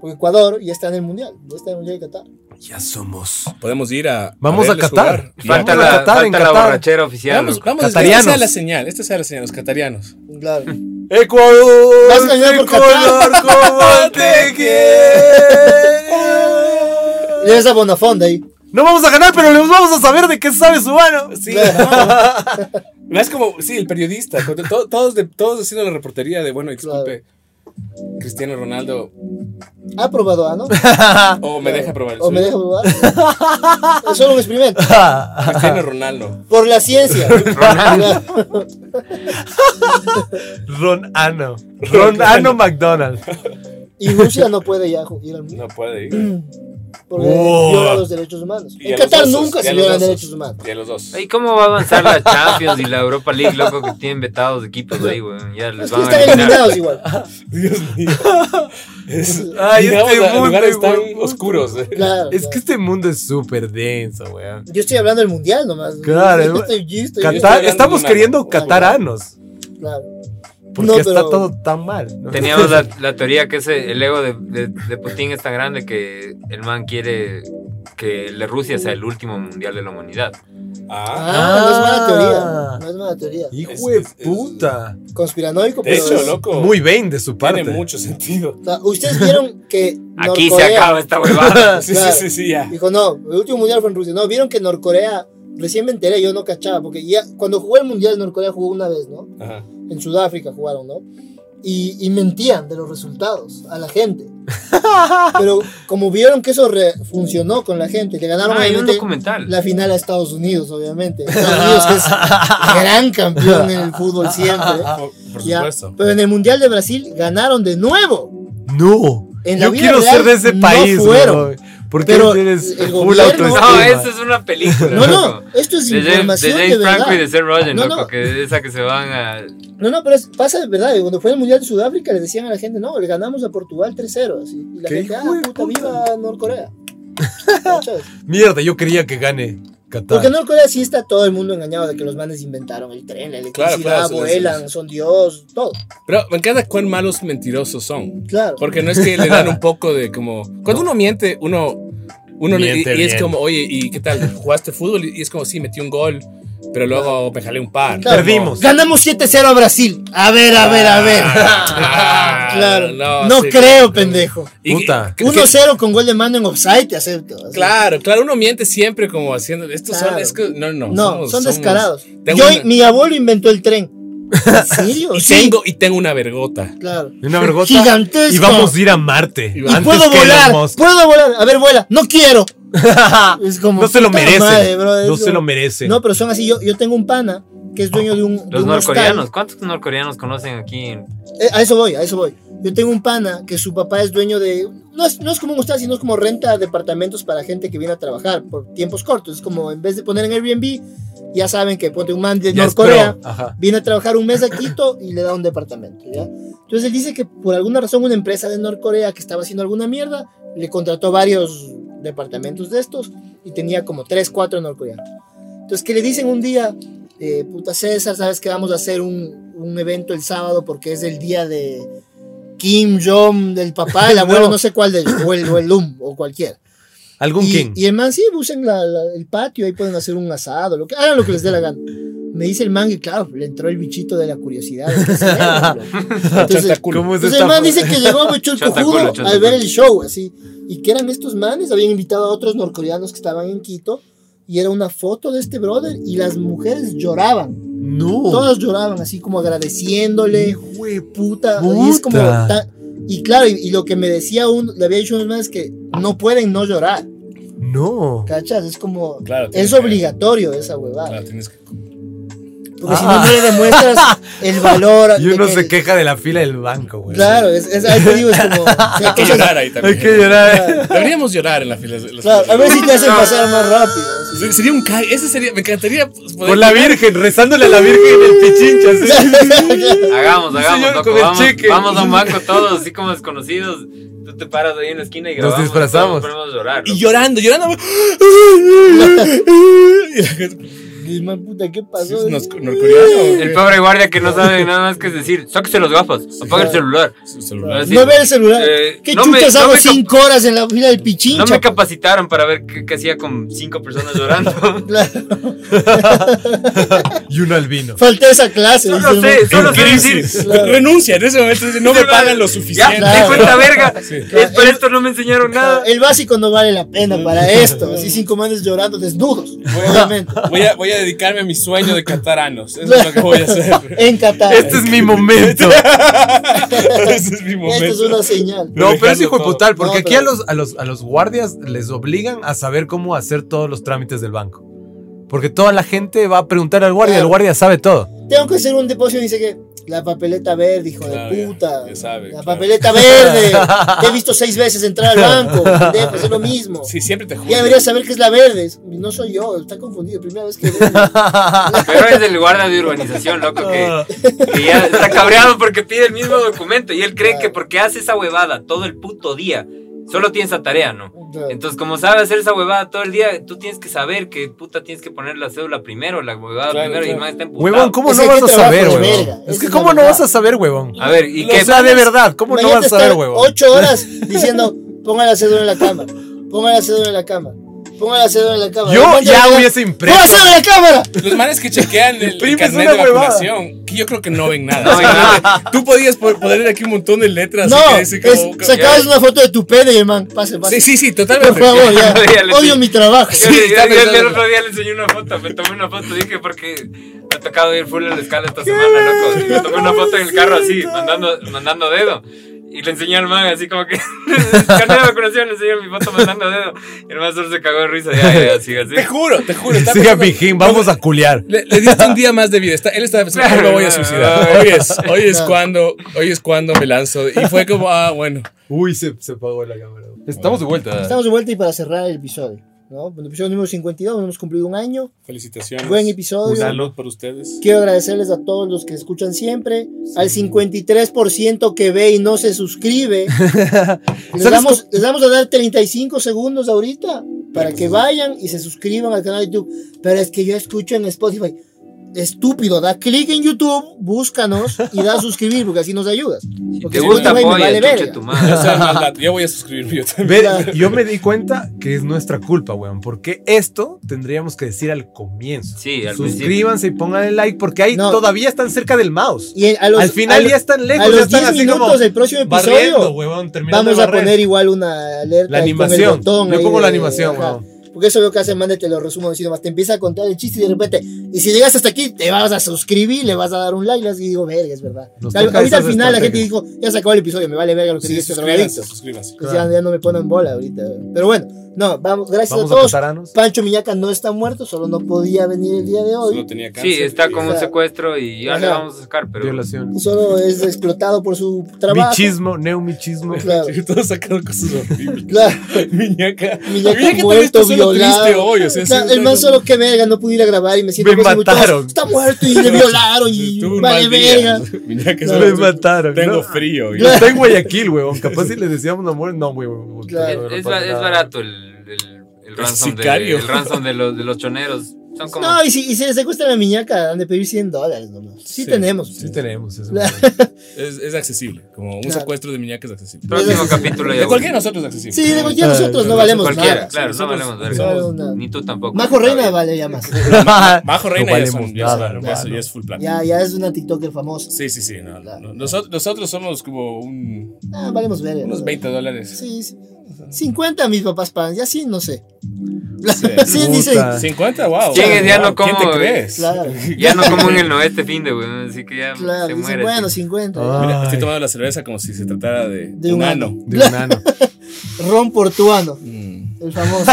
Porque Ecuador ya está en el Mundial. Ya está en el Mundial de Qatar.
Ya somos.
Podemos ir a.
Vamos a
verles
Qatar.
jugar. Y
Falta
vamos-
Vamos a
la,
Qatar, en
falta la
Qatar.
borrachera oficial.
Vamos,
loco.
vamos,
Catarianos.
Esta es la señal. Esta es la señal. Los catarianos.
Claro.
Ecuador,
Vas ganando por
tricolor, como te quiero.
Le das a Bonafonda ahí.
No vamos a ganar, pero les vamos a saber de qué sabe su mano.
Sí, no. Es como, sí, el periodista. con to- todos, de- todos haciendo la reportería de, bueno, disculpe, Cristiano Ronaldo,
Ha probado, ¿ah, no?
o me deja probar el
¿O me
suyo.
deja probar? es solo un experimento.
Cristiano Ronaldo.
Por la ciencia. Claro.
Ron Ano. Ron Ano McDonald.
Y Rusia no puede ya ju- ir al Mundial.
No puede ir.
Porque
Wow.
viola los derechos humanos.
Y a
Mm. En
los
Qatar
osos,
nunca
y a
se
los
violan
osos.
derechos humanos.
Y a los dos.
¿Y cómo va a avanzar la Champions y la Europa League, loco, que tienen vetados equipos ahí, weón? Ya les
Es que
van a
están
eliminar.
eliminados igual.
Dios mío. Es,
Ay,
llegamos
este
a
mundo,
lugares tan
güey.
oscuros. eh.
Claro.
Es que
claro.
este mundo es súper denso, weón.
Yo estoy hablando del mundial nomás.
Claro,
Yo
el-
estoy, yo estoy-
Qatar,
hablando
estamos
de una-
queriendo
una-
cataranos.
claro.
Porque
No,
está
pero-
todo tan mal. ¿no?
Teníamos la, la teoría que ese, el ego de, de- de Putin es tan grande que el man quiere que la Rusia sea el último mundial de la humanidad.
Ah.
Ah, no es mala
Ah.
teoría. No es mala teoría.
Hijo
Es-
de
es- es-
puta.
Conspiranoico,
De
pero.
hecho,
es-
loco.
Muy vain de su parte.
tiene mucho sentido.
o sea, Ustedes vieron que.
Aquí
Norcorea-
se acaba esta huevada.
Sí,
Ah, Claro.
sí, sí, sí, ya.
Dijo, no, el último mundial fue en Rusia. No, vieron que Norcorea. Recién me enteré, yo no cachaba. Porque ya, cuando jugó el mundial, Norcorea jugó una vez, ¿no?
Ajá.
En Sudáfrica jugaron, ¿no? Y, y mentían de los resultados a la gente. Pero como vieron que eso re- funcionó con la gente, le ganaron
Ah, hay un
obviamente
documental.
la final a Estados Unidos, obviamente. Estados Unidos que es gran campeón en el fútbol siempre.
Por, Oh, por
Ya,
supuesto.
Pero en el Mundial de Brasil ganaron de nuevo.
No.
En la
Yo
vida
quiero
real,
ser de ese
no
país,
fueron.
weón. Porque
Pero
tienes
el
full
gobierno-
autoestima.
No, eso es una película.
No, no,
loco.
esto es
De James, de
información de,
James
verdad.
Franco y de Seth Rogen,
No,
loco,
no.
que esa que se van a.
No, no, pero es- pasa de verdad. Cuando fue el Mundial de Sudáfrica, le decían a la gente, no, le ganamos a Portugal 3-0. así. Y la
¿Qué
gente, ah,
hijo de
puta,
puta?
viva Norcorea. ¿Cachas?
Mierda, yo quería que gane
Porque
Qatar.
en Norcorea sí está todo el mundo engañado de que los manes inventaron el tren, la electricidad,
claro, sí, sí,
vuelan,
sí.
son Dios, todo.
Pero me encanta cuán malos mentirosos son.
Claro.
Porque no es que le dan un poco de como. Cuando uno miente, uno. uno
Miente
y, y es
bien.
como, oye, ¿y qué tal? ¿Jugaste fútbol? Y es como, sí, metí un gol. Pero luego me jalé un par.
Claro.
Perdimos.
Ganamos 7-0 a Brasil. A ver, a ver, a ver.
Ah,
claro. No,
sí,
creo,
claro.
pendejo.
Y-
Puta.
que- que-
1-0 con gol de mano en offside, te acepto. Así.
Claro, claro, uno miente siempre como haciendo. Estos
Claro.
son. es que- no, no.
No,
somos-
son
somos-
descarados.
Tengo
Yo,
una-
mi abuelo inventó el tren. ¿En serio?
Y
Sí,
tengo, y tengo una vergota.
Claro.
Una vergota.
Gigantesco.
Y vamos a ir a Marte.
Y
Y
antes
puedo
que Elon
volar,
Musk.
puedo volar. A ver, vuela. No quiero. Es como,
No se lo
puta
merece.
madre, bro, es
no se
como-
lo merece.
No, pero son así. Yo, yo tengo un pana que es dueño de un. de
Los
un
norcoreanos. ¿Cuántos norcoreanos conocen aquí? en-
hostal. Eh, a eso voy, a eso voy. Yo tengo un pana que su papá es dueño de. No es, no es como un hostal, sino es como renta departamentos para gente que viene a trabajar por tiempos cortos. Es como en vez de poner en Airbnb, ya saben que ponte un man de
Ya es pro.
Norcorea.
Ajá.
Viene a trabajar un mes a Quito y le da un departamento, ¿ya? Entonces él dice que por alguna razón una empresa de Norcorea que estaba haciendo alguna mierda le contrató varios departamentos de estos y tenía como 3, 4 norcoreanos. Entonces que le dicen un día, eh, puta César, sabes que vamos a hacer un, un evento el sábado porque es el día de Kim Jong, del papá, el abuelo, no,
No.
sé cuál de ellos, o el, o el Lum, o cualquiera.
Algún
Y,
king.
y el man, sí, usen la- la- el patio, ahí pueden hacer un asado, lo que, hagan lo que les dé la gana. Me dice el man y claro, le entró el bichito de la curiosidad. de que se vea, bro. Entonces,
Chataculo.
¿Cómo es
entonces el
esta
man
fo-
dice que llegó mucho el
Chataculo,
cojudo al
chataculo.
ver el show, así. Y que eran estos manes, habían invitado a otros norcoreanos que estaban en Quito. Y era una foto de este brother y las mujeres lloraban.
No.
Todas lloraban, así como agradeciéndole
Hijo de pu-
puta. Y es como.
Puta.
ta- y claro, y, y lo que me decía un, le había dicho unos manes que no pueden no llorar.
No.
¿Cachas? Es como.
Claro, tiene
es
que-
obligatorio esa huevada.
Claro, Ah, tienes que.
Porque si
Ah.
no, no le demuestras el valor.
Y
de
uno
que-
se queja de la fila del banco, güey.
Claro, es, es, ahí te digo, es como. Ah, o sea,
Hay que
cosas-
llorar ahí
Hay
también.
que llorar. eh.
Deberíamos llorar en la fila. de- las
claro, a
filas.
ver si te hacen pasar más rápido. así.
Se- Sería un ca- Ese sería. Me encantaría. pues, poder-
Con la Virgen, rezándole a la Virgen en el pichincha. así.
Hagamos, hagamos,
Señor,
loco.
con el
Vamos,
cheque.
vamos a un banco todos, así como desconocidos. Tú te paras ahí en la esquina y
Nos
grabamos.
disfrazamos.
todos Nos ponemos a llorar.
Y
loco.
llorando, llorando. Y la gente-
Y el man, puta, ¿qué
Sí,
pasó?
es nos- norcoreano.
El pobre guardia que no sabe nada más que decir, sáquese los gafas, apaga el celular.
Su celular.
sí.
no ve el celular.
Eh,
¿Qué
no me-
chuchas
no
hago
me cap-
cinco horas en la fila del pichincha?
No me capacitaron para ver qué, qué hacía con cinco personas llorando.
Claro,
Y uno albino.
Falté esa clase. dice
Solo
el
sé,
man.
solo sé decir.
Claro. Renuncia en ese momento. dice, No me pagan lo
Ya,
suficiente.
me cuenta verga.
Sí.
Es por esto no me enseñaron nada.
El básico no vale la pena para esto. Así cinco manes llorando desnudos, obviamente.
Voy a, voy a dedicarme a mi sueño de cataranos. Eso es lo que voy a hacer.
En Qatar.
Este es mi momento.
Ese es mi
Esto es
momento.
una señal.
No, pero es
Dejando
hijo de
todo.
putal, porque
No,
aquí
pero-
a los, a, los, a los guardias les obligan a saber cómo hacer todos los trámites del banco. Porque toda la gente va a preguntar al guardia,
Claro.
el guardia sabe todo.
Tengo que hacer un depósito y dice que la papeleta verde, hijo
Claro,
de
ya,
puta.
ya sabe,
la
claro.
papeleta verde. Te he visto seis veces entrar al banco. pendejo, es lo mismo.
Sí, siempre te
Ya
juro.
deberías saber que es la verde. Es- No soy yo, está confundido. Primera vez que veo.
Pero es el guardia de urbanización, loco, que, que ya está cabreado porque pide el mismo documento. Y él cree que porque hace esa huevada todo el puto día, solo tiene esa tarea, ¿no? Entonces, como sabe hacer esa huevada todo el día, tú tienes que saber que puta tienes que poner la cédula primero, la huevada
Claro,
primero, y
claro.
más está emputado.
Huevón, ¿cómo
Es
no
que
vas
aquí
a
trabajo
saber,
es
huevón?
verga,
Es
esa
que
es
¿cómo
la
no vas a
verdad.
saber, huevón?
A ver, Ah, ¿y
O
qué?
sea, de verdad, ¿cómo no
Imagínate
vas a saber,
estar
huevón?
Ocho horas diciendo: ponga la cédula en la cámara. Ponga la cédula en la cámara. Ponga la cédula en la cámara.
Yo
Ponte
ya
la-
hubiese impreso.
¡Ponga la cédula en la cámara!
Los manes que chequean el,
Imprimes
carnet
una
de
huevada.
vacunación, que yo creo que no ven nada.
No
O sea,
ven nada.
creo que Tú podías po- poner aquí un montón de letras.
No,
y que dice como-
es, sacabas una foto de tu pene, hermano. Pase, pase.
Sí, sí, sí,
Por
totalmente.
favor, ya.
Ya le
Odio
sí.
mi trabajo.
Yo,
Sí,
yo-
está
yo- yo el
pensando.
otro día le enseñé una foto, me tomé una foto, dije porque me ha tocado ir full a la escala esta semana, loco. Me tomé una foto en el carro así, mandando, mandando dedo. Y le enseñé al man así como que carnet de vacunación, le enseñé mi foto mandando dedo. Y el man solo se cagó de risa, ya, ya, así, así.
Te juro, te juro. está
Siga,
pensando-
Pijín, vamos a culiar.
Le, le diste un día más de vida. Está- él estaba pensando, "Hoy me voy a suicidar. Hoy es, hoy es
Claro.
cuando, hoy es cuando me lanzo. Y fue como, ah, bueno.
Uy, se, se apagó la cámara. Estamos de vuelta.
Estamos de vuelta y para cerrar el episodio, ¿no? El episodio número 52, hemos cumplido un año.
Felicitaciones.
Buen episodio.
Un saludo por ustedes.
Quiero agradecerles a todos los que escuchan siempre, al 53% que ve y no se suscribe. les,
¿Sabes
vamos, les vamos a dar 35 segundos ahorita para que vayan y se suscriban al canal de YouTube. Pero es que yo escucho en Spotify. estúpido, da clic en YouTube, búscanos y da a suscribir porque así nos ayudas.
Si
Porque
te
si
gusta,
no, güey, me
apoya,
vale
chuche
verga.
tu
No
madre.
seas maldad, yo voy a suscribirme yo también.
Ve, yo me di cuenta que es nuestra culpa, weón. Porque esto tendríamos que decir al comienzo.
Sí, al
Suscríbanse y pongan el like porque ahí
No.
todavía están cerca del mouse.
Y a los-
al final
a-
ya están lejos,
a
ya
los
están
10
así
minutos
como
del próximo episodio
barriendo, weón, terminando
vamos
de
a
barrer.
poner igual una alerta.
La
ahí con el
animación.
botón
Yo
ahí
pongo la
de-
animación,
ajá.
weón.
Porque eso veo que hace Mande, te lo resumo así nomás. Te empieza a contar el chiste y de repente, y si llegas hasta aquí, te vas a suscribir, le vas a dar un like. Y así digo, verga, es verdad.
Nos
O sea,
toca
ahorita al
esas
final la gente
estrategias.
dijo, ya se acabó el episodio, me vale verga lo que este
Sí,
dijiste,
suscríbanse,
drogadictos.
suscríbanse.
Pues
Claro.
ya, ya no me ponen bola ahorita. Pero bueno, no, vamos, gracias
Vamos
a
a
todos.
pasarnos.
Pancho Miñaca no está muerto, solo no podía venir el día de
Solo
hoy.
tenía
Sí,
cáncer
está
y-
como un secuestro y ya le
Ajá.
vamos a sacar, pero.
Violación.
Solo es explotado por su trabajo.
Michismo, neumichismo.
Claro.
Sí, Todos sacaron cosas horribles.
Claro.
Miñaca.
Miñaca
Miñaca también
muerto,
está solo
violado.
triste hoy. O sea,
Claro,
sí,
el man
no-
solo que verga, no pude ir a grabar y me siento
Me
como si muchos-
mataron.
Está muerto y le violaron y
Tuvo un
vale
mal día.
verga.
Miñaca
Claro.
solo-
Me mataron,
Tengo
¿no?
frío. y-
Claro.
Está en Guayaquil, weón. Capaz si le decíamos no muere, no, weón. weón,
Claro.
no
Es, es
pasa
ba- es
nada.
barato el, el, el ransom, de,
sicario.
el ransom de, los, de los choneros. Son como.
No, y si, y si le secuestran a Miñaca, han de pedir 100 dólares nomás. Sí,
Sí,
tenemos.
Sí tenemos eso.
Claro.
weón.
Es, es accesible. Como un
Claro.
secuestro de Miñaca es accesible.
próximo capítulo
De
ya.
cualquiera de nosotros es accesible.
Sí, digo, ya nosotros no
Ah,
valemos
Cualquiera,
nada.
claro, no
Somos-
valemos verga.
somos una-
Ni tú tampoco.
Majo Reina vale ya más.
Majo Reina
No
ya,
valemos
son, ya,
nada,
son- ya
hermano.
son- ya es full plan.
Ya, ya es una TikToker famosa.
Sí, sí, sí. no,
Claro.
no. Nosotros, nosotros somos como un-
Ah, valemos verga.
unos
¿no?
20 dólares.
Sí, sí. 50 mis papás pagan, ya sí, no sé.
Sí.
Sí, dicen.
Puta.
50, wow.
Sí, ya
Wow,
no como,
¿Quién te
güey.
crees?
Claro,
Ya no como en el no este fin de, güey. Así que ya
claro.
se
dicen,
muere.
bueno, 50.
Ah.
Mira, estoy
Ay.
tomando la cerveza como si se tratara de,
De un
un
ano.
ano.
De un ano.
Ron Portuano,
Mm.
el famoso.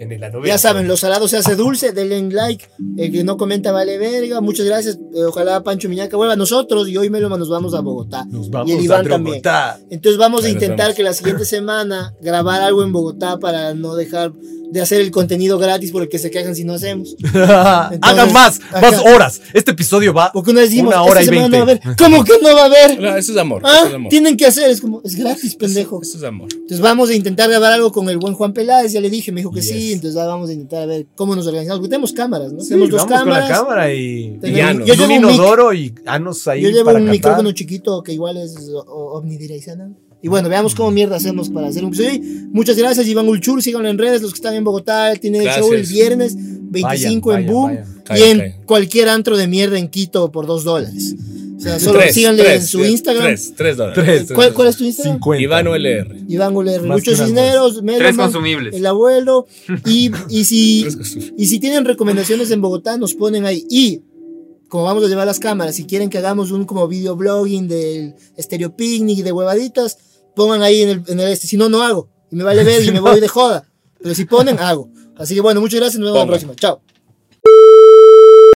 En el ano.
Ya saben, los salados se hace dulce, denle un like. El que no comenta vale verga. Muchas gracias. Eh, ojalá Pancho Miñaca vuelva a nosotros y hoy Meloma nos vamos a Bogotá.
Nos
y el
vamos a
Iván también.
Bogotá.
Entonces vamos a
Ahí nos
intentar
vemos.
que la siguiente semana grabar algo en Bogotá para no dejar de hacer el contenido gratis por el que se quejan si no hacemos.
Hagan más,
acá-
más horas. Este episodio va
Porque una vez dijimos,
una hora
"Esta
y
semana
veinte.
no va a haber. ¿Cómo que no va a haber?
No, eso es amor.
Ah,
Eso es amor.
tienen que hacer, es como, es gratis, pendejo.
Eso es amor.
Entonces vamos a intentar grabar algo con el buen Juan Peláez, ya le dije, me dijo que sí,
Yes.
entonces ahora vamos a intentar a ver cómo nos organizamos, porque tenemos cámaras, ¿no? tenemos dos
vamos
cámaras.
con la cámara y,
tenemos-
Y anos.
yo
y
llevo
un
un mic.
inodoro y anos ahí
Yo llevo
para
un
catar.
micrófono chiquito que igual es o- o- omnidireccional. Y bueno, veamos cómo mierda hacemos para hacer un episodio. Y Muchas gracias, Iván Ulchur. Síganlo en redes, los que están en Bogotá. él Tiene el show el
Gracias.
viernes 25
Vayan,
en
vayan,
Boom
vayan.
Calla,
y en
calla.
cualquier antro de mierda en Quito por 2 dólares. O sea, solo
Tres,
síganle
tres,
en su
tres,
Instagram.
Tres, tres dólares.
Tres. Este
¿Cuál- cuál es tu Instagram?
50.
Iván ULR.
Iván Uler,
Más
Lucho
que un
Cisneros,
Tres
Meloman,
consumibles.
el abuelo. Y, y si,
Tres cosas.
y si tienen recomendaciones en Bogotá, nos ponen ahí. Y como vamos a llevar las cámaras, si quieren que hagamos un como videoblogging del Stereo Picnic, de huevaditas, pongan ahí en el, en el este. Si no, no hago. Y me vale ver y me voy de joda. Pero si ponen, hago. Así que bueno, muchas gracias. Nos vemos la
Pongan.
próxima. Chao.